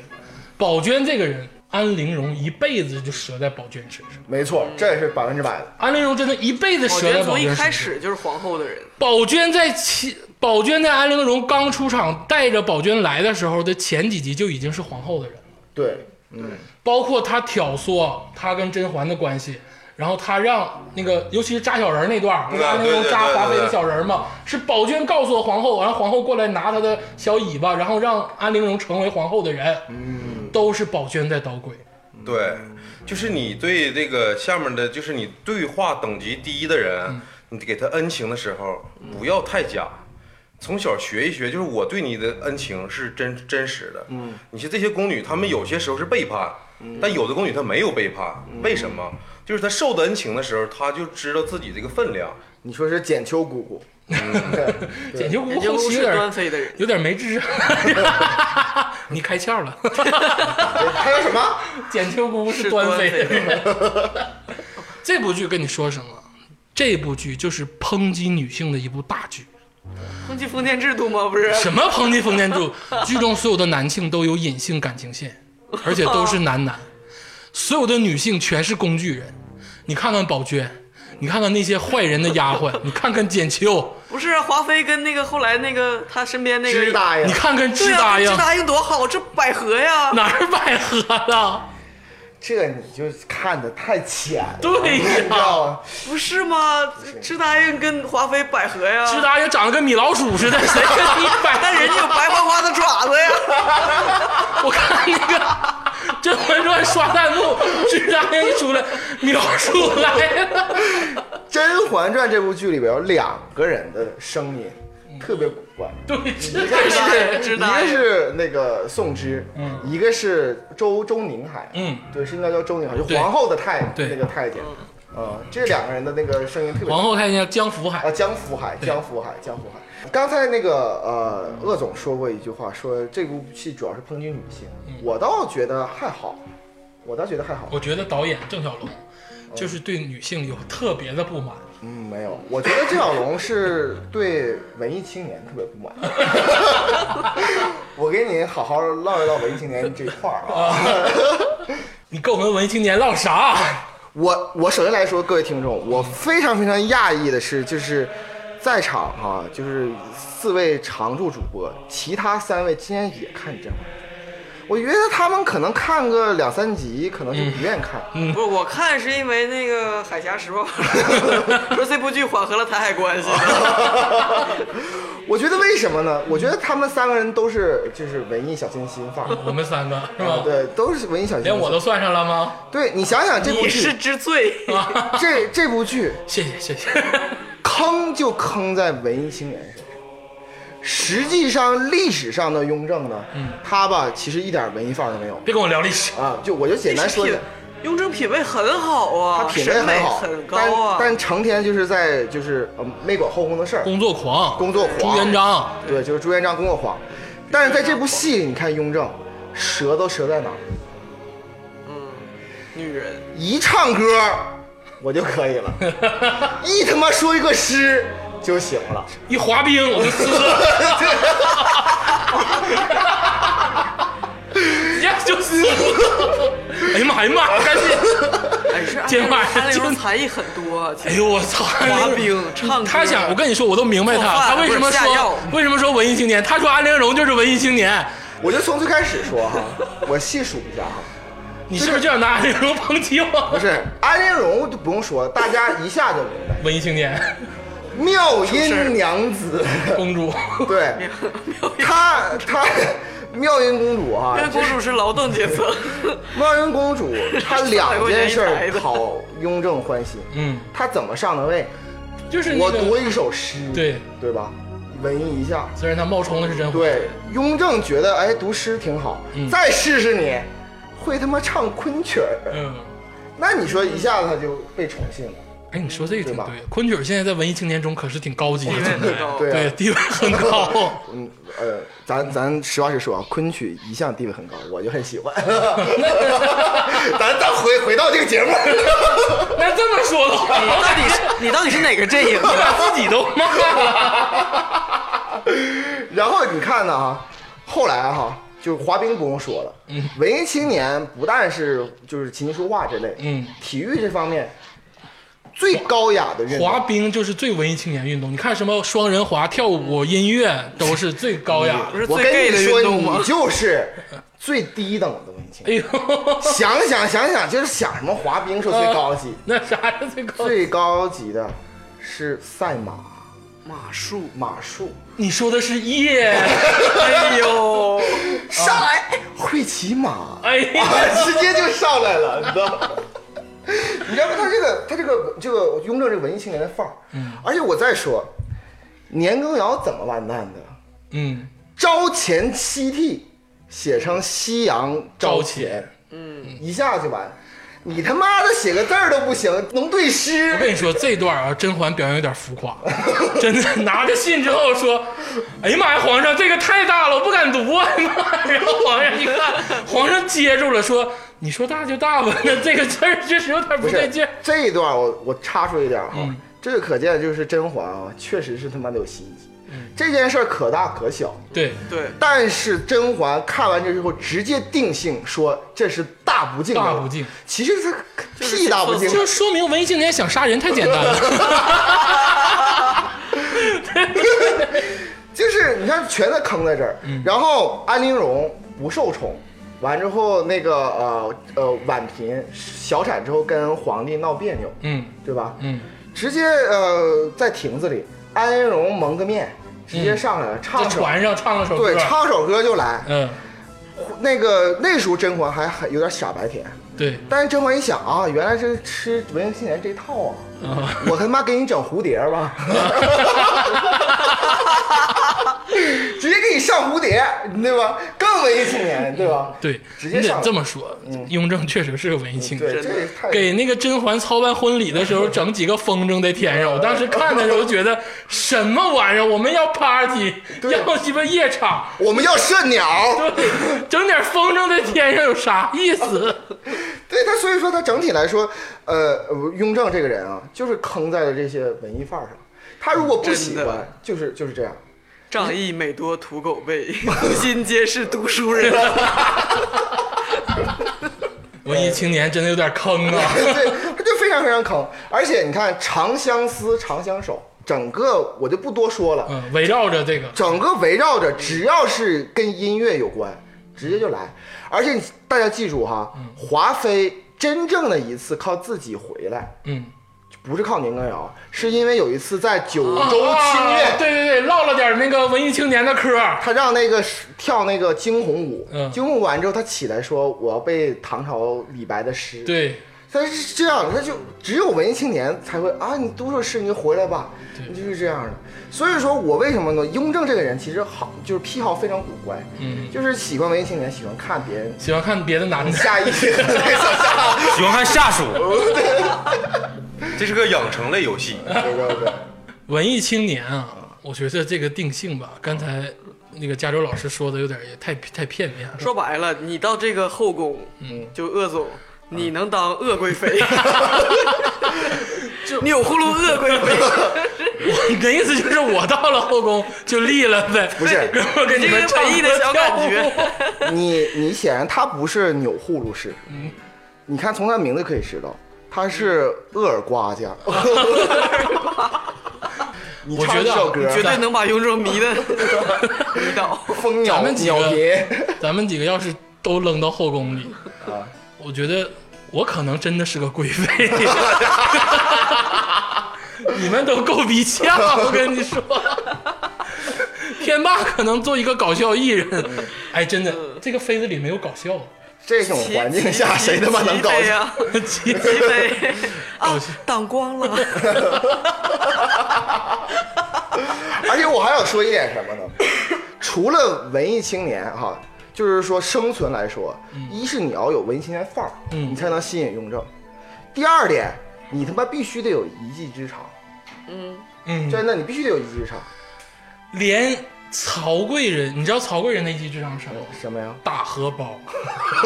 Speaker 2: 宝娟这个人，安陵容一辈子就折在宝娟身上。
Speaker 5: 没错，这也是百分之百的。
Speaker 2: 安陵容真的一辈子
Speaker 3: 我
Speaker 2: 折
Speaker 3: 觉
Speaker 2: 在
Speaker 3: 得
Speaker 2: 宝
Speaker 3: 从一
Speaker 2: 娟身
Speaker 3: 开
Speaker 2: 上。
Speaker 3: 始就是皇后的人，
Speaker 2: 宝娟在其宝娟在安陵容刚出场带着宝娟来的时候的前几集就已经是皇后的人了，
Speaker 5: 对，
Speaker 2: 包括她挑唆她跟甄嬛的关系，然后她让那个尤其是扎小人那段儿，不是
Speaker 6: 啊
Speaker 2: 安陵容
Speaker 6: 嗯对对
Speaker 2: 扎
Speaker 6: 对
Speaker 2: 华妃
Speaker 6: 对
Speaker 2: 的
Speaker 6: 对
Speaker 2: 小人嘛，是宝娟告诉皇后，然后皇后过来拿她的小尾巴，然后让安陵容成为皇后的人，
Speaker 6: 嗯
Speaker 2: 都是宝娟在捣鬼。
Speaker 6: 对，就是你对这个下面的，就是你对话等级低的
Speaker 2: 嗯
Speaker 6: 人，你给他恩情的时候不要太假。从小学一学，就是我对你的恩情是真真实的。嗯，
Speaker 2: 嗯
Speaker 6: 你像这些宫女，她们有些时候是背叛，但有的宫女她没有背叛，为什么？就是他受的恩情的时候，他就知道自己这个分量。
Speaker 5: 你说是简秋姑姑，
Speaker 2: 简秋姑
Speaker 3: 人家
Speaker 2: 后
Speaker 3: 都
Speaker 2: 期有
Speaker 3: 是端
Speaker 2: 点
Speaker 3: 妃的人，
Speaker 2: 有点没 *laughs* 智商，你开窍 *laughs* 了。
Speaker 5: 还有什么？
Speaker 2: 简秋姑是端妃的人。这部剧跟你说什么？这部剧就是抨击女性的一部大剧。
Speaker 3: 抨击封建制度吗？不是，
Speaker 2: *laughs* 什么抨击封建制度？ *laughs* 剧中所有的男性都有隐性感情线，
Speaker 3: *laughs*
Speaker 2: 而且都是男男，所有的女性全是工具人。你看看宝娟，你看看那些坏人的丫鬟，
Speaker 3: *laughs*
Speaker 2: 你看看简秋，
Speaker 3: 不是啊华妃跟那个后来那个她身边那个
Speaker 5: 知大爷
Speaker 2: 你，看看智
Speaker 3: 对啊，
Speaker 2: 答
Speaker 3: 这
Speaker 2: 应，
Speaker 3: 答应多好，这百合呀，
Speaker 2: 哪儿百合
Speaker 3: *laughs*
Speaker 2: 了？
Speaker 5: 这你就看的太浅了，
Speaker 2: 对呀
Speaker 5: 你知道吗？
Speaker 3: 不是吗？这答应跟华妃百合呀，
Speaker 2: 智答应长得跟米老鼠似的，谁跟你
Speaker 3: *laughs*
Speaker 2: 百合
Speaker 3: 但人家有白花花的爪子呀，
Speaker 2: 我看那个《
Speaker 3: *laughs*
Speaker 2: 甄嬛传》刷弹幕，智答应一出来，米老鼠来了。
Speaker 5: 《甄嬛传》这部剧里边有两个人的声音特别古怪，
Speaker 2: 对，真
Speaker 5: 一个
Speaker 2: 的
Speaker 5: 是
Speaker 3: 知
Speaker 5: 一
Speaker 3: 道
Speaker 5: 个是那个宋芝，一个是周周宁海，
Speaker 2: 嗯，
Speaker 5: 对，是应该叫周宁海，就
Speaker 2: 对
Speaker 5: 皇后的太
Speaker 2: 对
Speaker 5: 那个太监，啊，这两个人的那个声音特别
Speaker 2: 皇后太监江福海
Speaker 5: 啊，江福海，江福海，江福海。刚才那个呃，鄂总说过一句话，说这部戏主要是抨击女性，我倒觉得还好，我倒觉得还好。
Speaker 2: 我觉得导演郑晓龙
Speaker 3: 哦
Speaker 2: 就是对女性有特别的不满，
Speaker 5: 嗯，没有，我觉得郑晓龙是对文艺青年特别不满。 *laughs* 我给你好好唠一唠文艺青年这一块儿啊。
Speaker 2: 你跟我们文艺青年唠啥？
Speaker 5: 我我首先来说，各位听众，
Speaker 2: 嗯
Speaker 5: 我非常非常讶异的是，就是在场哈、就是四位常驻主播，其他三位竟然也看《甄嬛传》，我觉得他们可能看个两三集，可能就
Speaker 2: 嗯
Speaker 5: 不愿意看。
Speaker 3: 不是我看是因为那个《海峡十八弯》， *laughs* 说这部剧缓和了台海关系，
Speaker 5: 我觉得为什么呢？我觉得他们三个人都是就是文艺小清新范儿。
Speaker 2: 我们三个是
Speaker 3: 啊
Speaker 2: 吧？
Speaker 5: 对，都是文艺小清新。
Speaker 2: 嗯连我都算上了吗？
Speaker 5: 对你想想这部
Speaker 3: 你是
Speaker 5: 剧，
Speaker 3: 之最，
Speaker 5: 这这部剧
Speaker 2: 谢谢谢 *laughs* 谢，
Speaker 5: 坑就坑在文艺青年身上。实际上，历史上的雍正呢，
Speaker 3: 嗯
Speaker 5: 他吧其实一点文艺范儿都没有
Speaker 2: 别跟我聊历史，
Speaker 5: 啊。就我就简单说一下，
Speaker 3: 雍正品味很好啊，
Speaker 5: 他品味很好，
Speaker 3: 审美很
Speaker 5: 但
Speaker 3: 高啊，
Speaker 5: 但成天就是在就是呃没管后宫的事儿，
Speaker 2: 工作狂，
Speaker 5: 工作
Speaker 2: 朱
Speaker 5: 狂。
Speaker 2: 元璋，
Speaker 5: 对，就是朱元璋工作狂。但是在这部戏里，你看雍正折都折在哪儿？
Speaker 3: 女人。
Speaker 5: 一唱歌我就可以
Speaker 3: *laughs*
Speaker 5: 了，一他妈说一个诗就行了。
Speaker 2: 一滑冰我就撕了，直接就撕了。哎呀妈哎呀
Speaker 3: 啊
Speaker 2: 妈，赶紧！
Speaker 3: 哎，是
Speaker 2: 今晚
Speaker 3: 安陵容
Speaker 2: 今
Speaker 3: 才艺很多啊， *laughs*
Speaker 2: 哎呦我操！
Speaker 3: 滑冰、唱歌，
Speaker 2: 他想，我跟你说，我都明白
Speaker 3: 做
Speaker 2: 他，
Speaker 3: 饭
Speaker 2: 他为什么
Speaker 3: 不是下药
Speaker 2: 说为什么说文艺青年？他说安陵容就是文艺青年，
Speaker 5: 我就从最开始说哈，我细数一下哈，
Speaker 2: 你是不是就想拿安陵容抨击
Speaker 5: 不
Speaker 2: 我？
Speaker 5: 是安陵容就不用说，大家一下就明白。
Speaker 2: 文艺青年，
Speaker 5: 妙音娘 *laughs* 子，
Speaker 2: 公主，
Speaker 5: 对，她她妙音公主啊
Speaker 3: 因，为公哎主是劳动阶层，
Speaker 5: 妙音公主 *laughs* 她两件事
Speaker 3: 两块钱一台
Speaker 5: 儿
Speaker 3: 的
Speaker 5: 讨雍正欢心，
Speaker 2: 嗯，
Speaker 5: 她怎么上的位？
Speaker 2: 就是那
Speaker 5: 我
Speaker 2: 个
Speaker 5: 读一首诗，
Speaker 2: 对
Speaker 5: 对吧？文艺一下，
Speaker 2: 虽然他冒充的是真话，
Speaker 5: 对，雍正觉得哎读诗挺好，再试试你，会他妈唱昆曲儿，
Speaker 2: 嗯，
Speaker 5: 那你说一下子他就被宠幸了。
Speaker 2: 哎，你说这个挺
Speaker 5: 对吧
Speaker 2: 对的，昆曲现在在文艺青年中可是挺高级的
Speaker 3: 地位
Speaker 2: 存
Speaker 3: 很
Speaker 2: 在，
Speaker 3: 高。
Speaker 5: 对啊
Speaker 2: 对，地位很高。
Speaker 5: *laughs* 嗯，呃，咱咱实话实说啊，昆曲一向地位很高，我就很
Speaker 3: *laughs*
Speaker 5: 喜欢。咱咱回回到这个节目，
Speaker 2: 那这么说的话，
Speaker 3: 你到底是你到底是哪个阵营
Speaker 2: 你
Speaker 3: 啊的？
Speaker 2: 把自己都
Speaker 5: *laughs*
Speaker 2: 骂了，
Speaker 5: 然后你看呢啊，后来哈、就是滑冰不用说了，
Speaker 3: 嗯
Speaker 5: 文艺青年不但是就是琴棋书画之类，
Speaker 2: 嗯，
Speaker 5: 体育这方面最高雅的运动，
Speaker 2: 滑冰就是最文艺青年运动。你看什么双人滑、跳舞、音乐都是最高雅
Speaker 3: 不
Speaker 2: 的。
Speaker 3: 是
Speaker 5: 我
Speaker 3: 最
Speaker 5: 跟
Speaker 3: gay
Speaker 5: 你
Speaker 3: 的
Speaker 5: 说，
Speaker 3: 运动吗
Speaker 5: 你？就是最低等的文艺青
Speaker 2: 哎
Speaker 5: 年。
Speaker 2: 呦，
Speaker 5: 想想想想，就是想什么滑冰说
Speaker 3: 嗯
Speaker 5: 最高级，
Speaker 2: 那啥是最高？
Speaker 5: 最高级的是赛马。
Speaker 3: 马术，
Speaker 5: 马术，
Speaker 2: 你说的是夜，
Speaker 3: 哎呦，
Speaker 5: 上来、会骑马，
Speaker 2: 哎呀，
Speaker 5: *laughs* 直接就上来了，你知道
Speaker 2: *laughs*
Speaker 5: 吗？你知道吗？他这个他这个这个雍正这文艺青年的范儿，
Speaker 2: 嗯
Speaker 5: 而且我再说，年羹尧怎么完蛋的？
Speaker 2: 嗯，
Speaker 5: 朝前夕替，写成夕阳朝
Speaker 2: 朝
Speaker 5: 前，嗯，一下就完。你他妈的写个字儿都不行， *laughs* 能对
Speaker 2: 我跟
Speaker 5: 诗？
Speaker 2: 你说，这段啊，甄嬛表演有点浮夸，真的拿着信之后说：“哎呀妈呀，皇上，这个太大了，我不敢读啊！”哎呀妈呀，然后皇上一看，皇上接住了，说：“你说大就大吧，那这个字儿确实有点不
Speaker 5: 不
Speaker 2: 对嗯
Speaker 5: 是
Speaker 2: 劲儿。
Speaker 5: 这一段我我插出一点儿哈，这个可见就是甄嬛啊，确实是他妈的有心机。
Speaker 2: 嗯
Speaker 5: 这件事儿可大可小，”
Speaker 2: 对，
Speaker 3: 对，
Speaker 5: 但是甄嬛看完这之后直接定性说这是大不敬的
Speaker 2: 大不敬，
Speaker 5: 其实他屁大不敬，
Speaker 2: 就说明文艺青年想杀人太简单
Speaker 5: *laughs*
Speaker 2: 了。
Speaker 5: 就是你看全在坑在这儿。
Speaker 2: 嗯
Speaker 5: 然后安陵容不受宠，完之后那个呃呃婉嫔小产之后跟皇帝闹别扭，
Speaker 2: 嗯
Speaker 5: 对吧？
Speaker 2: 嗯，
Speaker 5: 直接呃在亭子里，安陵容蒙个面，直
Speaker 2: 嗯
Speaker 5: 接上来了，
Speaker 2: 在
Speaker 5: 唱首
Speaker 2: 船上唱了首歌，
Speaker 5: 对，唱首歌就来。
Speaker 2: 嗯，
Speaker 5: 那个那时候甄嬛还还有点傻白甜，
Speaker 2: 对，
Speaker 5: 但是甄嬛一想啊，原来是吃文艺青年这一套啊，
Speaker 2: 啊
Speaker 5: 我他妈给你整蝴蝶吧， *laughs* 直接给你上蝴蝶，对吧？更文艺青年，对吧？
Speaker 2: 对，
Speaker 5: 直接
Speaker 2: 你
Speaker 5: 上嗯
Speaker 2: 得这么说，雍正确实是个文艺青年。
Speaker 5: 对，这个太
Speaker 2: *laughs* 给那个甄嬛操办婚礼的时候，整几个风筝在天上。我当时看的时候觉得什么玩意儿？我们要 party，
Speaker 5: 对
Speaker 2: 要鸡巴夜场，
Speaker 5: 我们要射
Speaker 2: *laughs*
Speaker 5: 鸟，
Speaker 2: 对，整点风筝在天上有啥意思？
Speaker 5: 对他，所以说他整体来说，呃，雍正这个人啊，就是坑在了这些文艺范儿上。他如果不喜
Speaker 3: 真
Speaker 5: 欢
Speaker 3: 的，
Speaker 5: 就是就是这样。
Speaker 3: 仗义每多屠狗
Speaker 5: *laughs*
Speaker 3: 辈，负心皆是读书人。
Speaker 2: 文艺青年真的有点坑啊！
Speaker 5: *laughs* 对，他就非常非常坑。而且你看《长相思》《长相守》，整个我就不多说了，
Speaker 2: 嗯，围绕着这个，
Speaker 5: 整个围绕着只要是跟音乐有关，直接就来。而且大家记住哈，
Speaker 2: 嗯
Speaker 5: 华妃真正的一次靠自己回来，
Speaker 2: 嗯，
Speaker 5: 不是靠年羹尧，是因为有一次在九州清
Speaker 2: 啊
Speaker 5: 苑。
Speaker 2: 对对对，唠了点那个文艺青年的嗑
Speaker 5: *laughs*
Speaker 2: 儿。
Speaker 5: 他让那个跳那个惊鸿舞，
Speaker 2: 嗯
Speaker 5: 惊鸿舞完之后，他起来说我要背唐朝李白的诗，
Speaker 2: 对，
Speaker 5: 但是这样，他就只有文艺青年才会啊，你读首诗你就回来吧，就是这样的。所以说我为什么呢？雍正这个人其实好，就是癖好非常古怪，
Speaker 2: 嗯，
Speaker 5: 就是喜欢文艺青年，喜欢看别人
Speaker 2: 喜欢看别的男的，
Speaker 5: 下一对
Speaker 4: *laughs* 喜欢看下属， *laughs*
Speaker 6: 这是个养成类游戏。
Speaker 5: 对对，
Speaker 2: 文艺青年啊，我觉得这个定性吧，刚才那个加州老师说的有点也太太片面了。
Speaker 3: 说白了，你到这个后宫，嗯，就鄂总，你能当鄂贵
Speaker 5: *laughs*
Speaker 3: 妃， *laughs* 钮祜禄鄂贵 *laughs* 妃，
Speaker 2: 你的意思就是我到了后宫就立了呗？
Speaker 5: 不是
Speaker 2: 跟我跟你们唱歌
Speaker 3: 你这个文艺的小感 *laughs* 觉
Speaker 5: *laughs* 你你显然他不是钮祜禄氏，
Speaker 2: 嗯
Speaker 5: 你看从他名字可以知道，他是厄尔瓜家。 *laughs* 你
Speaker 2: 我觉
Speaker 5: 唱
Speaker 2: 得
Speaker 5: 这
Speaker 2: 啊
Speaker 5: 首歌，
Speaker 3: 绝对能把雍正迷的迷倒。
Speaker 5: 蜂鸟
Speaker 2: 咱们几个
Speaker 5: 鸟频，
Speaker 2: *laughs* 咱们几个要是都扔到后宫里，
Speaker 5: 啊
Speaker 2: 我觉得我可能真的是个贵
Speaker 5: *laughs*
Speaker 2: 妃。你们都够逼呛，我跟你说。天霸可能做一个搞笑艺人，
Speaker 5: 嗯
Speaker 2: 哎，真的，这个妃子里没有搞笑，
Speaker 5: 这种哦环境下谁他妈能搞
Speaker 3: 齐
Speaker 5: 笑？
Speaker 3: 呀？
Speaker 2: 其
Speaker 3: 齐妃
Speaker 2: 搞
Speaker 3: 啊
Speaker 2: 笑，
Speaker 3: 挡光了，
Speaker 5: 而且我还想说一点什
Speaker 2: *laughs*
Speaker 5: 么呢？除了文艺青年哈，就是说生存来说，一是你要有文艺青年范儿，
Speaker 2: 嗯
Speaker 5: 你才能吸引雍正；第二点，你他妈必须得有一技之长，
Speaker 2: 嗯，
Speaker 5: 真的，你必须得有一技之长。
Speaker 2: *laughs* 连曹贵人，你知道曹贵人那一技之长是什么吗？
Speaker 5: 什么呀？
Speaker 2: 大荷包。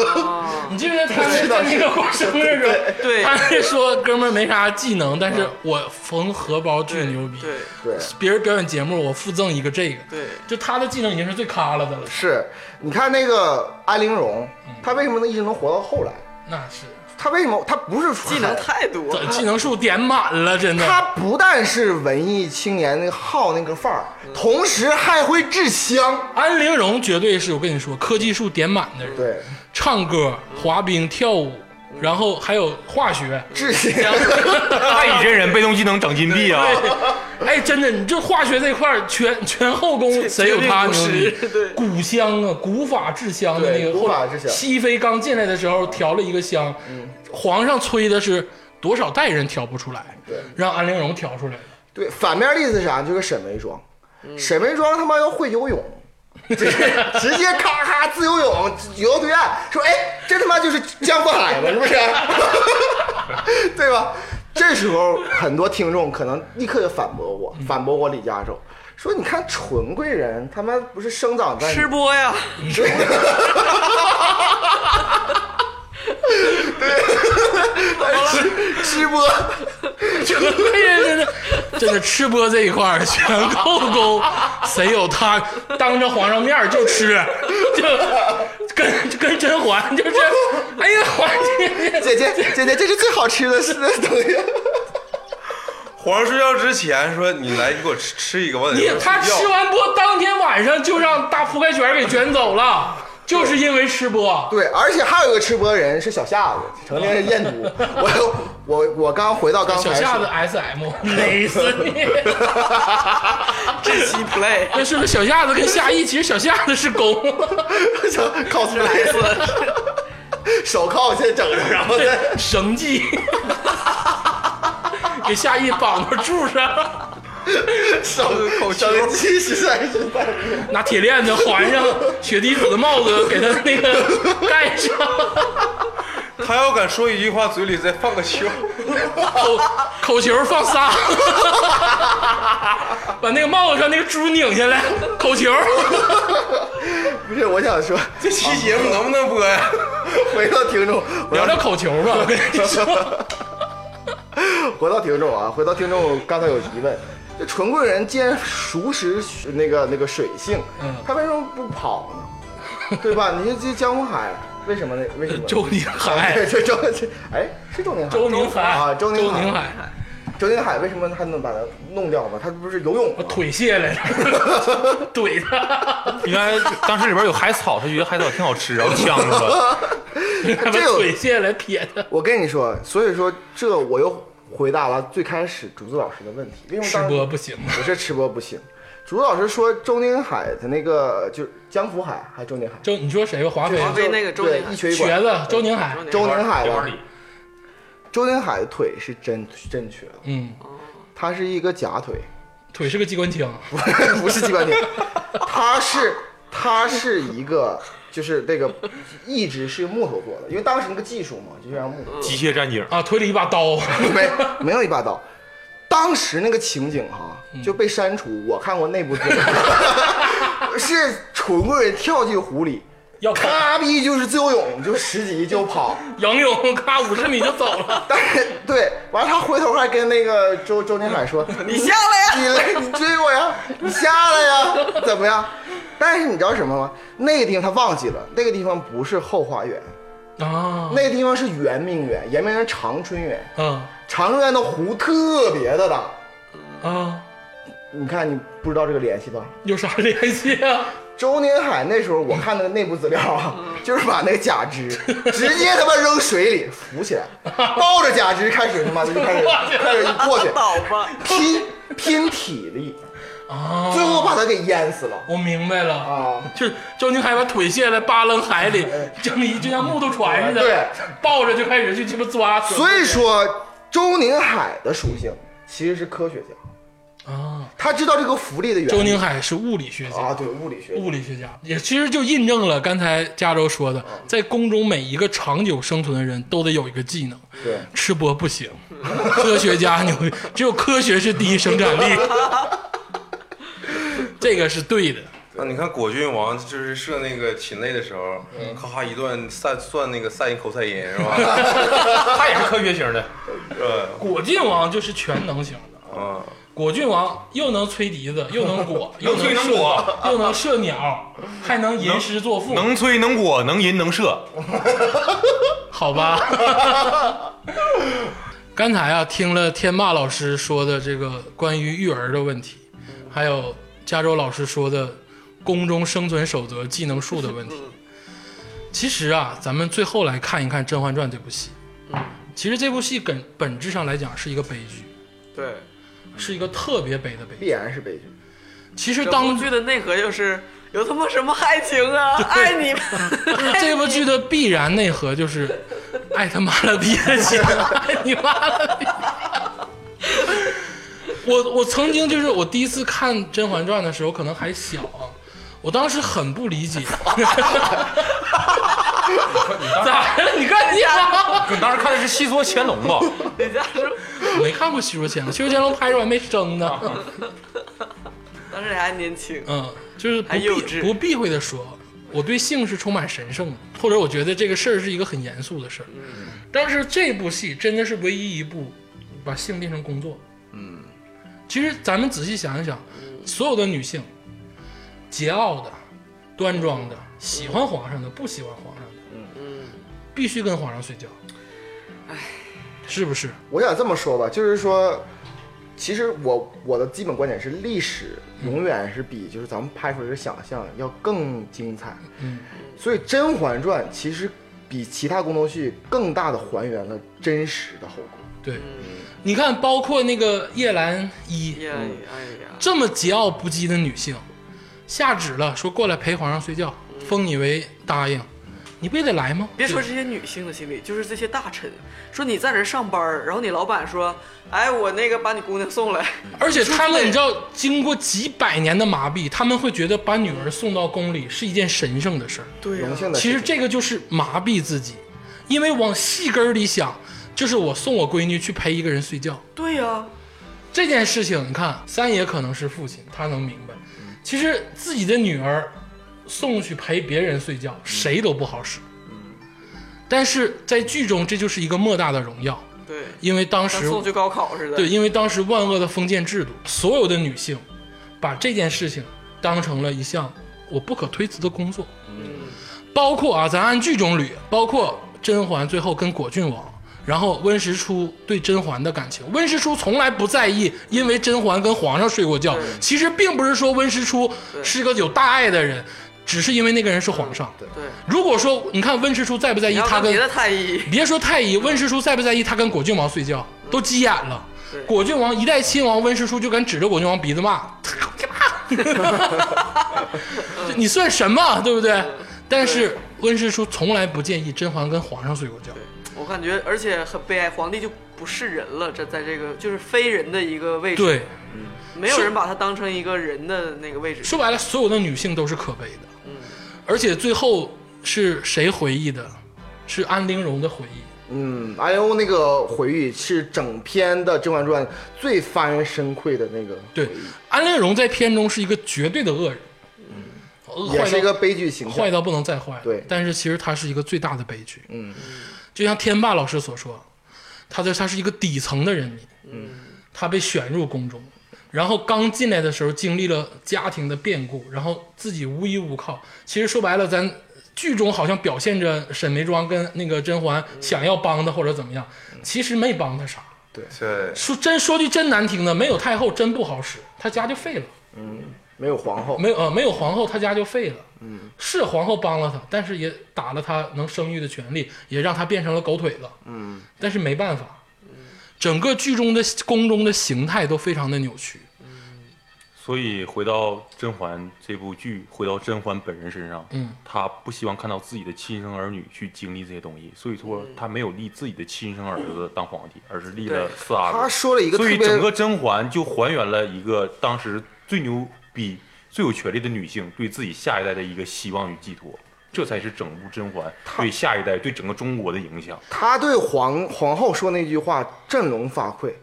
Speaker 2: *laughs* 你记不记得他那
Speaker 5: 知道
Speaker 2: 他那个过生日的时候，
Speaker 3: 哦对嗯
Speaker 2: 他那说哥们儿没啥技能，但是我缝荷包巨牛逼。
Speaker 3: 对
Speaker 5: 对，
Speaker 2: 别人表演节目，我附赠一个这个。
Speaker 3: 对，
Speaker 2: 就他的技能已经是最咖了的了。
Speaker 5: 是你看那个安陵容，
Speaker 2: 嗯
Speaker 5: 她为什么能一直能活到后来？
Speaker 2: 那是，
Speaker 5: 她为什么？她不是
Speaker 3: 技能太多
Speaker 2: 这技能树点满了，真的。
Speaker 5: 他不但是文艺青年那个好那个范儿，同时还会制香。
Speaker 2: 安陵容绝对是我跟你说，科技树点满的人，
Speaker 5: 对，
Speaker 2: 唱歌、滑冰、跳舞，然后还有化学。
Speaker 5: 制香。
Speaker 4: 太乙真人被动技能整金币啊！
Speaker 2: *laughs* 哎，真的，你这化学这块儿，全全后宫谁有他牛逼
Speaker 3: 绝对无？对
Speaker 2: 古香啊，古法制香的那个，
Speaker 5: 对古法制香
Speaker 2: 后
Speaker 5: 嗯
Speaker 2: 来熹妃刚进来的时候调了一个香，皇上吹的是多少代人调不出来，让安陵容 *laughs* 调出来了。嗯
Speaker 5: 对，反面例子是啥？就是沈眉庄。沈眉庄他妈要会游泳，
Speaker 2: *laughs*
Speaker 5: 直接直接咔咔自由泳游到对岸，说哎，这他妈就是江不海吗？是不 *laughs* 是？对吧？这时候很多听众可能立刻就反驳我，
Speaker 2: 嗯
Speaker 5: 反驳我李嘉诚，说你看纯贵人他们不是生长在
Speaker 3: 吃播呀，
Speaker 5: 吃播，
Speaker 2: 贵人哎真的真的吃播这一块儿全扣勾，谁有他当着皇上面儿就吃，就跟跟甄嬛就是， *laughs* 哎呀，嬛姐
Speaker 5: 姐姐姐姐，这是最好吃的是东西。 *laughs*
Speaker 6: 皇上睡觉之前说：“你来，你给我吃吃一个，我在
Speaker 2: 你
Speaker 6: 这
Speaker 2: *laughs*
Speaker 6: 儿
Speaker 2: 他
Speaker 6: 睡
Speaker 2: 吃
Speaker 6: 觉。
Speaker 2: 完播当天晚上就让大铺盖卷给卷走了，就是因为吃播。
Speaker 5: 对，而且还有一个吃播人是小夏子，成天是验毒。 *laughs* 我我我刚回到刚
Speaker 2: 小
Speaker 5: 才说
Speaker 2: 夏子 S M 勒死你！
Speaker 3: 这期 play
Speaker 2: *laughs*
Speaker 3: *laughs*
Speaker 2: 那是不是小夏子跟夏意？其实小夏子是 *laughs* 公，
Speaker 5: cos 手铐先整着，然后再
Speaker 2: *laughs* 绳记，给夏意绑到柱上，
Speaker 5: 手手机实在是太
Speaker 2: 拿铁链子环上雪滴子的帽子，给他那个盖上。
Speaker 6: 他要敢说一
Speaker 4: *laughs*
Speaker 6: 句话，嘴里再放个球。 *laughs*
Speaker 2: 口口球放仨， *laughs* 把那个帽子上那个珠拧下来，口球。
Speaker 5: 不是，我想说，
Speaker 6: 这期节目能不能播呀？
Speaker 5: 回到听众，回
Speaker 2: 聊
Speaker 5: 到
Speaker 2: 聊口球
Speaker 5: *laughs*
Speaker 2: 吧，我跟你说，
Speaker 5: 回到听众啊，回到听众刚才有疑问，这纯贵人既然熟识那个那个水性，
Speaker 2: 嗯
Speaker 5: 他为什么不跑呢？对吧？你这江湖海，为什么呢？为什么？
Speaker 2: 周宁海
Speaker 5: 哎，， *laughs* 这周这哎是周宁海，
Speaker 2: 周宁海
Speaker 5: 啊，周
Speaker 2: 周
Speaker 5: 宁
Speaker 2: 宁
Speaker 5: 海，
Speaker 2: 海，
Speaker 5: 周宁海为什么他能把他弄掉吗？他不是游泳
Speaker 2: 我
Speaker 5: 吗？
Speaker 2: 腿卸来了， *laughs* 怼
Speaker 5: *laughs*
Speaker 2: 他，
Speaker 4: 应该当时里边有海草，他觉得海草挺好吃，然 *laughs* 后呛着了。
Speaker 2: 把
Speaker 5: 这有
Speaker 2: 腿卸来撇他。
Speaker 5: 我跟你说，所以说这我又回答了最开始竹子老师的问题，为什
Speaker 2: 吃
Speaker 5: 么当
Speaker 2: 播不行啊吗？
Speaker 5: 不是吃播不行？竹子老师说周宁海的那个就是江福海还是周宁海？
Speaker 2: 周，你说谁吧？华妃、
Speaker 3: 华妃那个周
Speaker 5: 对
Speaker 3: 宁海
Speaker 5: 一瘸一
Speaker 2: 瘸
Speaker 5: 拐。
Speaker 2: 子、周宁海，
Speaker 5: 周宁海
Speaker 4: 这玩
Speaker 5: 的
Speaker 4: 意儿
Speaker 5: 周宁海的腿是真真瘸了，
Speaker 2: 嗯，
Speaker 5: 他是一个假
Speaker 2: *laughs*
Speaker 5: 腿，
Speaker 2: 腿是个机关枪，
Speaker 5: 不是机关腿，他是他是一个就是这个一直是木头做的，因为当时那个技术嘛，就像木头。
Speaker 4: 机械战警，
Speaker 2: 啊，腿里一把刀， *laughs*
Speaker 5: *laughs* 没没有一把刀。当时那个情景哈、就被删除，我看过那部电影， *laughs* 是蠢棍人跳进湖里，
Speaker 2: 要跑
Speaker 5: 咔逼就是自由泳，就十级就跑。
Speaker 2: 仰泳，咔五十米就走了。
Speaker 5: 但是对，完了他回头还跟那个周周宁海说：“
Speaker 3: 你下来呀，
Speaker 5: 你来，你追我呀，你下来呀，怎么样？”但是你知道什么吗？那个地方他忘记了，那个地方不是后花园，
Speaker 2: 啊，
Speaker 5: *laughs* 那个地方是圆明园，圆明园长春园，
Speaker 2: 嗯
Speaker 5: 长春园的湖特别的大。
Speaker 2: 啊，
Speaker 5: 你看，你不知道这个联系吧？
Speaker 2: 有啥联系啊？
Speaker 5: 周宁海那时候我看那个内部资料啊，
Speaker 2: 嗯
Speaker 5: 就是把那个假肢 *laughs* 直接他妈扔水里浮起来，抱着假肢开始他妈的就
Speaker 2: *laughs*
Speaker 5: 开始开始过去
Speaker 3: 倒吧，
Speaker 5: 拼拼体力，
Speaker 2: 啊，
Speaker 5: 最后把他给淹死了
Speaker 2: 我明白了啊。
Speaker 5: 啊！
Speaker 2: 就是周宁海把腿卸了，扒扔海里，整理就像木头船似的，
Speaker 5: 哎对，
Speaker 2: 抱着就开始去鸡巴抓。
Speaker 5: 所以说周宁海的属性其实是科学家，
Speaker 2: 啊，
Speaker 5: 他知道这个浮力的原
Speaker 2: 周
Speaker 5: 理
Speaker 2: 宁海是物理学家，
Speaker 5: 啊，对物理学家
Speaker 2: 物理学家也其实就印证了刚才加州说
Speaker 5: 哦
Speaker 2: 的，在宫中每一个长久生存的人都得有一个技能，
Speaker 5: 对。
Speaker 2: 吃播不行， *laughs* 科学家牛逼，只有科学是第一生产
Speaker 5: *laughs*
Speaker 2: 力，这个是对的。
Speaker 6: 那啊你看果郡王就是射那个禽类的时候，咔咔一段散算那个散一口塞音是吧？
Speaker 4: 他也是科学型的。
Speaker 6: 呃，
Speaker 2: 果郡王就是全能型的，
Speaker 6: 嗯，
Speaker 2: 果郡王又能吹笛子，又能
Speaker 4: *laughs*
Speaker 2: 裹，又
Speaker 4: 能吹能
Speaker 2: 射
Speaker 4: 裹，
Speaker 2: 又能射鸟，还能吟诗作赋，
Speaker 4: 能吹能裹能吟能射，
Speaker 2: 好吧？ *laughs* 刚才啊，听了天霸老师说的这个关于育儿的问题，还有加州老师说的宫中生存守则、技能树的问
Speaker 4: *laughs*
Speaker 2: 题。其实啊，咱们最后来看一看《甄嬛传》这部戏。
Speaker 4: 嗯
Speaker 2: 其实这部戏本本质上来讲是一个悲剧，
Speaker 3: 对，
Speaker 2: 是一个特别悲的悲剧。
Speaker 5: 必然是悲剧，
Speaker 2: 其实
Speaker 3: 这
Speaker 2: 当
Speaker 3: 当剧的内核就是有他妈什么爱情啊，爱你们，
Speaker 2: *laughs* 这部剧的必然内核就是，爱他妈了逼的钱，爱你妈了逼。我我曾经就是我第一次看《甄嬛传》的时候，可能还小啊，我当时很不理解，
Speaker 4: 你当时
Speaker 2: 咋了？你干啥？
Speaker 4: 你当时看的是《戏说乾隆》吧？
Speaker 3: 李佳说，
Speaker 2: 我没看过《戏说乾隆》，《戏说乾隆》拍着我还没生呢。
Speaker 3: 当时你还年轻，
Speaker 2: 嗯，就是不
Speaker 3: 还幼
Speaker 2: 避
Speaker 3: 稚
Speaker 2: 不避讳的说，我对性是充满神圣的，或者我觉得这个事儿是一个很严肃的事儿。但是这部戏真的是唯一一部把性变成工作。嗯，其实咱们仔细想一想，所有的女性，桀骜的、端庄的、喜欢皇上的、不喜欢皇上的，嗯必须跟皇上睡觉。是不是？
Speaker 5: 我想这么说吧，就是说，其实我我的基本观点是，历史
Speaker 2: 嗯
Speaker 5: 永远是比就是咱们拍出来的想象要更精彩。
Speaker 2: 嗯，
Speaker 5: 所以《甄嬛传》其实比其他宫斗剧更大的还原了真实的后果。
Speaker 2: 对，你看，包括那个叶澜依，
Speaker 3: 呀，哎呀，
Speaker 2: 这么桀骜不羁的女性，下旨了，说过来陪皇上睡觉，封你为答应，你不也得来吗？
Speaker 3: 嗯别说这些女性的心理，就是这些大臣说你在这儿上班儿，然后你老板说，哎，我那个把你姑娘送来，
Speaker 2: 而且他们，你知道，经过几百年的麻痹，他们会觉得把女儿送到宫里是一件神圣的事儿。
Speaker 3: 对啊呀、
Speaker 5: 荣幸的
Speaker 2: 啊其
Speaker 5: 是
Speaker 2: 实这个就是麻痹自己，因为往细根儿里想，就是我送我闺女去陪一个人睡觉
Speaker 3: 对啊呀、
Speaker 2: 这件事情。你看，三爷可能是父亲，他能明白。其实自己的女儿送去陪别人睡觉，谁都不好使。但是在剧中，这就是一个莫大的荣耀，
Speaker 3: 对，
Speaker 2: 因为当
Speaker 3: 像
Speaker 2: 时
Speaker 3: 送去高考似的，
Speaker 2: 对，因为当时万恶的封建制度，所有的女性把这件事情当成了一项我不可推辞的工作。嗯，包括啊，咱按剧中捋，包括甄嬛最后跟果郡王，然后温实初对甄嬛的感情，温实初从来不在意，因为甄嬛跟皇上睡过觉
Speaker 3: 对。
Speaker 2: 其实并不是说温实初
Speaker 3: 对
Speaker 2: 是个有大爱的人，只是因为那个人是皇上。
Speaker 3: 对，
Speaker 2: 如果说你看温实初在不在意
Speaker 3: 你要
Speaker 2: 他
Speaker 3: 跟
Speaker 2: 跟
Speaker 3: 别的太医，
Speaker 2: 别说太医，温实初在不在意他跟果郡王睡觉，都急眼了
Speaker 3: 对。
Speaker 2: 果郡王一代亲王温实初就敢指着果郡王鼻子骂， *laughs* 这你算什么，对不对？但是温实初从来不建议甄嬛跟皇上睡过觉。
Speaker 3: 我感觉而且很悲哀，皇帝就不是人了，这在这个就是非人的一个位置，，
Speaker 2: 对，
Speaker 3: 没有人把他当成一个人的那个位置，
Speaker 2: 说白了，所有的女性都是可悲的。而且最后是谁回忆的？是安陵容的回忆。
Speaker 5: 嗯，安陵容那个回忆是整篇的《甄嬛传》最发人深愧的那个，
Speaker 2: 对，安陵容在片中是一个绝对的恶人，坏
Speaker 5: 也
Speaker 2: 到
Speaker 5: 是一个悲剧形象
Speaker 2: 坏。到不能再坏。
Speaker 5: 对
Speaker 2: 但是其实它是一个最大的悲剧。嗯，就像天霸老师所说，他的他是一个底层的人民。嗯，他被选入宫中，然后刚进来的时候经历了家庭的变故，然后自己无依无靠。其实说白了，咱剧中好像表现着沈眉庄跟那个甄嬛想要帮他或者怎么样，其实没帮他啥。
Speaker 6: 对，
Speaker 2: 说真说句真难听的，没有太后真不好使，他家就废了。
Speaker 5: 没有皇后，
Speaker 2: 没有呃没有皇后，他家就废了。嗯，是皇后帮了他，但是也打了他能生育的权利，也让他变成了狗腿子。嗯，但是没办法，整个剧中的宫中的形态都非常的扭曲。
Speaker 4: 所以回到甄嬛这部剧，回到甄嬛本人身上，
Speaker 2: 嗯，
Speaker 4: 她不希望看到自己的亲生儿女去经历这些东西，所以
Speaker 5: 嗯
Speaker 4: 说她没有立自己的亲生儿子当皇帝，而是立了
Speaker 3: 对
Speaker 4: 四阿哥。
Speaker 5: 他说了一个特
Speaker 4: 所以
Speaker 5: 别
Speaker 4: 整个甄嬛就还原了一个当时最牛逼、最有权力的女性对自己下一代的一个希望与寄托，这才是整部甄嬛对下一代、对整个中国的影响。
Speaker 5: 他对皇皇后说那句话振聋发聩。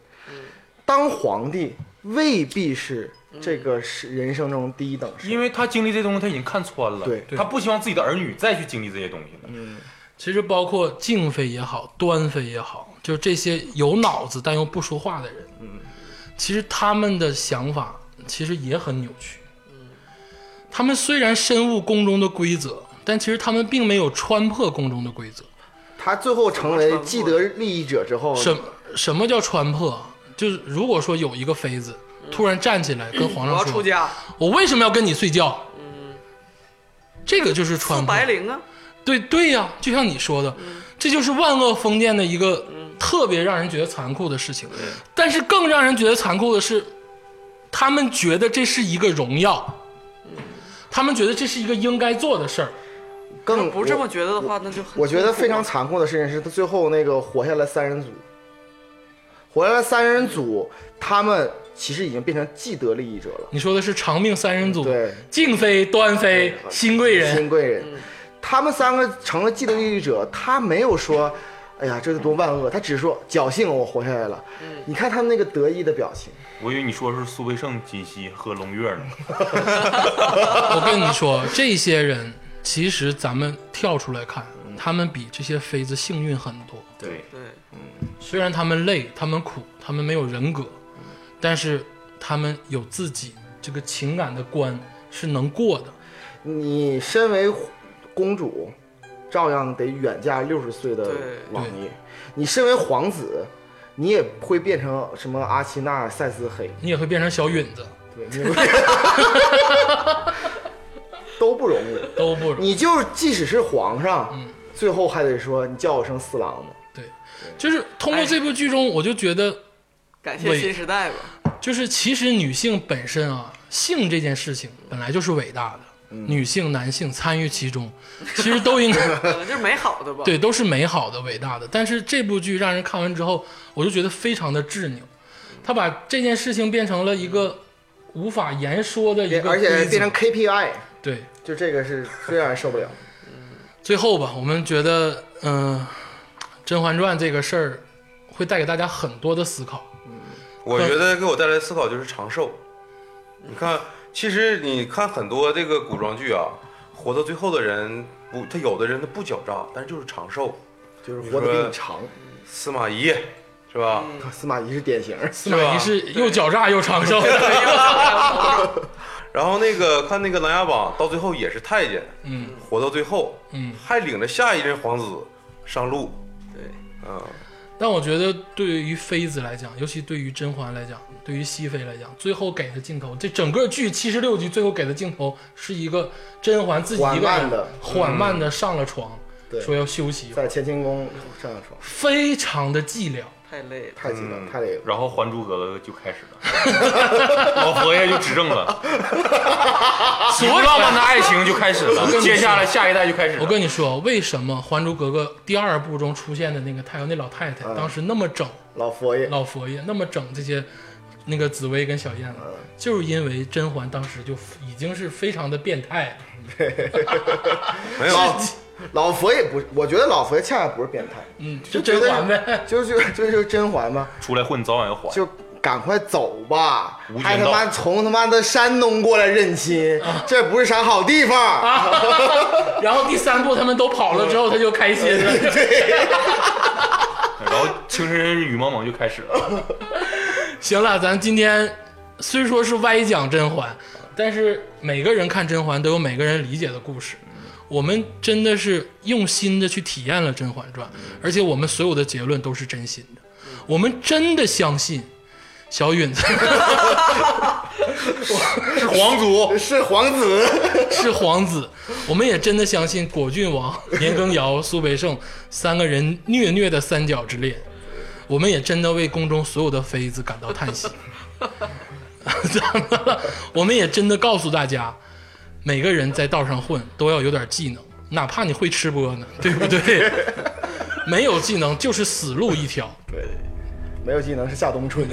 Speaker 5: 当皇帝未必是这个是人生中第一等事，
Speaker 4: 因为她经历这些东西，她已经看穿了，
Speaker 5: 对嗯
Speaker 4: 她不希望自己的儿女再去经历这些东西了。
Speaker 2: 其实包括敬妃也好，端妃也好，就这些有脑子但又不说话的人，嗯，其实他们的想法其实也很扭曲。他们虽然深悟宫中的规则，但其实他们并没有穿破宫中的规则。
Speaker 5: 他最后成为既得利益者之后，
Speaker 2: 什什么叫穿破？就是如果说有一个妃子突然站起来跟皇
Speaker 3: 嗯我
Speaker 2: 上
Speaker 3: 要
Speaker 2: 说：“
Speaker 3: 出家，
Speaker 2: 我为什么要跟你睡觉？”这个就是穿
Speaker 3: 送
Speaker 2: 破。
Speaker 3: 白嗯绫啊，
Speaker 2: 对对呀、就像你说的，这就是万恶封建的一个
Speaker 3: 嗯
Speaker 2: 特别让人觉得残酷的事情。但是更让人觉得残酷的是，他们觉得这是一个荣耀，
Speaker 3: 嗯
Speaker 2: 他们觉得这是一个应该做的事儿。
Speaker 5: 更
Speaker 3: 不这么
Speaker 5: 我
Speaker 3: 觉得的话，那就很
Speaker 5: 我觉得
Speaker 3: 痛苦
Speaker 5: 非常
Speaker 3: 啊
Speaker 5: 残酷的事情是，他最后那个活下来三人组，活下来三人组，他们其实已经变成既得利益者了。
Speaker 2: 你说的是长命三人组，
Speaker 5: 嗯对，
Speaker 2: 敬妃、端妃、新贵
Speaker 5: 新
Speaker 2: 人，
Speaker 5: 贵人，他们三个成了既得利益者，他没有说，哎呀，这是多万恶，他只是说侥幸我活下来了。你看他们那个得意的表情，
Speaker 4: 我以为你说是苏培盛、锦溪和龙月呢。
Speaker 2: 我跟你说，这些人其实咱们跳出来看，他们比这些妃子幸运很多。
Speaker 4: 对，
Speaker 3: 对，
Speaker 2: 虽然他们累，他们苦，他们没有人格，但是他们有自己这个情感的关是能过的。
Speaker 5: 你身为公主，照样得远嫁六十岁的
Speaker 3: 对
Speaker 5: 王爷；你身为皇子，你也会变成什么阿奇纳塞斯黑，
Speaker 2: 你也会变成小允子，
Speaker 5: 对，你会都不容易。
Speaker 2: 都不容易。
Speaker 5: 你就即使是皇上，最后还得说你叫我声四郎吗？
Speaker 2: 对，就是通过这部剧中，我就觉得，
Speaker 3: 感谢
Speaker 2: 喂
Speaker 3: 新时代吧。
Speaker 2: 就是其实女性本身啊，性这件事情本来就是伟大的，女性、男性参与其中，其实都应该。
Speaker 3: 可能就是美好的吧。
Speaker 2: 对，都是美好的、伟大的。但是这部剧让人看完之后，我就觉得非常的执拗，他把这件事情变成了一个无法言说的一个
Speaker 5: 变
Speaker 2: 规则，
Speaker 5: 而且变成 KPI，
Speaker 2: 对。
Speaker 5: 就这个是最让人受
Speaker 2: *laughs*
Speaker 5: 不了。
Speaker 2: 最后吧，我们觉得，嗯、甄嬛传》这个事儿会带给大家很多的思考。
Speaker 6: 我觉得给我带来思考就是长寿。你看，其实你看很多这个古装剧啊，活到最后的人不，他有的人他不狡诈，但是就是长寿。
Speaker 5: 就是活得比你长，
Speaker 6: 司马懿是吧？
Speaker 5: 司马懿是典型。
Speaker 2: 司马懿是又狡诈又长寿，
Speaker 6: 然后那个看那个《琅琊榜》，到最后也是太监，
Speaker 2: 嗯，
Speaker 6: 活到最后，
Speaker 2: 嗯，
Speaker 6: 还领着下一任皇子上路。
Speaker 3: 对，
Speaker 6: 嗯，
Speaker 2: 但我觉得对于妃子来讲，尤其对于甄嬛来讲，对于熹妃来讲，最后给的镜头，这整个剧七十六集最后给的镜头是一个甄嬛自己一个
Speaker 5: 缓慢
Speaker 2: 人
Speaker 5: 地嗯
Speaker 2: 缓慢的上了床，
Speaker 5: 对
Speaker 2: 说要休息，
Speaker 5: 在乾清宫上了床，
Speaker 2: 非常的寂寥。
Speaker 3: 太累
Speaker 2: *laughs*
Speaker 3: 了。
Speaker 5: 太激
Speaker 2: 嗯
Speaker 5: 动，太累了。
Speaker 4: 然后《还珠格格》就开始了，老佛爷就执政了，
Speaker 2: 所以
Speaker 4: 浪漫的爱情就开始了
Speaker 2: 跟你，说
Speaker 4: 接下来下一代就开始了。
Speaker 2: 我跟你说，为什么《还珠格格》第二部中出现的那个太后那老太太，
Speaker 5: 嗯
Speaker 2: 当时那么整
Speaker 5: 老佛爷，
Speaker 2: 老佛爷，那么整这些那个紫薇跟小燕子，
Speaker 5: 嗯
Speaker 2: 就是因为甄嬛当时就已经是非常的变态了。
Speaker 6: 没有，
Speaker 5: 哦老佛爷不是，我觉得老佛爷恰恰不是变态，
Speaker 2: 嗯，
Speaker 5: 就
Speaker 2: 就甄
Speaker 5: 觉得
Speaker 2: 嬛呗。
Speaker 5: *laughs* 就就就就甄
Speaker 2: *laughs*
Speaker 5: 嬛嘛，
Speaker 4: 出来混，早晚要还。
Speaker 5: 就赶快走吧
Speaker 4: 无，间
Speaker 5: 还他
Speaker 4: 道
Speaker 5: 妈从他妈的山东过来认亲，
Speaker 2: 啊
Speaker 5: 这不是啥好地方。
Speaker 2: 然后第三部他们都跑了之后，他就开心了。 *laughs*
Speaker 4: 然后《情深深雨蒙蒙》就开始
Speaker 2: *laughs*
Speaker 4: 了。
Speaker 2: 行了，咱今天虽说是歪讲甄嬛，但是每个人看甄嬛都有每个人理解的故事。我们真的是用心的去体验了《甄嬛传》，而且我们所有的结论都是真心的。我们真的相信小允子
Speaker 4: 是皇族，
Speaker 5: 是皇子，
Speaker 2: *laughs* 是皇子，我们也真的相信果郡王、年羹尧、苏培盛三个人虐虐的三角之恋。我们也真的为宫中所有的妃子感到叹息。 *laughs* 怎么了？我们也真的告诉大家，每个人在道上混都要有点技能，哪怕你会吃播呢，对不对？ *laughs* 没有技能就是死路一条。
Speaker 5: 没有技能是夏冬春。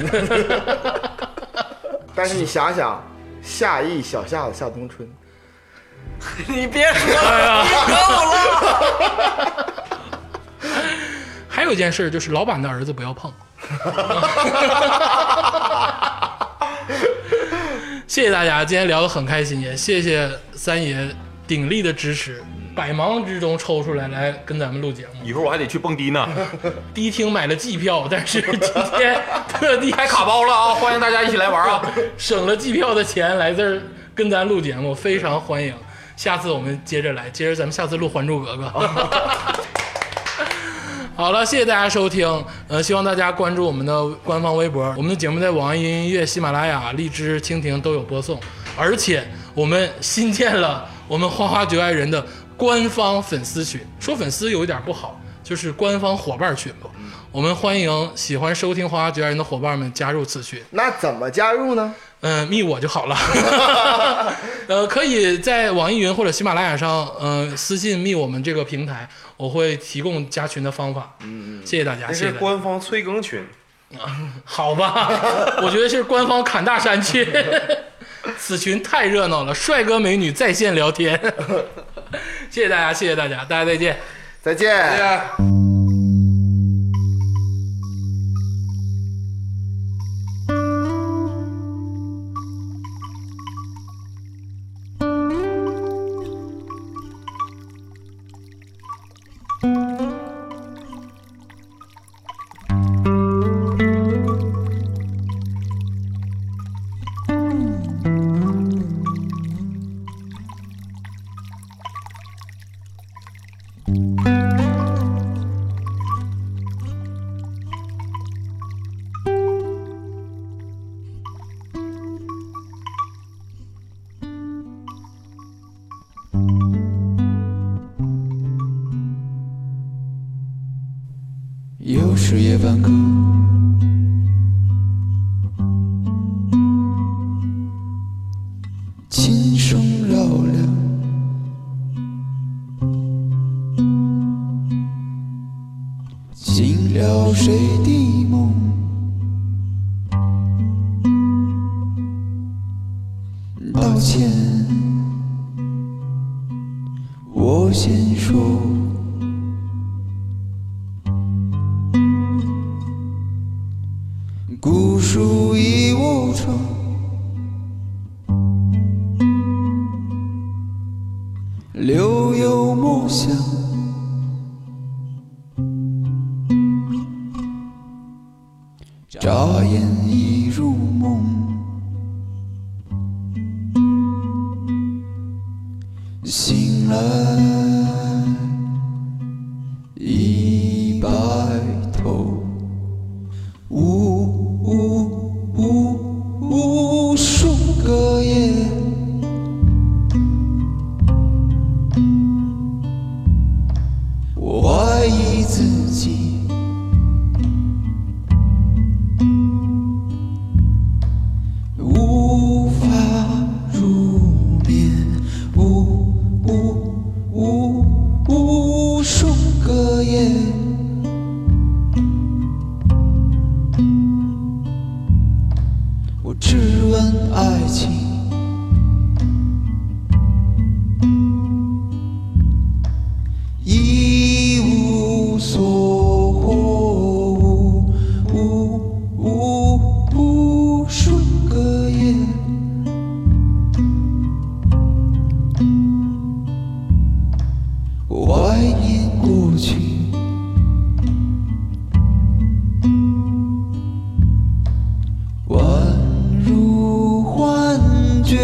Speaker 5: *laughs* 但是你想想，夏意小夏的夏冬春，
Speaker 3: 你别说了，别搞了。
Speaker 2: 还有一件事就是，老板的儿子不要碰。 *laughs* 谢谢大家，今天聊得很开心，也谢谢三爷鼎力的支持，百忙之中抽出来来跟咱们录节目。
Speaker 4: 以后我还得去蹦迪呢，
Speaker 2: 迪厅买了季票，但是今天特地
Speaker 4: 开卡包了啊！欢迎大家一起来玩啊！
Speaker 2: 省了季票的钱来这儿跟咱录节目，非常欢迎。下次我们接着来，接着咱们下次录《还珠格 *laughs* 格》。好了，谢谢大家收听，呃，希望大家关注我们的官方微博，我们的节目在网易云音乐、喜马拉雅、荔枝、蜻蜓都有播送，而且我们新建了我们花花局爱人的官方粉丝群，说粉丝有一点不好，就是官方伙伴群吧。我们欢迎喜欢收听花花局爱人的伙伴们加入此群。
Speaker 5: 那怎么加入呢？
Speaker 2: 嗯，密我就好了。 *laughs* 呃，可以在网易云或者喜马拉雅上，呃，私信密我们这个平台，我会提供加群的方法。嗯，谢谢大家，谢
Speaker 6: 那
Speaker 2: 谢
Speaker 6: 是
Speaker 2: 大家。
Speaker 6: 官方催更群，
Speaker 2: 好
Speaker 6: *laughs*
Speaker 2: 吧，我觉得是官方砍大山去。此群太热闹了，帅哥美女在线聊
Speaker 6: *laughs*
Speaker 2: 天。谢谢大家，谢谢大家，大家再见。
Speaker 5: 再见。
Speaker 1: 又是夜班歌，琴声绕梁，尽了谁的梦？道歉，我先说。古树已无常，柳有墨香。眨眼已入梦，醒来已白头。无无无无数个夜，我怀疑自己，无法入眠，无无无无数个夜。我质问爱情，一无所获，无无无无数个夜，我怀念过去。宛如幻觉，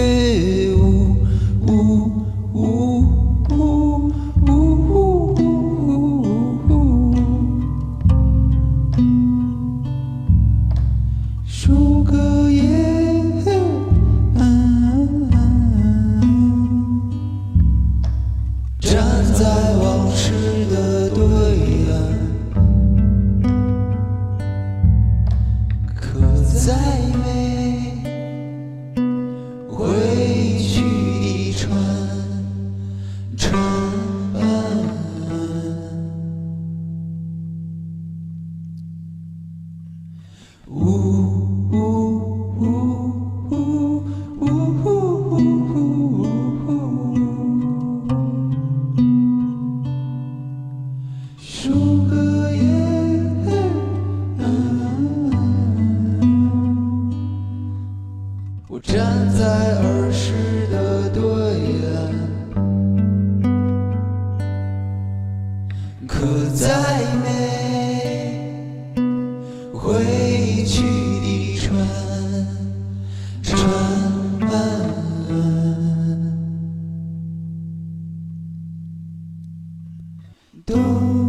Speaker 1: 无无无无无无数个夜。站在往事的对岸。可再没回去一船长安。呜呜呜呜呜呜呜呜，数个夜。我站在儿时的对岸，可再没回去的船，船都。哎